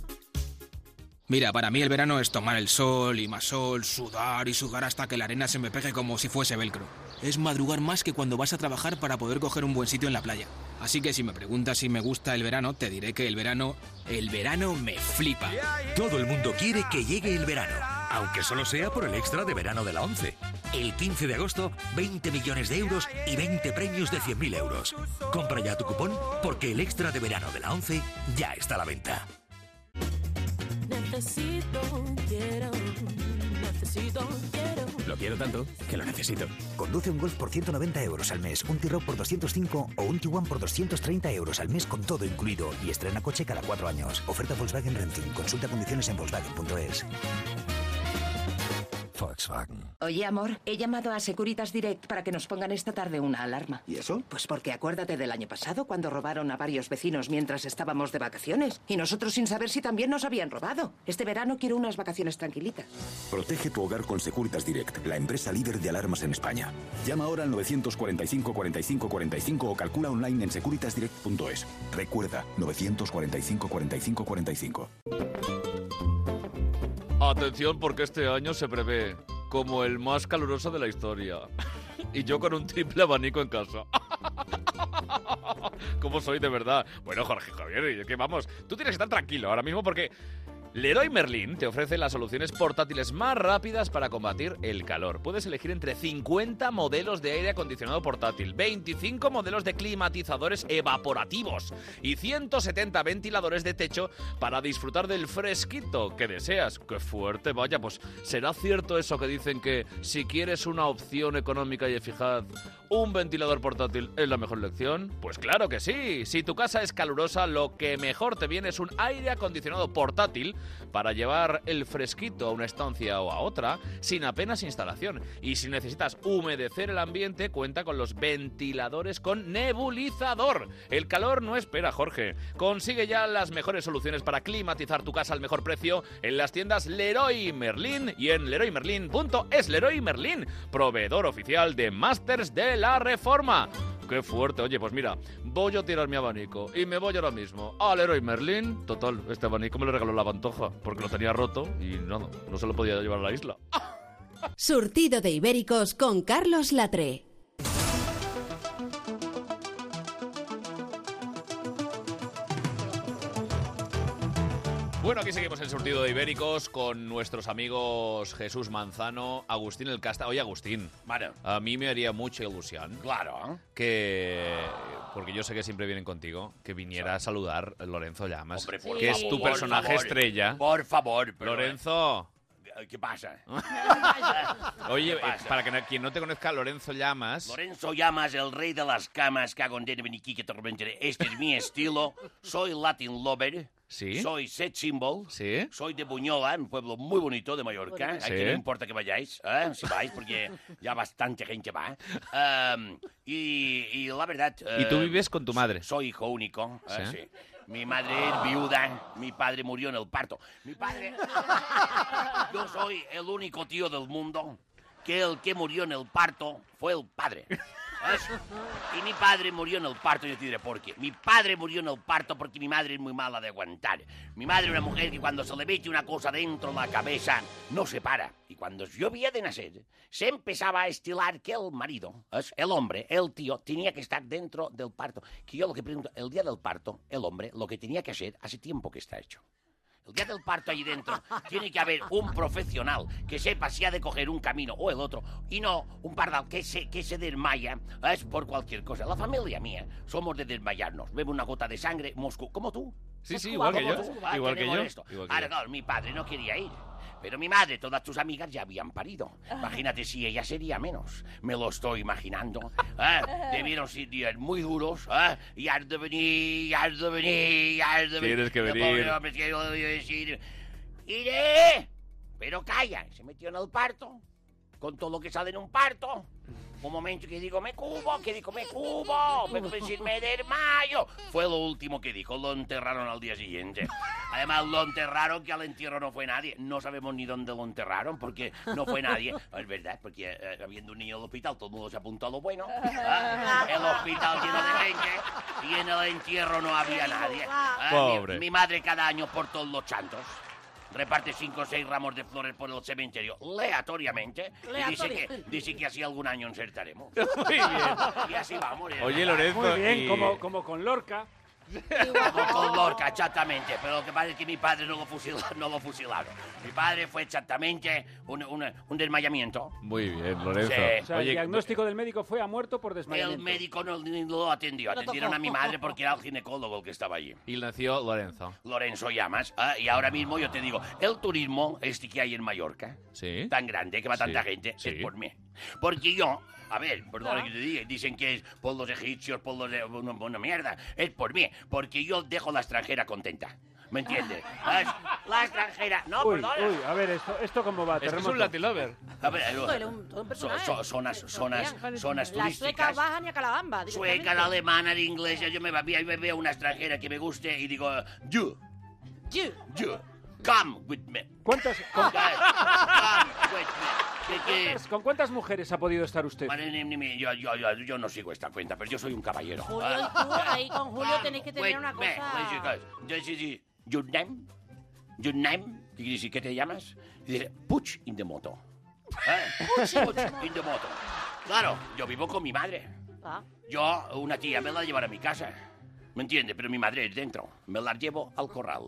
Speaker 29: Mira, para mí el verano es tomar el sol y más sol, sudar y sudar hasta que la arena se me pegue como si fuese velcro. Es madrugar más que cuando vas a trabajar para poder coger un buen sitio en la playa. Así que si me preguntas si me gusta el verano, te diré que el verano, el verano me flipa.
Speaker 22: Todo el mundo quiere que llegue el verano, aunque solo sea por el extra de verano de la 11. El 15 de agosto, 20 millones de euros y 20 premios de 100.000 euros. Compra ya tu cupón porque el extra de verano de la 11 ya está a la venta.
Speaker 24: Necesito, quiero, necesito, quiero.
Speaker 22: Lo quiero tanto que lo necesito.
Speaker 32: Conduce un Golf por 190 euros al mes, un T-Rock por 205 o un Tiguan por 230 euros al mes con todo incluido y estrena coche cada cuatro años. Oferta Volkswagen Renting. Consulta condiciones en Volkswagen.es. Volkswagen.
Speaker 25: Oye, amor, he llamado a Securitas Direct para que nos pongan esta tarde una alarma.
Speaker 32: ¿Y eso?
Speaker 25: Pues porque acuérdate del año pasado cuando robaron a varios vecinos mientras estábamos de vacaciones y nosotros sin saber si también nos habían robado. Este verano quiero unas vacaciones tranquilitas.
Speaker 33: Protege tu hogar con Securitas Direct, la empresa líder de alarmas en España. Llama ahora al 945 45 45 o calcula online en securitasdirect.es. Recuerda, 945 45 45.
Speaker 34: Atención porque este año se prevé como el más caluroso de la historia. Y yo con un triple abanico en casa.
Speaker 1: ¿Cómo soy de verdad? Bueno, Jorge Javier, es que vamos, tú tienes que estar tranquilo ahora mismo porque Leroy Merlin te ofrece las soluciones portátiles más rápidas para combatir el calor. Puedes elegir entre 50 modelos de aire acondicionado portátil, 25 modelos de climatizadores evaporativos y 170 ventiladores de techo para disfrutar del fresquito que deseas. ¡Qué fuerte! Vaya, pues será cierto eso que dicen que si quieres una opción económica y eficaz,
Speaker 30: ¿Un ventilador portátil es la mejor lección? Pues claro que sí. Si tu casa es calurosa, lo que mejor te viene es un aire acondicionado portátil para llevar el fresquito a una estancia o a otra sin apenas instalación. Y si necesitas humedecer el ambiente, cuenta con los ventiladores con nebulizador. El calor no espera, Jorge. Consigue ya las mejores soluciones para climatizar tu casa al mejor precio en las tiendas Leroy Merlin y en leroymerlin.es Leroy Merlin, proveedor oficial de Masters de la Reforma. Qué fuerte, oye, pues mira, voy a tirar mi abanico y me voy ahora mismo al Leroy Merlin. Total, este abanico me lo regaló la pantoja porque lo tenía roto y nada, no se lo podía llevar a la isla.
Speaker 2: Surtido de Ibéricos con Carlos Latre.
Speaker 1: Bueno, aquí seguimos el surtido de ibéricos con nuestros amigos Jesús Manzano, Agustín el Casta. Oye, Agustín. A mí me haría mucha ilusión.
Speaker 7: Claro.
Speaker 1: Que. Porque yo sé que siempre vienen contigo, que viniera a saludar Lorenzo Llamas.
Speaker 7: Hombre, por
Speaker 1: que es
Speaker 7: favor,
Speaker 1: tu
Speaker 7: por
Speaker 1: personaje
Speaker 7: favor.
Speaker 1: estrella.
Speaker 7: Por favor, pero- eh,
Speaker 1: Lorenzo.
Speaker 7: ¿Qué pasa? ¿Qué
Speaker 1: Oye, eh,
Speaker 7: pasa?
Speaker 1: para que no- quien no te conozca, Lorenzo Llamas.
Speaker 7: Lorenzo Llamas, el rey de las camas, cago en Denver y Quique Tormentere. Este es mi estilo. Soy Latin Lover.
Speaker 1: Sí.
Speaker 7: Soy Set Symbol.
Speaker 1: Sí.
Speaker 7: Soy de Buñola, un pueblo muy bonito de Mallorca.
Speaker 1: Bonito.
Speaker 7: Aquí
Speaker 1: Sí.
Speaker 7: no importa que vayáis, ¿eh? si vais, porque ya bastante gente va. Um, y, y la verdad...
Speaker 1: Y tú
Speaker 7: eh,
Speaker 1: vives con tu madre.
Speaker 7: Soy hijo único. eh,
Speaker 1: Sí.
Speaker 7: sí. Mi madre es viuda, mi padre murió en el parto. Mi padre. Yo soy el único tío del mundo que el que murió en el parto fue el padre. ¿sabes? Y mi padre murió en el parto, yo te diré por qué. Mi padre murió en el parto porque mi madre es muy mala de aguantar. Mi madre es una mujer que cuando se le mete una cosa dentro de la cabeza no se para. Y cuando yo había de nacer, se empezaba a estilar que el marido, ¿sabes? el hombre, el tío, tenía que estar dentro del parto. Que yo lo que pregunto, el día del parto, el hombre lo que tenía que hacer hace tiempo que está hecho. El día del parto allí dentro tiene que haber un profesional que sepa si ha de coger un camino o el otro y no un pardal que se, que se desmaya es por cualquier cosa. La familia mía somos de desmayarnos. Bebe una gota de sangre, Moscú, como tú.
Speaker 1: Sí, sí,
Speaker 7: Moscú,
Speaker 1: igual que
Speaker 7: como
Speaker 1: yo,
Speaker 7: tú, ¿verdad?
Speaker 1: igual que
Speaker 7: Tenemos
Speaker 1: yo,
Speaker 7: esto.
Speaker 1: igual que
Speaker 7: Ahora,
Speaker 1: yo.
Speaker 7: claro, mi padre no quería ir. Pero mi madre, todas tus amigas ya habían parido. Imagínate si ella sería menos. Me lo estoy imaginando. ¿eh? Debieron ser días muy duros. ¿eh? Y has de venir, y has de venir, y has de venir.
Speaker 1: Tienes que
Speaker 7: Yo,
Speaker 1: venir.
Speaker 7: pobre hombre, es que yo debí decir, ¡Iré! Pero calla, se metió en el parto. Con todo lo que sale en un parto. Un momento que digo, me cubo, que digo, me cubo, me decir, me desmayo. Fue lo último que dijo, lo enterraron al día siguiente. Además, lo enterraron, que al entierro no fue nadie. No sabemos ni dónde lo enterraron, porque no fue nadie. Es verdad, porque eh, habiendo un niño en el hospital, todo el mundo se apuntó a lo bueno. Ah, El hospital lleno de gente, y en el entierro no había nadie. Ah, mi-
Speaker 1: Pobre.
Speaker 7: mi madre cada año por todos los santos reparte cinco o seis ramos de flores por el cementerio aleatoriamente y dice que,
Speaker 6: Aleatoriamente.
Speaker 7: dice que así algún año insertaremos.
Speaker 6: Muy bien.
Speaker 7: Y así vamos. eh.
Speaker 1: Oye, Lorenzo,
Speaker 11: Muy bien,
Speaker 1: y-
Speaker 11: como, como con Lorca.
Speaker 7: Como con Lorca, exactamente. Pero lo que pasa es que mi padre no lo fusilaron. No lo fusilaron. Mi padre fue exactamente un, un- un desmayamiento.
Speaker 1: Muy bien, Lorenzo.
Speaker 7: Sí.
Speaker 11: O sea, el
Speaker 1: Oye,
Speaker 11: diagnóstico del médico fue a muerto por
Speaker 7: El
Speaker 11: desmayamiento.
Speaker 7: médico no ni lo atendió.
Speaker 11: No
Speaker 7: Atendieron
Speaker 11: tocó.
Speaker 7: a mi madre porque era el ginecólogo el que estaba allí.
Speaker 1: y nació Lorenzo.
Speaker 7: Lorenzo Llamas. Ah, y ahora mismo yo te digo, el turismo este que hay en Mallorca,
Speaker 1: Sí.
Speaker 7: tan grande que va tanta gente,
Speaker 1: sí.
Speaker 7: es por mí. Porque yo, a ver, perdona
Speaker 1: Ah.
Speaker 7: que te diga, dicen que es por los egipcios, por los... de- Una, una mierda, es por mí, porque yo dejo a la extranjera contenta. ¿Me entiendes? Ah, es- La extranjera, no,
Speaker 11: uy,
Speaker 7: perdona.
Speaker 11: uy, a ver, esto, esto cómo va.
Speaker 7: Esto es
Speaker 11: terremoto.
Speaker 7: un latilover. A ver, eh,
Speaker 12: Todo un- todo un
Speaker 7: so-
Speaker 12: personaje.
Speaker 7: so- zonas, zonas, zonas
Speaker 12: Las suecas
Speaker 7: turísticas.
Speaker 12: bajan ni a Calabamba.
Speaker 7: Sueca,
Speaker 12: directamente.
Speaker 7: alemana, inglesa, yo me babía y me veo una extranjera que me guste y digo, you,
Speaker 12: you,
Speaker 7: you, come with me.
Speaker 11: ¿Cuántas,
Speaker 7: con, come with me. Que- que-
Speaker 11: cuántas- con cuántas mujeres ha podido estar usted?
Speaker 7: Vale, ni- ni- ni- yo, yo- yo- yo no sigo esta cuenta, pero yo soy un caballero.
Speaker 12: Julio y tú, ahí con Julio tenéis que tener una
Speaker 7: Ve,
Speaker 12: cosa.
Speaker 7: pues, chicos, yo sí, sí. Your name, your name. Y dice, ¿qué te llamas? Y dice, Puch in the moto. ¿Eh? Puch in the moto. Claro, yo vivo con mi madre.
Speaker 12: Ah.
Speaker 7: Yo, una tía, me la llevará a mi casa. ¿Me entiende? Pero mi madre es dentro. Me la llevo al corral.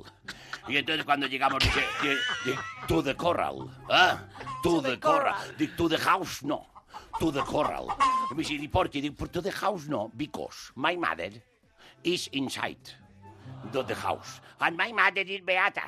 Speaker 7: Y entonces cuando llegamos dice, de, de, to the corral. ¿Ah? To the corral. Dic, to the house, no. To the corral. Y me dice, ¿y por qué? Dic, to the house, no. Because my mother is inside the, the house. And my mother is Beata.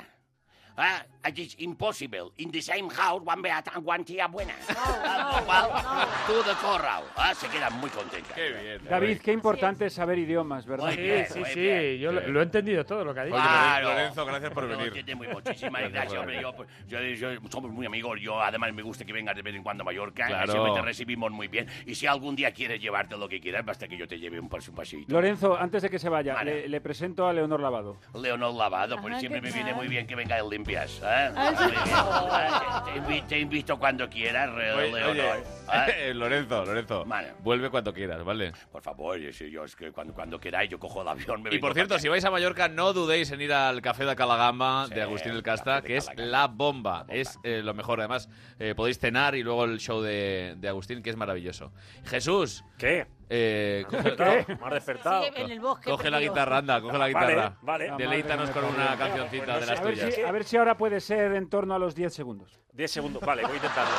Speaker 7: Ah, it is impossible. In the same house, one beat and one tía buena. Ah, well, to the corral. Ah, se quedan muy contentas.
Speaker 8: Qué bien.
Speaker 11: David, qué importante es saber idiomas, ¿verdad?
Speaker 7: Muy bien,
Speaker 6: Sí, sí,
Speaker 7: muy
Speaker 6: sí.
Speaker 7: bien.
Speaker 6: Yo lo, lo he entendido todo lo que ha dicho.
Speaker 7: Claro.
Speaker 8: Lorenzo, gracias por
Speaker 7: No,
Speaker 8: venir.
Speaker 7: tiene muy muchísimas gracias, hombre. Yo, pues, yo- yo- somos muy amigos. Yo, además, me gusta que vengas de vez en cuando a Mallorca.
Speaker 8: Claro.
Speaker 7: Siempre te recibimos muy bien. Y si algún día quieres llevarte lo que quieras, basta que yo te lleve un paso un paseíto.
Speaker 11: Lorenzo, antes de que se vaya,
Speaker 7: Vale.
Speaker 11: le, le presento a Leonor Lavado.
Speaker 7: Leonor Lavado, pues
Speaker 3: Ajá,
Speaker 7: siempre
Speaker 3: ¿qué
Speaker 7: me viene
Speaker 3: tal?
Speaker 7: muy bien que venga el limpias. ¿eh?
Speaker 3: Ah, sí.
Speaker 7: Muy bien. Ah, Te, invi- te invito cuando quieras, Re-
Speaker 8: Oye,
Speaker 7: Leonor. ¿eh?
Speaker 8: oye, Lorenzo, Lorenzo.
Speaker 7: Vale.
Speaker 8: Vuelve cuando quieras, ¿vale?
Speaker 7: Por favor, yo, yo es que cuando, cuando queráis, yo cojo el avión. Me
Speaker 1: Y
Speaker 7: vengo
Speaker 1: por cierto,
Speaker 7: para
Speaker 1: si vais a Mallorca, no dudéis en ir al Café de Calagamba
Speaker 7: Sí,
Speaker 1: de Agustín
Speaker 7: el
Speaker 1: el
Speaker 7: Café
Speaker 1: Casta,
Speaker 7: de
Speaker 1: que es
Speaker 7: Calagamba.
Speaker 1: la bomba. Es eh, lo mejor. Además, eh, podéis cenar y luego el show de, de Agustín, que es maravilloso. Jesús,
Speaker 5: ¿Qué?
Speaker 1: eh, coge,
Speaker 5: ¿Me has despertado?
Speaker 35: Sigue en el bosque.
Speaker 1: coge la
Speaker 35: perdido.
Speaker 1: guitarra, anda, coge la guitarra.
Speaker 5: vale.
Speaker 1: Deleítanos
Speaker 11: La madre
Speaker 1: con
Speaker 11: que me
Speaker 1: una
Speaker 11: parió.
Speaker 1: cancioncita de las
Speaker 11: A ver,
Speaker 1: tuyas.
Speaker 11: si, a ver si ahora puede ser en torno a los 10 segundos.
Speaker 5: 10 segundos, vale, voy a intentarlo.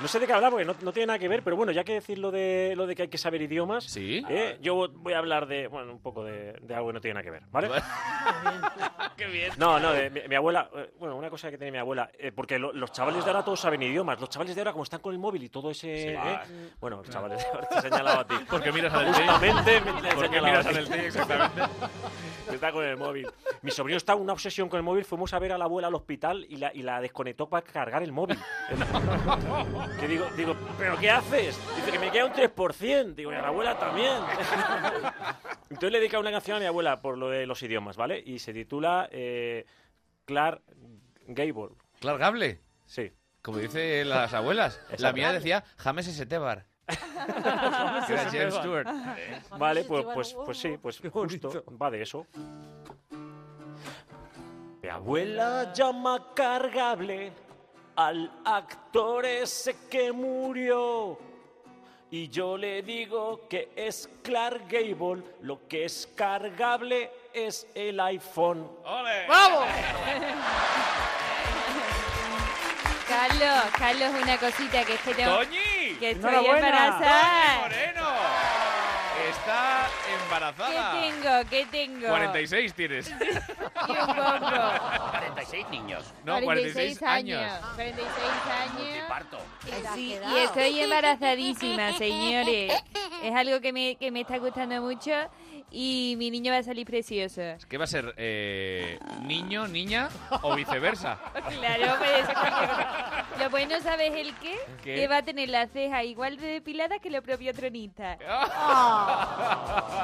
Speaker 5: No sé de qué hablar porque no, no tiene nada que ver, pero bueno, ya que decir lo de, lo de que hay que saber idiomas,
Speaker 1: Sí.
Speaker 5: eh, yo voy a hablar de, bueno, un poco de, de algo que no tiene nada que ver, ¿vale?
Speaker 1: Qué bien.
Speaker 5: No, no, de mi, mi abuela, eh, bueno, una cosa que tiene mi abuela, eh, porque lo- los chavales de ahora todos saben idiomas, los chavales de ahora como están con el móvil y todo ese... eh,
Speaker 1: Ah.
Speaker 5: bueno, los chavales de ahora te he señalado a ti.
Speaker 1: Porque miras a Del Tey.
Speaker 5: Justamente me te he
Speaker 1: Porque
Speaker 5: señalado
Speaker 1: miras
Speaker 5: a
Speaker 1: a
Speaker 5: ti.
Speaker 1: Del Tey, exactamente.
Speaker 5: Que Está con el móvil. Mi sobrino está en una obsesión con el móvil. Fuimos a ver a la abuela al hospital y la, y la desconectó para cargar el móvil. que digo, digo, ¿pero qué haces? Dice que me queda un 3%. Digo, y a la abuela también. Entonces le dedica una canción a mi abuela por lo de los idiomas, ¿vale? Y se titula eh, Clark Gable.
Speaker 1: Clark Gable,
Speaker 5: Sí.
Speaker 1: como dicen las abuelas. La mía decía James S. Tebar. Que era James Stewart.
Speaker 5: Vale, pues, pues, pues sí, pues justo va de eso. Mi abuela llama cargable al actor ese que murió. Y yo le digo que es Clark Gable, lo que es cargable es el iPhone.
Speaker 3: Carlos, Carlos, una cosita que es que tengo...
Speaker 1: ¡Toñi!
Speaker 3: Que estoy
Speaker 11: Enhorabuena.
Speaker 3: embarazada.
Speaker 1: ¡Moreno! Está embarazada.
Speaker 3: ¿Qué tengo? ¿Qué tengo?
Speaker 1: 46 tienes.
Speaker 3: Y un poco.
Speaker 7: 46 niños.
Speaker 1: No, 46 años.
Speaker 3: 46
Speaker 7: Te
Speaker 3: años.
Speaker 7: parto.
Speaker 3: Sí, y estoy embarazadísima, señores. Es algo que me, que me está gustando mucho y mi niño va a salir precioso.
Speaker 1: ¿Qué va a ser? eh, ¿Niño, niña o viceversa?
Speaker 3: Claro, puede ser cualquier cosa. Lo bueno, ¿sabes el qué?
Speaker 1: ¿Qué?
Speaker 3: Que va a tener la ceja igual de depilada que lo propio tronista.
Speaker 1: Ah.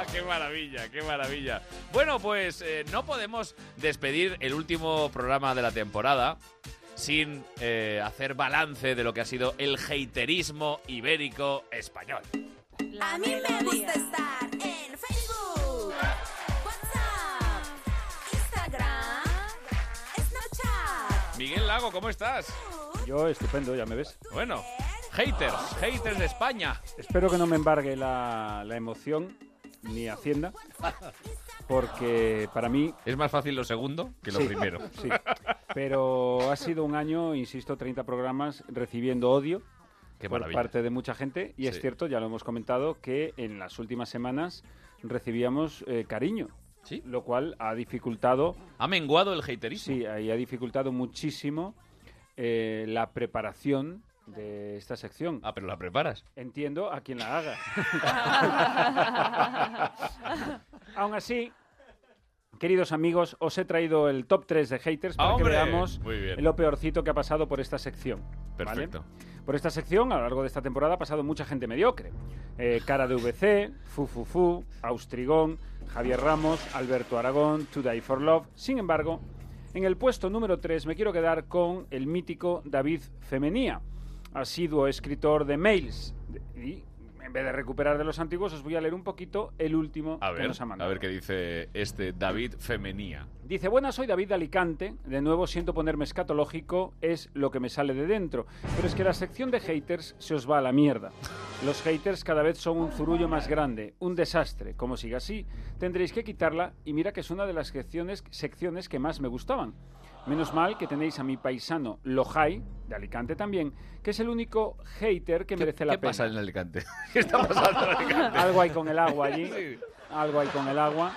Speaker 14: Ah.
Speaker 1: ¡Qué maravilla, qué maravilla! Bueno, pues eh, no podemos despedir el último programa de la temporada sin eh, hacer balance de lo que ha sido el haterismo ibérico español.
Speaker 3: La melodía.
Speaker 18: estar en Facebook, WhatsApp, Instagram, Snapchat.
Speaker 1: Miguel Lago, ¿cómo estás?
Speaker 11: Yo, estupendo, ya me ves.
Speaker 1: Bueno, haters, haters de España.
Speaker 11: Espero que no me embargue la, la emoción ni Hacienda, porque para mí,
Speaker 1: Es más fácil lo segundo que lo
Speaker 11: Sí.
Speaker 1: primero.
Speaker 11: sí. Pero ha sido un año, insisto, 30 programas recibiendo odio
Speaker 1: Qué
Speaker 11: por
Speaker 1: maravilla.
Speaker 11: parte de mucha gente. Y es
Speaker 1: Sí.
Speaker 11: cierto, ya lo hemos comentado, que en las últimas semanas recibíamos eh, cariño,
Speaker 1: Sí.
Speaker 11: lo cual ha dificultado
Speaker 1: Ha menguado el haterismo.
Speaker 11: Sí, ahí ha dificultado muchísimo eh, la preparación de esta sección.
Speaker 1: Ah, pero la preparas.
Speaker 11: Entiendo a quien la haga. Aún así, queridos amigos, os he traído el top 3 de haters para
Speaker 1: ¡Hombre!
Speaker 11: que veamos
Speaker 1: Muy bien.
Speaker 11: lo peorcito que ha pasado por esta sección. ¿vale?
Speaker 1: Perfecto.
Speaker 11: Por esta sección, a lo largo de esta temporada, ha pasado mucha gente mediocre. Eh, Cara de VC, Fufufu, Austrigón, Javier Ramos, Alberto Aragón, Today for Love. Sin embargo, en el puesto número 3 me quiero quedar con el mítico David Femenía, asiduo escritor de mails. Y en vez de recuperar de los antiguos, os voy a leer un poquito el último
Speaker 1: A
Speaker 11: que
Speaker 1: ver,
Speaker 11: nos ha
Speaker 1: a
Speaker 11: mandado.
Speaker 1: ver qué dice este David Femenía.
Speaker 11: Dice, buenas, soy David de Alicante. De nuevo, siento ponerme escatológico, es lo que me sale de dentro. Pero es que la sección de haters se os va a la mierda. Los haters cada vez son un zurullo más grande, un desastre. Como siga así, tendréis que quitarla y mira que es una de las secciones, secciones que más me gustaban. Menos mal que tenéis a mi paisano Lojai, de Alicante también, que es el único hater que merece la
Speaker 1: ¿Qué
Speaker 11: pena.
Speaker 1: pasa en Alicante? ¿Qué está pasando en Alicante?
Speaker 11: Algo hay con el agua allí.
Speaker 1: Sí.
Speaker 11: Algo hay con el agua.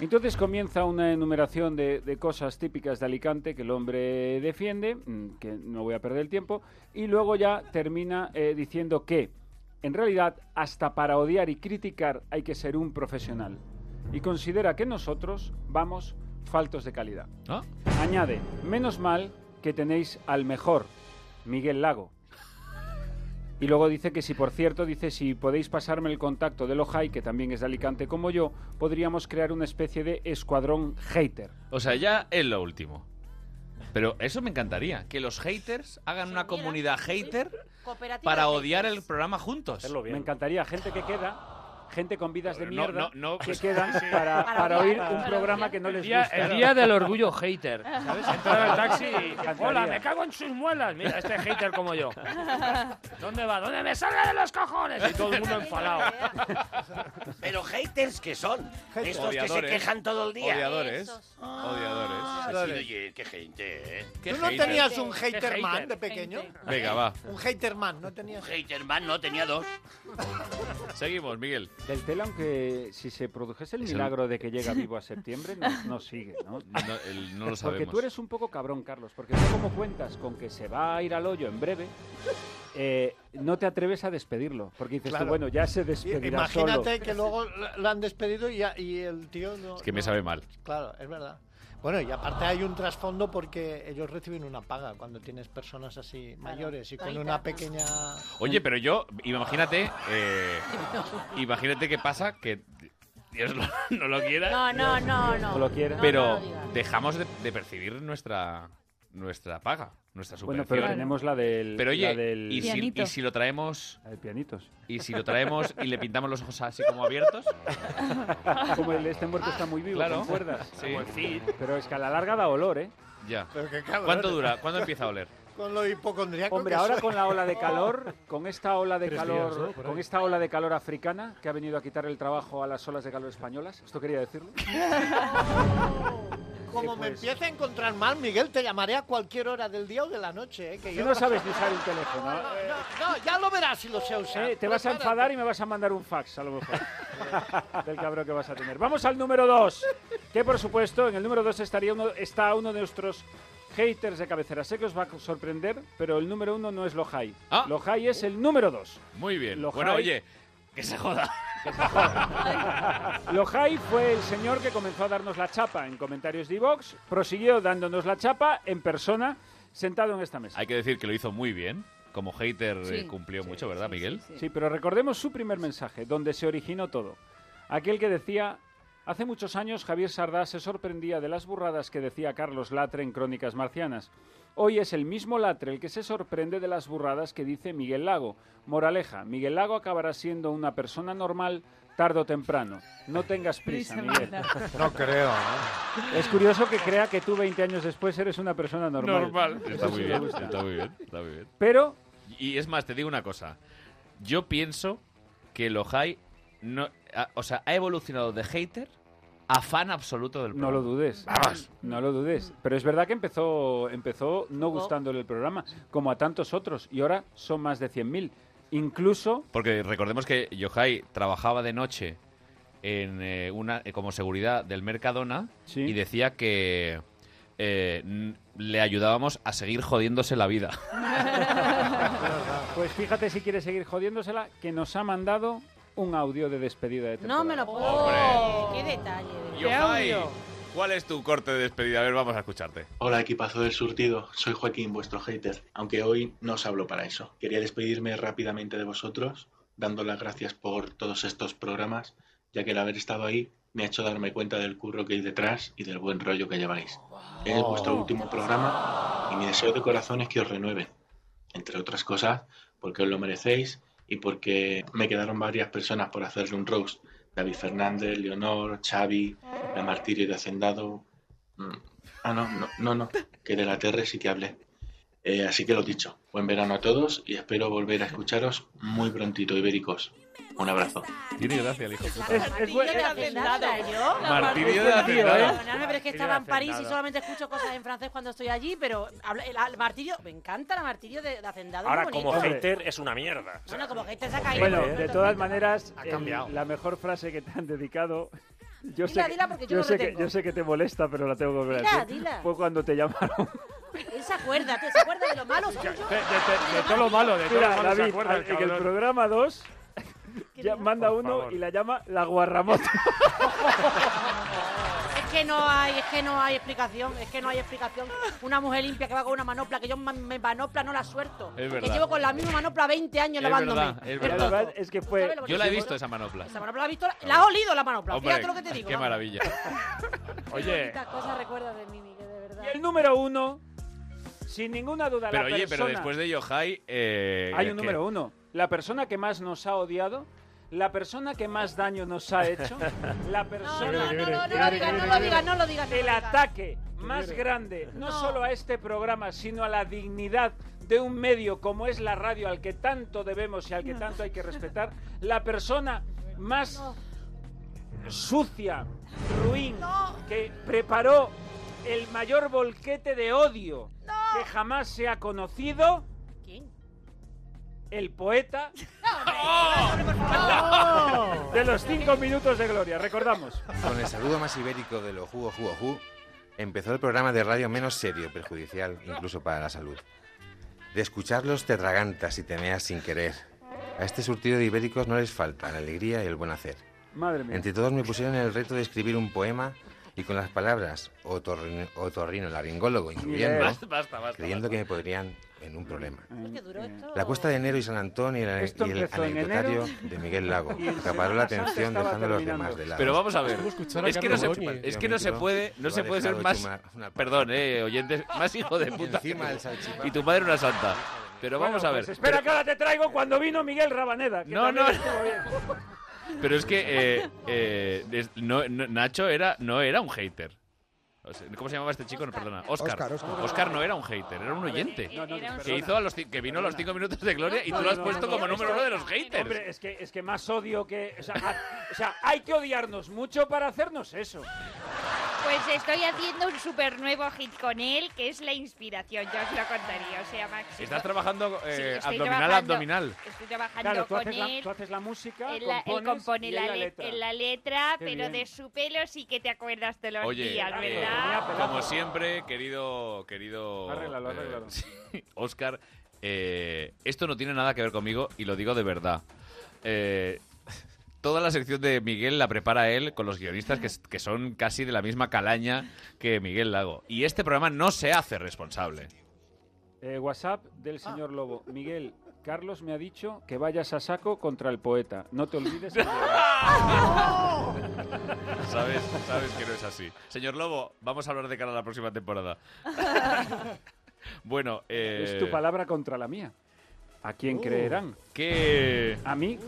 Speaker 11: Entonces comienza una enumeración de, de cosas típicas de Alicante que el hombre defiende, mm, que no voy a perder el tiempo, y luego ya termina eh, diciendo que, en realidad, hasta para odiar y criticar hay que ser un profesional. Y considera que nosotros vamos faltos de calidad.
Speaker 1: ¿Ah?
Speaker 11: Añade, menos mal que tenéis al mejor, Miguel Lago. Y luego dice que si, por cierto, dice si podéis pasarme el contacto de Lojai, que también es de Alicante como yo, podríamos crear una especie de escuadrón hater.
Speaker 1: O sea, ya es lo último. Pero eso me encantaría, que los haters hagan una comunidad hater
Speaker 12: Cooperativa
Speaker 1: para
Speaker 12: de
Speaker 1: odiar el
Speaker 12: haters.
Speaker 1: programa juntos.
Speaker 5: Hacerlo bien.
Speaker 11: Me encantaría gente que queda, gente con vidas de
Speaker 1: No,
Speaker 11: mierda,
Speaker 1: no, no.
Speaker 11: que quedan para, para oír un
Speaker 36: Para
Speaker 11: programa
Speaker 36: odiar.
Speaker 11: que no
Speaker 6: El
Speaker 11: les
Speaker 6: día,
Speaker 11: gusta.
Speaker 6: el día del orgullo hater. ¿Sabes? Entrar al taxi y.
Speaker 11: Encantaría.
Speaker 6: ¡Hola, me cago en sus muelas! Mira, este hater como yo. ¿Dónde va? ¿Dónde me salga de los cojones? Y todo el mundo enfadado.
Speaker 7: Pero haters que son. Estos que se
Speaker 1: Odiadores.
Speaker 7: quejan todo el día.
Speaker 1: Odiadores.
Speaker 12: Esos.
Speaker 7: Ah,
Speaker 1: Odiadores.
Speaker 7: sí,
Speaker 4: Odiadores.
Speaker 7: oye, qué gente, ¿eh?
Speaker 1: ¿Qué
Speaker 4: ¿Tú no
Speaker 1: haters?
Speaker 4: tenías un
Speaker 6: Qué
Speaker 4: hater man
Speaker 6: hater.
Speaker 4: de pequeño?
Speaker 1: Venga, va.
Speaker 4: Un hater man, ¿no tenías?
Speaker 7: Un hater man no tenía dos.
Speaker 1: Seguimos, Miguel.
Speaker 11: Del tel, aunque si se produjese el
Speaker 1: Es el-
Speaker 11: milagro de que llega vivo a septiembre, no, no sigue, ¿no?
Speaker 1: No, el- no
Speaker 11: Porque
Speaker 1: lo sabemos.
Speaker 11: tú eres un poco cabrón, Carlos, porque tú como cuentas con que se va a ir al hoyo en breve, eh, no te atreves a despedirlo, porque dices tú,
Speaker 4: Claro.
Speaker 11: bueno, ya se
Speaker 4: I-
Speaker 11: despedirá
Speaker 4: Imagínate
Speaker 11: solo.
Speaker 4: que luego lo lo han despedido y, ya- y el tío no.
Speaker 1: Es que me
Speaker 4: no-
Speaker 1: sabe mal.
Speaker 4: Claro, es verdad. Bueno, y aparte hay un trasfondo porque ellos reciben una paga cuando tienes personas así mayores y con
Speaker 12: Ahorita.
Speaker 4: una pequeña.
Speaker 1: Oye, pero yo, imagínate, eh, imagínate qué pasa, que Dios lo- no lo quiera,
Speaker 12: No, no, no, no.
Speaker 11: No lo quiere.
Speaker 12: No, no
Speaker 1: pero
Speaker 12: lo digas.
Speaker 1: dejamos de, de percibir nuestra nuestra paga, nuestra
Speaker 11: Bueno,
Speaker 1: subvención.
Speaker 11: pero tenemos la del,
Speaker 1: Pero
Speaker 11: la
Speaker 1: oye,
Speaker 11: del,
Speaker 1: y, si,
Speaker 36: Pianito.
Speaker 1: y si lo traemos
Speaker 11: la del pianitos.
Speaker 1: y si lo traemos y le pintamos los ojos así como abiertos,
Speaker 11: Como el este muerto está muy vivo,
Speaker 1: Claro.
Speaker 11: ¿te acuerdas?
Speaker 1: Sí. Como el
Speaker 11: Pero es que a la larga da olor, ¿eh?
Speaker 1: ya.
Speaker 4: Pero qué cabrón,
Speaker 1: ¿Cuánto dura? ¿Cuándo empieza a oler?
Speaker 4: Con lo hipocondriaco.
Speaker 11: Hombre,
Speaker 4: que
Speaker 11: ahora
Speaker 4: soy.
Speaker 11: con la ola de calor, con esta ola de
Speaker 37: Tres
Speaker 11: calor,
Speaker 37: días, ¿no? Por ahí.
Speaker 11: con esta ola de calor africana que ha venido a quitar el trabajo a las olas de calor españolas, esto quería decirlo.
Speaker 4: Como
Speaker 11: Sí,
Speaker 4: me
Speaker 11: pues.
Speaker 4: empiece a encontrar mal, Miguel, te llamaré a cualquier hora del día o de la noche. ¿eh? Que
Speaker 11: Tú
Speaker 4: yo
Speaker 11: no sabes ni usar el teléfono.
Speaker 4: No, no, ya lo verás si lo sé usar. Pues
Speaker 11: Eh, te vas a enfadar y me vas a mandar un fax, a lo mejor. Del cabrón que vas a tener. Vamos al número 2. Que por supuesto, en el número 2 estaría uno, está uno de nuestros haters de cabecera. Sé que os va a sorprender, pero el número 1 no es Lojai.
Speaker 1: Ah.
Speaker 11: Lojai es el número 2.
Speaker 1: Muy bien.
Speaker 11: Lo
Speaker 1: bueno,
Speaker 11: high.
Speaker 1: oye, que se joda.
Speaker 11: Lojai fue el señor que comenzó a darnos la chapa en comentarios de Vox, prosiguió dándonos la chapa en persona, sentado en esta mesa.
Speaker 1: Hay que decir que lo hizo muy bien. Como hater eh,
Speaker 36: Sí.
Speaker 1: cumplió mucho, ¿verdad, Miguel?
Speaker 11: Sí, pero recordemos su primer mensaje, donde se originó todo. Aquel que decía, hace muchos años Javier Sardá se sorprendía de las burradas que decía Carlos Latre en Crónicas Marcianas. Hoy es el mismo Latre el que se sorprende de las burradas que dice Miguel Lago. Moraleja, Miguel Lago acabará siendo una persona normal tarde o temprano. No tengas prisa, Miguel.
Speaker 37: No creo. ¿eh?
Speaker 11: Es curioso que crea que tú 20 años después eres una persona normal.
Speaker 1: Está
Speaker 11: Eso
Speaker 1: muy
Speaker 11: sí me
Speaker 1: bien,
Speaker 11: gusta.
Speaker 1: está muy bien, está muy bien.
Speaker 11: Pero
Speaker 1: Y es más, te digo una cosa. Yo pienso que Lojai no, a- o sea, ha evolucionado de hater a fan absoluto del
Speaker 11: No
Speaker 1: programa.
Speaker 11: lo dudes. No lo dudes. Pero es verdad que empezó, empezó no gustándole el programa, como a tantos otros, y ahora son más de 100.000. Incluso,
Speaker 1: Porque recordemos que Lojai trabajaba de noche en eh, una eh, como seguridad del Mercadona
Speaker 11: Sí.
Speaker 1: y decía que eh, n- le ayudábamos a seguir jodiéndose la vida.
Speaker 11: pues fíjate si quieres seguir jodiéndosela, que nos ha mandado un audio de despedida de temporada.
Speaker 12: No me lo puedo.
Speaker 1: Hombre.
Speaker 12: ¡Qué detalle! de verdad.
Speaker 1: Yojai, ¿cuál es tu corte de despedida? A ver, vamos a escucharte.
Speaker 10: Hola equipazo del surtido, soy Joaquín, vuestro hater, aunque hoy no os hablo para eso. Quería despedirme rápidamente de vosotros, dando las gracias por todos estos programas, ya que el haber estado ahí me ha hecho darme cuenta del curro que hay detrás y del buen rollo que lleváis. Es vuestro último programa y mi deseo de corazón es que os renueven, entre otras cosas porque os lo merecéis y porque me quedaron varias personas por hacerle un roast. David Fernández, Leonor, Xavi, La Martirio de Hacendado, Mm. Ah, no, no, no, no, que de la Terre sí que hablé. Eh, así que lo dicho, buen verano a todos y espero volver a escucharos muy prontito, ibéricos. Un abrazo.
Speaker 1: Tiene gracia el hijo. puta.
Speaker 12: Martirio de Hacendada, yo.
Speaker 1: Martirio de Hacendada.
Speaker 12: Perdonadme, pero es que estaba en París y solamente escucho cosas en francés cuando estoy allí, pero habla- el, el martirio, me encanta la martirio de, de Hacendado.
Speaker 5: Ahora,
Speaker 12: muy
Speaker 5: como
Speaker 12: bonito.
Speaker 5: hater, es una mierda.
Speaker 12: Bueno, como hater se ha caído.
Speaker 11: Bueno,
Speaker 12: ¿no?
Speaker 11: de todas maneras,
Speaker 4: Ha
Speaker 11: el-
Speaker 4: cambiado.
Speaker 11: la mejor frase que te han dedicado Yo
Speaker 12: Dila,
Speaker 11: sé, que-
Speaker 12: dila, porque yo
Speaker 11: yo
Speaker 12: no lo
Speaker 11: sé que,
Speaker 12: tengo.
Speaker 11: yo sé que te molesta, pero la tengo que volver a
Speaker 12: Dila,
Speaker 11: decir.
Speaker 12: dila.
Speaker 11: Fue cuando te llamaron.
Speaker 12: Él se acuerda, tío, se acuerda de lo malo suyo.
Speaker 6: De todo lo malo, de todo
Speaker 11: Mira,
Speaker 6: lo malo se
Speaker 11: David,
Speaker 6: acuerda el
Speaker 11: en el
Speaker 6: cabrón.
Speaker 11: programa 2 ya manda
Speaker 6: Por
Speaker 11: uno
Speaker 6: favor.
Speaker 11: y la llama la guarramota.
Speaker 12: Es que no hay, es que no hay explicación, es que no hay explicación. Una mujer limpia que va con una manopla, que yo ma- me manopla no la suelto.
Speaker 1: Es
Speaker 12: Que
Speaker 1: verdad.
Speaker 12: llevo con la misma manopla 20 años
Speaker 1: Es
Speaker 12: lavándome.
Speaker 1: verdad, es
Speaker 11: La
Speaker 1: verdad.
Speaker 11: verdad es que fue...
Speaker 12: ¿Sabes lo que
Speaker 1: Yo la he
Speaker 12: te digo,
Speaker 1: visto
Speaker 12: no?
Speaker 1: esa manopla.
Speaker 12: Esa manopla la has visto, la- la has olido la manopla,
Speaker 1: Hombre,
Speaker 12: fíjate lo que te digo.
Speaker 1: Qué
Speaker 12: vamos.
Speaker 1: maravilla.
Speaker 6: Oye,
Speaker 12: Estas cosas recuerdas de mí, Miguel, de verdad.
Speaker 11: Y el número uno, sin ninguna duda,
Speaker 1: Pero
Speaker 11: la
Speaker 1: oye, pero
Speaker 11: persona-
Speaker 1: después de Yohai. Eh,
Speaker 11: Hay
Speaker 1: que-
Speaker 11: un número uno. La persona que más nos ha odiado, la persona que más daño nos ha hecho, la
Speaker 12: No,
Speaker 11: persona...
Speaker 12: no, no, no, no lo digas, no lo digas, no lo digas. no
Speaker 11: El
Speaker 12: lo digas.
Speaker 11: ataque más grande, no, solo a este programa, sino a la dignidad de un medio como es la radio, al que tanto debemos y al que tanto hay que respetar, la persona más sucia, ruin, que preparó el mayor volquete de odio que jamás se ha conocido,
Speaker 12: ¿Quién?
Speaker 11: el poeta
Speaker 12: No.
Speaker 11: de los cinco minutos de gloria, recordamos.
Speaker 20: Con el saludo más ibérico de los jugo jugo ju, empezó el programa de radio menos serio, perjudicial incluso para la salud. De escucharlos te tragantas y te meas sin querer. A este surtido de ibéricos no les falta la alegría y el buen hacer.
Speaker 11: Madre mía.
Speaker 20: Entre todos me pusieron el reto de escribir un poema y con las palabras otorrino, laringólogo incluyendo,
Speaker 1: Basta, basta, basta,
Speaker 20: creyendo que me podrían en un problema.
Speaker 12: ¿Qué duró esto?
Speaker 20: La cuesta de enero y San Antonio y, la-
Speaker 11: Esto
Speaker 20: y el
Speaker 11: empezó en
Speaker 20: anecdotario
Speaker 11: enero.
Speaker 20: de Miguel Lago,
Speaker 11: Y en
Speaker 20: que acaparó
Speaker 11: Semana
Speaker 20: la
Speaker 11: Santa
Speaker 20: atención
Speaker 11: estaba
Speaker 20: dejando a los
Speaker 11: terminando.
Speaker 20: demás de lado.
Speaker 1: Pero vamos a ver.
Speaker 20: Tengo que escuchar a
Speaker 1: Es que no se,
Speaker 20: Carlos Goñi.
Speaker 1: es que no se puede, no
Speaker 20: Lo
Speaker 1: se
Speaker 20: ha
Speaker 1: puede ser
Speaker 20: dejado
Speaker 1: más.
Speaker 20: chumar una pata.
Speaker 1: Perdón, eh, oyentes, más hijo de puta.
Speaker 20: Encima del salchipapa.
Speaker 1: Y tu madre una santa. Pero vamos
Speaker 11: Bueno,
Speaker 1: a ver.
Speaker 11: pues espera que ahora te traigo cuando vino Miguel Rabaneda. que
Speaker 1: No,
Speaker 11: también
Speaker 1: no.
Speaker 11: estuvo bien.
Speaker 1: pero, pero es que eh, eh, des- no- no- Nacho era, no era un hater. O sea, ¿Cómo se llamaba este chico? No, perdona. Oscar.
Speaker 8: Oscar, Oscar.
Speaker 1: no era un hater, era un oyente.
Speaker 11: No, no, no,
Speaker 1: que,
Speaker 11: perdona.
Speaker 1: hizo a los, ci- que vino a los cinco minutos de gloria y tú lo has
Speaker 11: No, no,
Speaker 1: puesto
Speaker 11: no,
Speaker 1: como
Speaker 11: no,
Speaker 1: número
Speaker 11: esto-
Speaker 1: uno de los haters.
Speaker 11: Hombre, es que, es que más odio que. O sea, ha- o sea, hay que odiarnos mucho para hacernos eso.
Speaker 14: Pues estoy haciendo un super nuevo hit con él, que es la inspiración, yo os lo contaría, o sea, Maxi.
Speaker 1: Estás trabajando
Speaker 14: Sí,
Speaker 1: eh,
Speaker 14: estoy
Speaker 1: abdominal a
Speaker 14: trabajando-
Speaker 1: abdominal.
Speaker 14: Estoy trabajando
Speaker 11: Claro, tú
Speaker 14: con
Speaker 11: haces, la,
Speaker 14: él.
Speaker 11: tú haces la música,
Speaker 14: Él, la- él
Speaker 11: compones
Speaker 14: compone
Speaker 11: y
Speaker 14: la,
Speaker 11: él
Speaker 14: le-
Speaker 11: letra.
Speaker 14: en la letra,
Speaker 11: Qué
Speaker 14: pero
Speaker 11: bien.
Speaker 14: de su pelo sí que te acuerdas todos los
Speaker 1: Oye,
Speaker 14: días,
Speaker 1: eh,
Speaker 14: ¿verdad?
Speaker 1: como siempre, querido, querido
Speaker 11: Arréglalo,
Speaker 1: eh,
Speaker 11: arréglalo.
Speaker 1: sí, Oscar, eh, esto no tiene nada que ver conmigo y lo digo de verdad. Eh, toda la sección de Miguel la prepara él con los guionistas que, s- que son casi de la misma calaña que Miguel Lago. Y este programa no se hace responsable.
Speaker 11: Eh, WhatsApp del señor Lobo. Miguel, Carlos me ha dicho que vayas a saco contra el poeta. No te olvides. de llegar.
Speaker 1: Sabes, sabes que no es así. Señor Lobo, vamos a hablar de cara a la próxima temporada. bueno, eh, Oh.
Speaker 11: Es tu palabra contra la mía. ¿A quién creerán?
Speaker 1: ¿Qué,
Speaker 11: ¿A mí?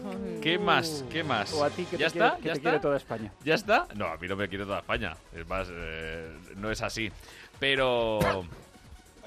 Speaker 1: ¿Qué más? ¿Qué más?
Speaker 11: ¿O a ti que
Speaker 1: ¿Ya
Speaker 11: te quiere-
Speaker 1: está?
Speaker 11: que
Speaker 1: ¿Ya
Speaker 11: te quiere
Speaker 1: está?
Speaker 11: toda España?
Speaker 1: ¿Ya está? No, a mí no me quiere toda España. Es más, eh, no es así. Pero.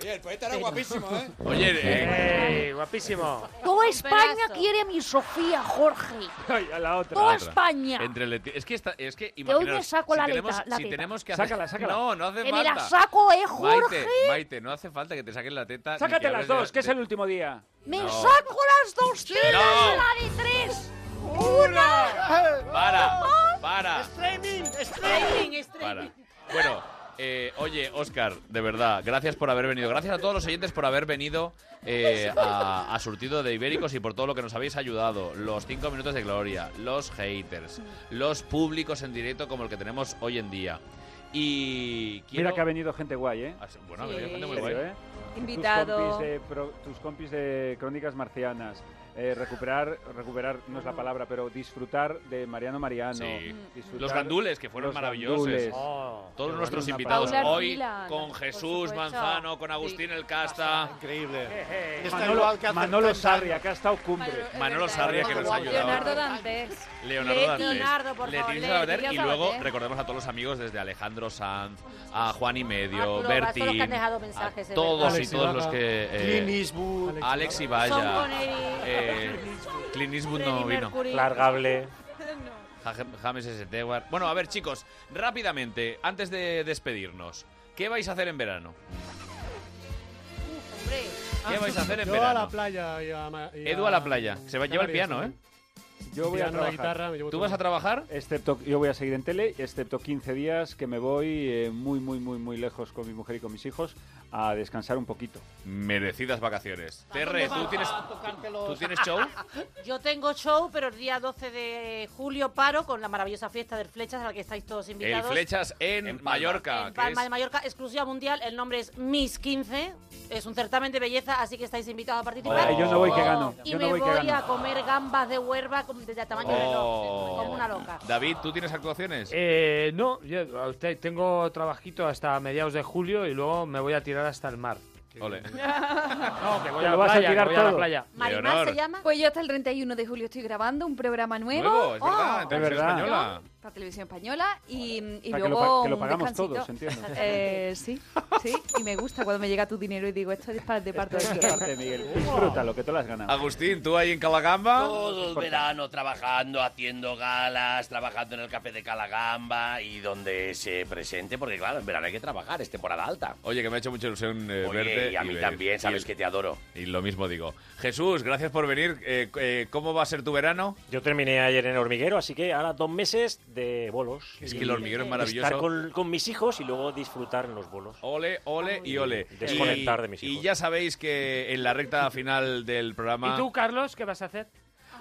Speaker 8: Oye, el poeta era guapísimo, ¿eh?
Speaker 1: Oye, eh,
Speaker 6: ¡Ey, guapísimo!
Speaker 20: Toda España quiere a mi Sofía, Jorge.
Speaker 11: Ay, a la otra.
Speaker 20: Toda
Speaker 1: la otra.
Speaker 20: España.
Speaker 1: Entre leti- es que está, es que
Speaker 20: hoy me
Speaker 1: imaginaos,
Speaker 20: saco
Speaker 1: si
Speaker 20: la
Speaker 1: tenemos,
Speaker 20: teta, la
Speaker 1: si
Speaker 20: teta.
Speaker 1: tenemos que hacer-
Speaker 11: Sácala, sácala.
Speaker 1: No, no hace
Speaker 20: Que me
Speaker 1: falta.
Speaker 20: la saco, ¿eh,
Speaker 1: Maite,
Speaker 20: Jorge?
Speaker 1: Maite, no hace falta que te saquen la teta. ni
Speaker 11: Sácate
Speaker 1: que
Speaker 11: las
Speaker 1: hables de-
Speaker 11: dos, que es
Speaker 1: de-
Speaker 11: el último día.
Speaker 20: Me
Speaker 1: No.
Speaker 20: saco las dos tetas,
Speaker 1: No.
Speaker 20: la de tres. Una.
Speaker 1: Para, para.
Speaker 20: Streaming,
Speaker 12: Streaming, streaming.
Speaker 1: Para. Bueno, eh, oye, Oscar, de verdad, gracias por haber venido. Gracias a todos los oyentes por haber venido eh, a, a Surtido de Ibéricos y por todo lo que nos habéis ayudado. Los cinco minutos de gloria, los haters, los públicos en directo como el que tenemos hoy en día. Y quiero...
Speaker 11: Mira que ha venido gente guay, ¿eh?
Speaker 1: Ah, sí, Bueno, ha
Speaker 11: Sí.
Speaker 1: venido gente muy
Speaker 11: En serio,
Speaker 1: guay.
Speaker 11: ¿eh? Tus
Speaker 14: Invitado.
Speaker 11: compis de, pro- tus compis de Crónicas Marcianas. eh, recuperar, recuperar no es la palabra, pero disfrutar de Mariano Mariano.
Speaker 1: Sí.
Speaker 11: Ah, disfrutar-
Speaker 1: Los gandules, que fueron
Speaker 11: los
Speaker 1: maravillosos. Oh,
Speaker 11: gandules.
Speaker 1: Todos
Speaker 11: qué
Speaker 1: nuestros
Speaker 11: bueno.
Speaker 1: invitados
Speaker 11: Paula
Speaker 1: hoy
Speaker 14: Arcila,
Speaker 1: con
Speaker 14: por
Speaker 1: Jesús
Speaker 14: supuesto.
Speaker 1: Manzano, con Agustín El Casta.
Speaker 8: Increíble. Está
Speaker 11: Manolo,
Speaker 8: igual que hace
Speaker 11: Manolo
Speaker 8: 30
Speaker 11: Sarria, que ha estado cumbre.
Speaker 1: Manolo Sarria, que nos ha ayudado.
Speaker 14: Leonardo Dantes.
Speaker 1: Leonardo
Speaker 12: Eh,
Speaker 14: Le-
Speaker 1: Dantes.
Speaker 14: Leonardo, por
Speaker 1: Le
Speaker 14: favor,
Speaker 1: tienes
Speaker 14: le-
Speaker 1: que Sabater
Speaker 14: Leticia
Speaker 1: y luego
Speaker 14: Sabater.
Speaker 1: recordemos a todos los amigos desde Alejandro Sanz, a Juan y Medio,
Speaker 12: Arturo Valls,
Speaker 1: Berti,
Speaker 12: todos los que han dejado mensajes,
Speaker 1: a
Speaker 12: es
Speaker 1: todos
Speaker 12: verdad.
Speaker 1: y todos los que... eh,
Speaker 8: Clint Eastwood.
Speaker 1: Alex
Speaker 12: Son
Speaker 1: Ibaya.
Speaker 12: Connery.
Speaker 1: Eh, Clint Eastwood no
Speaker 12: Freddie
Speaker 1: vino.
Speaker 12: Mercury.
Speaker 38: Largable.
Speaker 1: Ja- James S. Stewart. Bueno, a ver chicos, rápidamente, antes de despedirnos, ¿qué vais a hacer en verano? ¿Qué vais a hacer en
Speaker 4: Yo a
Speaker 1: verano?
Speaker 4: Ah, la playa y a... ma- y
Speaker 1: Edu a la playa. Se va, lleva el
Speaker 4: Canarias
Speaker 1: piano, ¿eh?
Speaker 4: también.
Speaker 11: Yo voy a
Speaker 4: Piano,
Speaker 11: trabajar.
Speaker 4: guitarra, me llevo
Speaker 11: ¿Tú
Speaker 4: todo.
Speaker 11: vas a trabajar? Excepto, yo voy a seguir en tele, excepto 15 días que me voy eh, muy, muy, muy, muy lejos con mi mujer y con mis hijos a descansar un poquito.
Speaker 1: Merecidas vacaciones. Terre, tú tienes.
Speaker 12: ¿Tú
Speaker 1: tienes show?
Speaker 12: Yo tengo show, pero el día 12 de julio paro con la maravillosa fiesta del Flechas a la que estáis todos
Speaker 1: El
Speaker 12: invitados.
Speaker 1: Flechas en, Mallorca.
Speaker 12: En
Speaker 1: que
Speaker 12: Palma
Speaker 1: es-
Speaker 12: de Mallorca, exclusiva mundial. El nombre es Miss 15. Es un certamen de belleza, así que estáis invitados a participar.
Speaker 11: Eh, yo no voy, que gano.
Speaker 12: Y
Speaker 11: Yo
Speaker 12: me
Speaker 11: no voy, que
Speaker 12: voy
Speaker 11: gano.
Speaker 12: a comer gambas de huerva con- de tamaño
Speaker 1: Oh.
Speaker 12: reloj, como una loca.
Speaker 1: David, ¿tú tienes actuaciones?
Speaker 6: Eh, no, yo a usted, tengo trabajito hasta mediados de julio y luego me voy a tirar hasta el mar.
Speaker 1: Ole.
Speaker 6: No, que voy
Speaker 11: Te
Speaker 6: a
Speaker 11: lo
Speaker 6: la
Speaker 11: vas a
Speaker 6: playa, que
Speaker 11: tirar
Speaker 6: voy a la
Speaker 11: todo.
Speaker 6: playa.
Speaker 1: Leonor.
Speaker 12: llama?
Speaker 3: Pues yo hasta el 31 de julio estoy grabando un programa nuevo.
Speaker 1: Nuevo, es verdad,
Speaker 3: Oh.
Speaker 1: en televisión
Speaker 11: verdad.
Speaker 1: española.
Speaker 3: Para televisión española y, y
Speaker 11: O sea, que lo
Speaker 3: luego.
Speaker 11: pa- que lo
Speaker 3: un
Speaker 11: pagamos
Speaker 3: descansito.
Speaker 11: todos, entiendo.
Speaker 3: Eh, sí, sí, y me gusta cuando me llega tu dinero y digo, esto es pa- de parte de
Speaker 11: Este
Speaker 3: Miguel.
Speaker 11: parte, Miguel. Disfruta lo que te lo has ganado.
Speaker 1: Agustín, tú ahí en Calagamba.
Speaker 7: Todo el verano trabajando, haciendo galas, trabajando en el café de Calagamba y donde se presente, porque claro, en verano hay que trabajar, es temporada alta.
Speaker 1: Oye, que me ha hecho mucha ilusión eh,
Speaker 7: Oye,
Speaker 1: verte.
Speaker 7: y a mí también, sabes que te adoro.
Speaker 1: Y lo mismo digo. Jesús, gracias por venir. Eh, eh, ¿Cómo va a ser tu verano?
Speaker 5: Yo terminé ayer en Hormiguero, así que ahora dos meses de bolos.
Speaker 1: Es
Speaker 5: Y
Speaker 1: que el Hormiguero es maravilloso.
Speaker 5: Estar con, con mis hijos y luego disfrutar en los bolos.
Speaker 1: Ole, ole y ole.
Speaker 5: Desconectar
Speaker 1: Y-
Speaker 5: de mis hijos.
Speaker 1: Y ya sabéis que en la recta final del programa...
Speaker 6: ¿Y tú, Carlos, qué vas a hacer?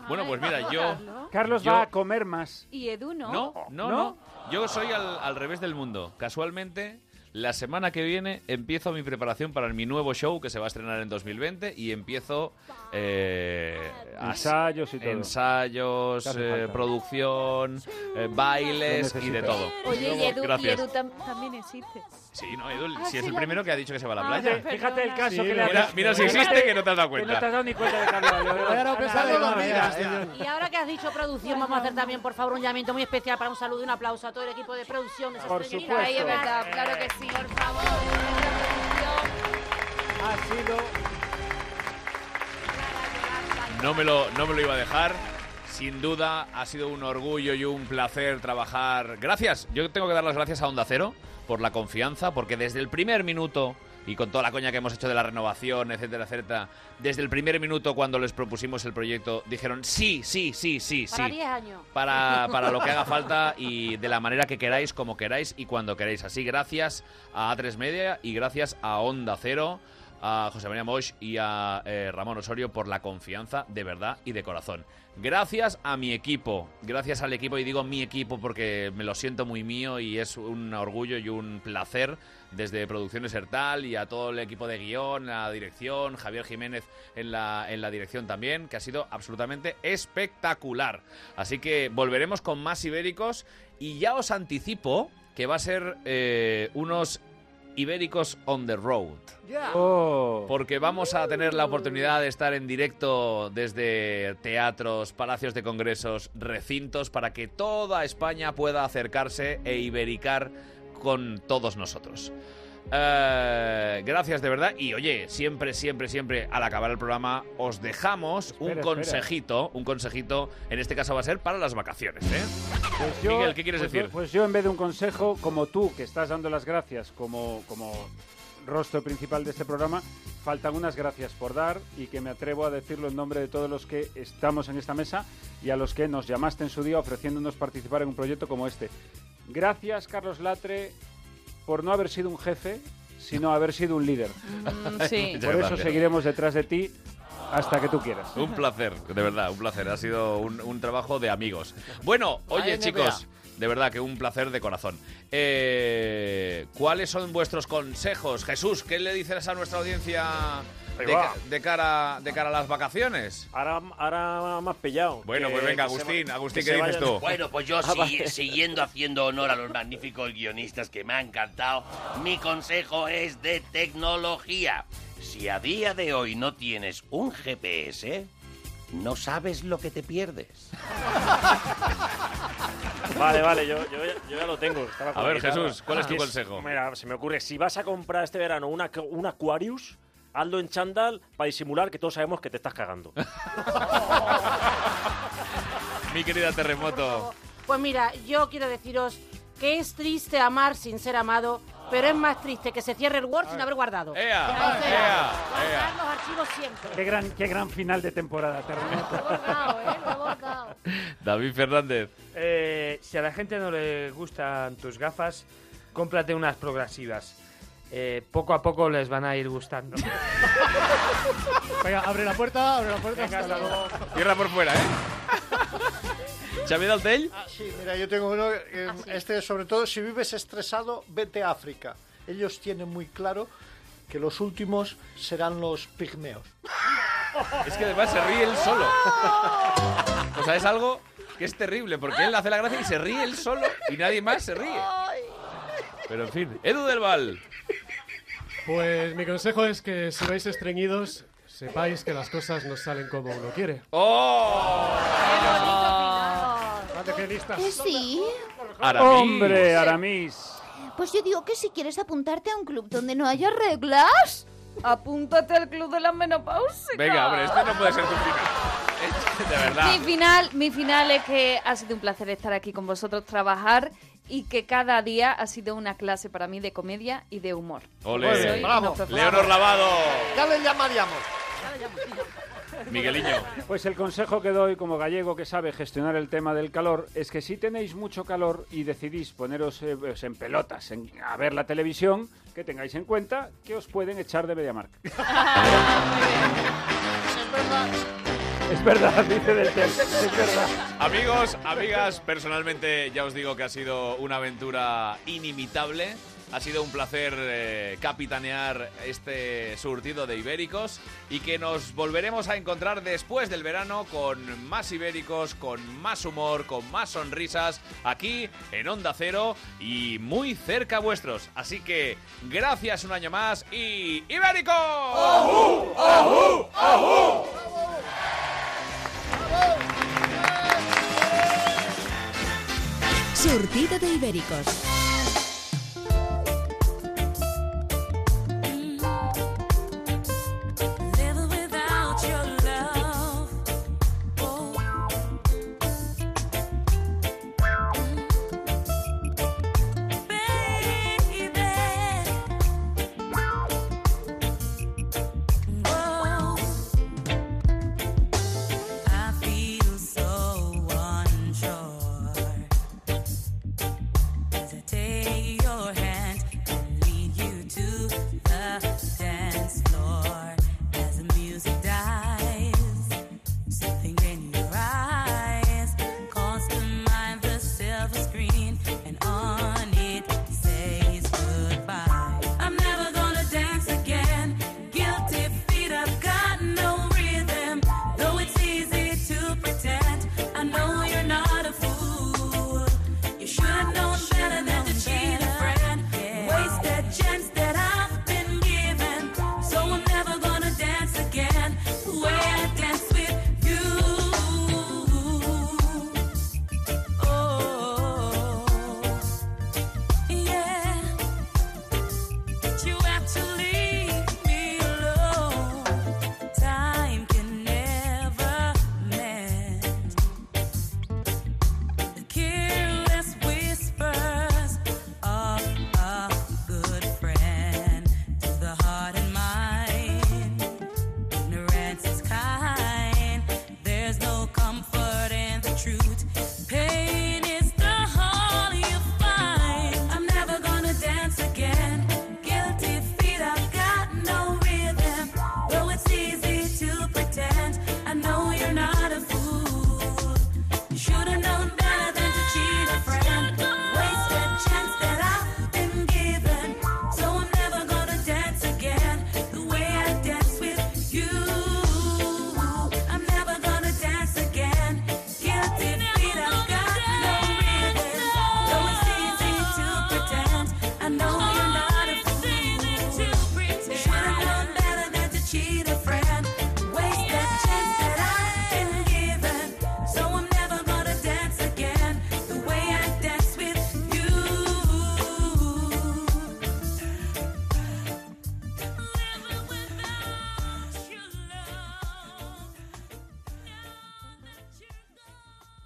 Speaker 1: Bueno, pues mira, yo...
Speaker 11: Carlos
Speaker 1: yo-
Speaker 11: va a comer más.
Speaker 3: Y Edu no.
Speaker 1: No, no, no. Yo soy al, al revés del mundo. Casualmente, la semana que viene empiezo mi preparación para mi nuevo show que se va a estrenar en 2020 y empiezo eh, a-
Speaker 11: Ensayos y todo.
Speaker 1: Ensayos,
Speaker 11: Te hace
Speaker 1: eh,
Speaker 11: falta.
Speaker 1: producción, eh, bailes
Speaker 11: Lo
Speaker 1: y de
Speaker 11: necesitas.
Speaker 1: todo.
Speaker 3: Oye, y Edu, y
Speaker 1: Gracias.
Speaker 3: Edu tam- también existe.
Speaker 1: Sí, no, Edu,
Speaker 3: Ah,
Speaker 1: si es
Speaker 3: sí,
Speaker 1: el
Speaker 3: lo-
Speaker 1: primero que ha dicho que se va a la
Speaker 3: Ah,
Speaker 1: playa.
Speaker 3: perdona.
Speaker 6: Fíjate el caso
Speaker 1: Sí,
Speaker 6: que le
Speaker 1: mira-
Speaker 6: haces.
Speaker 1: mira si existe, que no te has dado cuenta.
Speaker 6: Que no te has dado ni cuenta de Carlos.
Speaker 39: Ahora que sale
Speaker 6: Ana,
Speaker 39: la
Speaker 6: Ana,
Speaker 39: vida,
Speaker 6: Ana,
Speaker 39: eh.
Speaker 6: Ana.
Speaker 12: Y ahora que has dicho producción, vamos a hacer también, por favor, un llamamiento muy especial para un saludo y un aplauso a todo el equipo de producción. de
Speaker 11: Por
Speaker 12: Sostenibilidad.
Speaker 11: supuesto. Ay, es
Speaker 3: verdad, claro que sí.
Speaker 12: Por favor.
Speaker 11: Ha sido
Speaker 1: No me, lo, no me lo iba a dejar. Sin duda, ha sido un orgullo y un placer trabajar. Gracias. Yo tengo que dar las gracias a Onda Cero por la confianza, porque desde el primer minuto, y con toda la coña que hemos hecho de la renovación, etcétera, etcétera, desde el primer minuto cuando les propusimos el proyecto, dijeron sí, sí, sí, sí, sí.
Speaker 12: Para 10 años.
Speaker 1: Para, para lo que haga falta y de la manera que queráis, como queráis y cuando queráis. Así, gracias a A3 Media y gracias a Onda Cero, a José María Mosch y a eh, Ramón Osorio por la confianza de verdad y de corazón. Gracias a mi equipo, gracias al equipo, y digo mi equipo porque me lo siento muy mío y es un orgullo y un placer desde Producciones Hertal y a todo el equipo de guión, la dirección, Javier Jiménez en la, en la dirección también, que ha sido absolutamente espectacular. Así que volveremos con más ibéricos y ya os anticipo que va a ser eh, unos ibéricos on the road.
Speaker 6: Oh.
Speaker 1: Porque vamos a tener la oportunidad de estar en directo desde teatros, palacios de congresos, recintos, para que toda España pueda acercarse e ibericar con todos nosotros. Eh, gracias de verdad. Y oye, siempre, siempre, siempre, al acabar el programa, os dejamos un
Speaker 11: espera.
Speaker 1: consejito. Un consejito, en este caso va a ser para las vacaciones, ¿eh?
Speaker 11: Pues yo-
Speaker 1: Miguel, ¿qué quieres
Speaker 11: pues yo-
Speaker 1: decir?
Speaker 11: pues yo, en vez de un consejo, como tú, que estás dando las gracias como, como rostro principal de este programa, faltan unas gracias por dar y que me atrevo a decirlo en nombre de todos los que estamos en esta mesa y a los que nos llamaste en su día ofreciéndonos participar en un proyecto como este. Gracias, Carlos Latre, por no haber sido un jefe, sino haber sido un líder.
Speaker 3: sí.
Speaker 11: Por eso
Speaker 1: Gracias.
Speaker 11: seguiremos detrás de ti hasta que tú quieras.
Speaker 1: Un placer, de verdad, un placer. Ha sido un, un trabajo de amigos. Bueno, oye
Speaker 39: NBA.
Speaker 1: chicos, de verdad que un placer de corazón. Eh, ¿Cuáles son vuestros consejos? Jesús, ¿qué le dices a nuestra audiencia de,
Speaker 5: Ahí va.
Speaker 1: ca- de cara, de cara a las vacaciones?
Speaker 5: Ahora, ahora me has pillado.
Speaker 1: Bueno,
Speaker 5: Que-
Speaker 1: pues venga,
Speaker 5: que se va-
Speaker 1: Agustín, Agustín,
Speaker 5: que
Speaker 1: ¿qué
Speaker 5: se
Speaker 1: dices
Speaker 5: vayan-
Speaker 1: tú?
Speaker 7: Bueno, pues yo
Speaker 5: Ah,
Speaker 7: sigui-
Speaker 5: vale.
Speaker 7: siguiendo haciendo honor a los magníficos guionistas que me han encantado, mi consejo es de tecnología. Si a día de hoy no tienes un GPS, no sabes lo que te pierdes.
Speaker 5: Vale, vale, yo, yo ya- yo ya lo tengo. estaba con
Speaker 1: A
Speaker 5: la
Speaker 1: ver,
Speaker 5: guitarra.
Speaker 1: Jesús, ¿cuál es tu
Speaker 5: Que
Speaker 1: consejo?
Speaker 5: Mira, se me ocurre, si vas a comprar este verano una, un Aquarius, hazlo en chandal para disimular que todos sabemos que te estás cagando.
Speaker 1: Mi querida Terremoto.
Speaker 12: Pues mira, yo quiero deciros que es triste amar sin ser amado, pero es más triste que se cierre el Word sin haber guardado.
Speaker 1: ¡Ea!
Speaker 12: O sea,
Speaker 1: ¡Ea!
Speaker 12: guardar los archivos siempre.
Speaker 11: Qué gran, qué gran final de temporada, Terremoto.
Speaker 12: Lo he borrado, ¿eh? Lo he borrado.
Speaker 1: David Fernández.
Speaker 6: Eh, si a la gente no le gustan tus gafas, cómprate unas progresivas. Eh, poco a poco les van a ir gustando.
Speaker 10: Venga, abre la puerta, abre la puerta. Venga, hasta luego.
Speaker 1: Tierra por fuera, ¿eh? ¿Xavi Daltell?
Speaker 4: Ah, sí, mira, yo tengo uno, eh, este sobre todo, si vives estresado, vete a África. Ellos tienen muy claro que los últimos serán los pigmeos.
Speaker 1: Es que además se ríe él solo. O sea, es algo que es terrible, porque él hace la gracia y se ríe él solo y nadie más se ríe. Pero en fin, Edu del Val.
Speaker 10: Pues mi consejo es que si vais estreñidos, sepáis que las cosas no salen como uno quiere.
Speaker 1: ¡Oh!
Speaker 10: Catequeristas.
Speaker 17: Sí.
Speaker 1: Aramis.
Speaker 11: Hombre, Aramis.
Speaker 17: Pues yo digo que si quieres apuntarte a un club donde no haya reglas,
Speaker 3: Apúntate al club de la menopausia.
Speaker 1: Venga, hombre, este no puede ser tu final. De verdad.
Speaker 3: Mi final, mi final es que ha sido un placer estar aquí con vosotros, trabajar y que cada día ha sido una clase para mí de comedia y de humor.
Speaker 1: Ole.
Speaker 3: Soy
Speaker 4: Bravo.
Speaker 3: nuestro fan.
Speaker 1: Leonor Lavado.
Speaker 4: Ya le llamaríamos.
Speaker 1: Migueliño.
Speaker 11: Pues el consejo que doy como gallego que sabe gestionar el tema del calor es que si tenéis mucho calor y decidís poneros eh, pues, en pelotas en- a ver la televisión, que tengáis en cuenta que os pueden echar de Mediamarkt. es verdad, dice del Tel, es verdad.
Speaker 1: Amigos, amigas, personalmente ya os digo que ha sido una aventura inimitable. Ha sido un placer eh, capitanear este surtido de ibéricos y que nos volveremos a encontrar después del verano con más ibéricos, con más humor, con más sonrisas aquí en Onda Cero y muy cerca vuestros. Así que gracias un año más y ibéricos.
Speaker 2: Surtido de Ibéricos.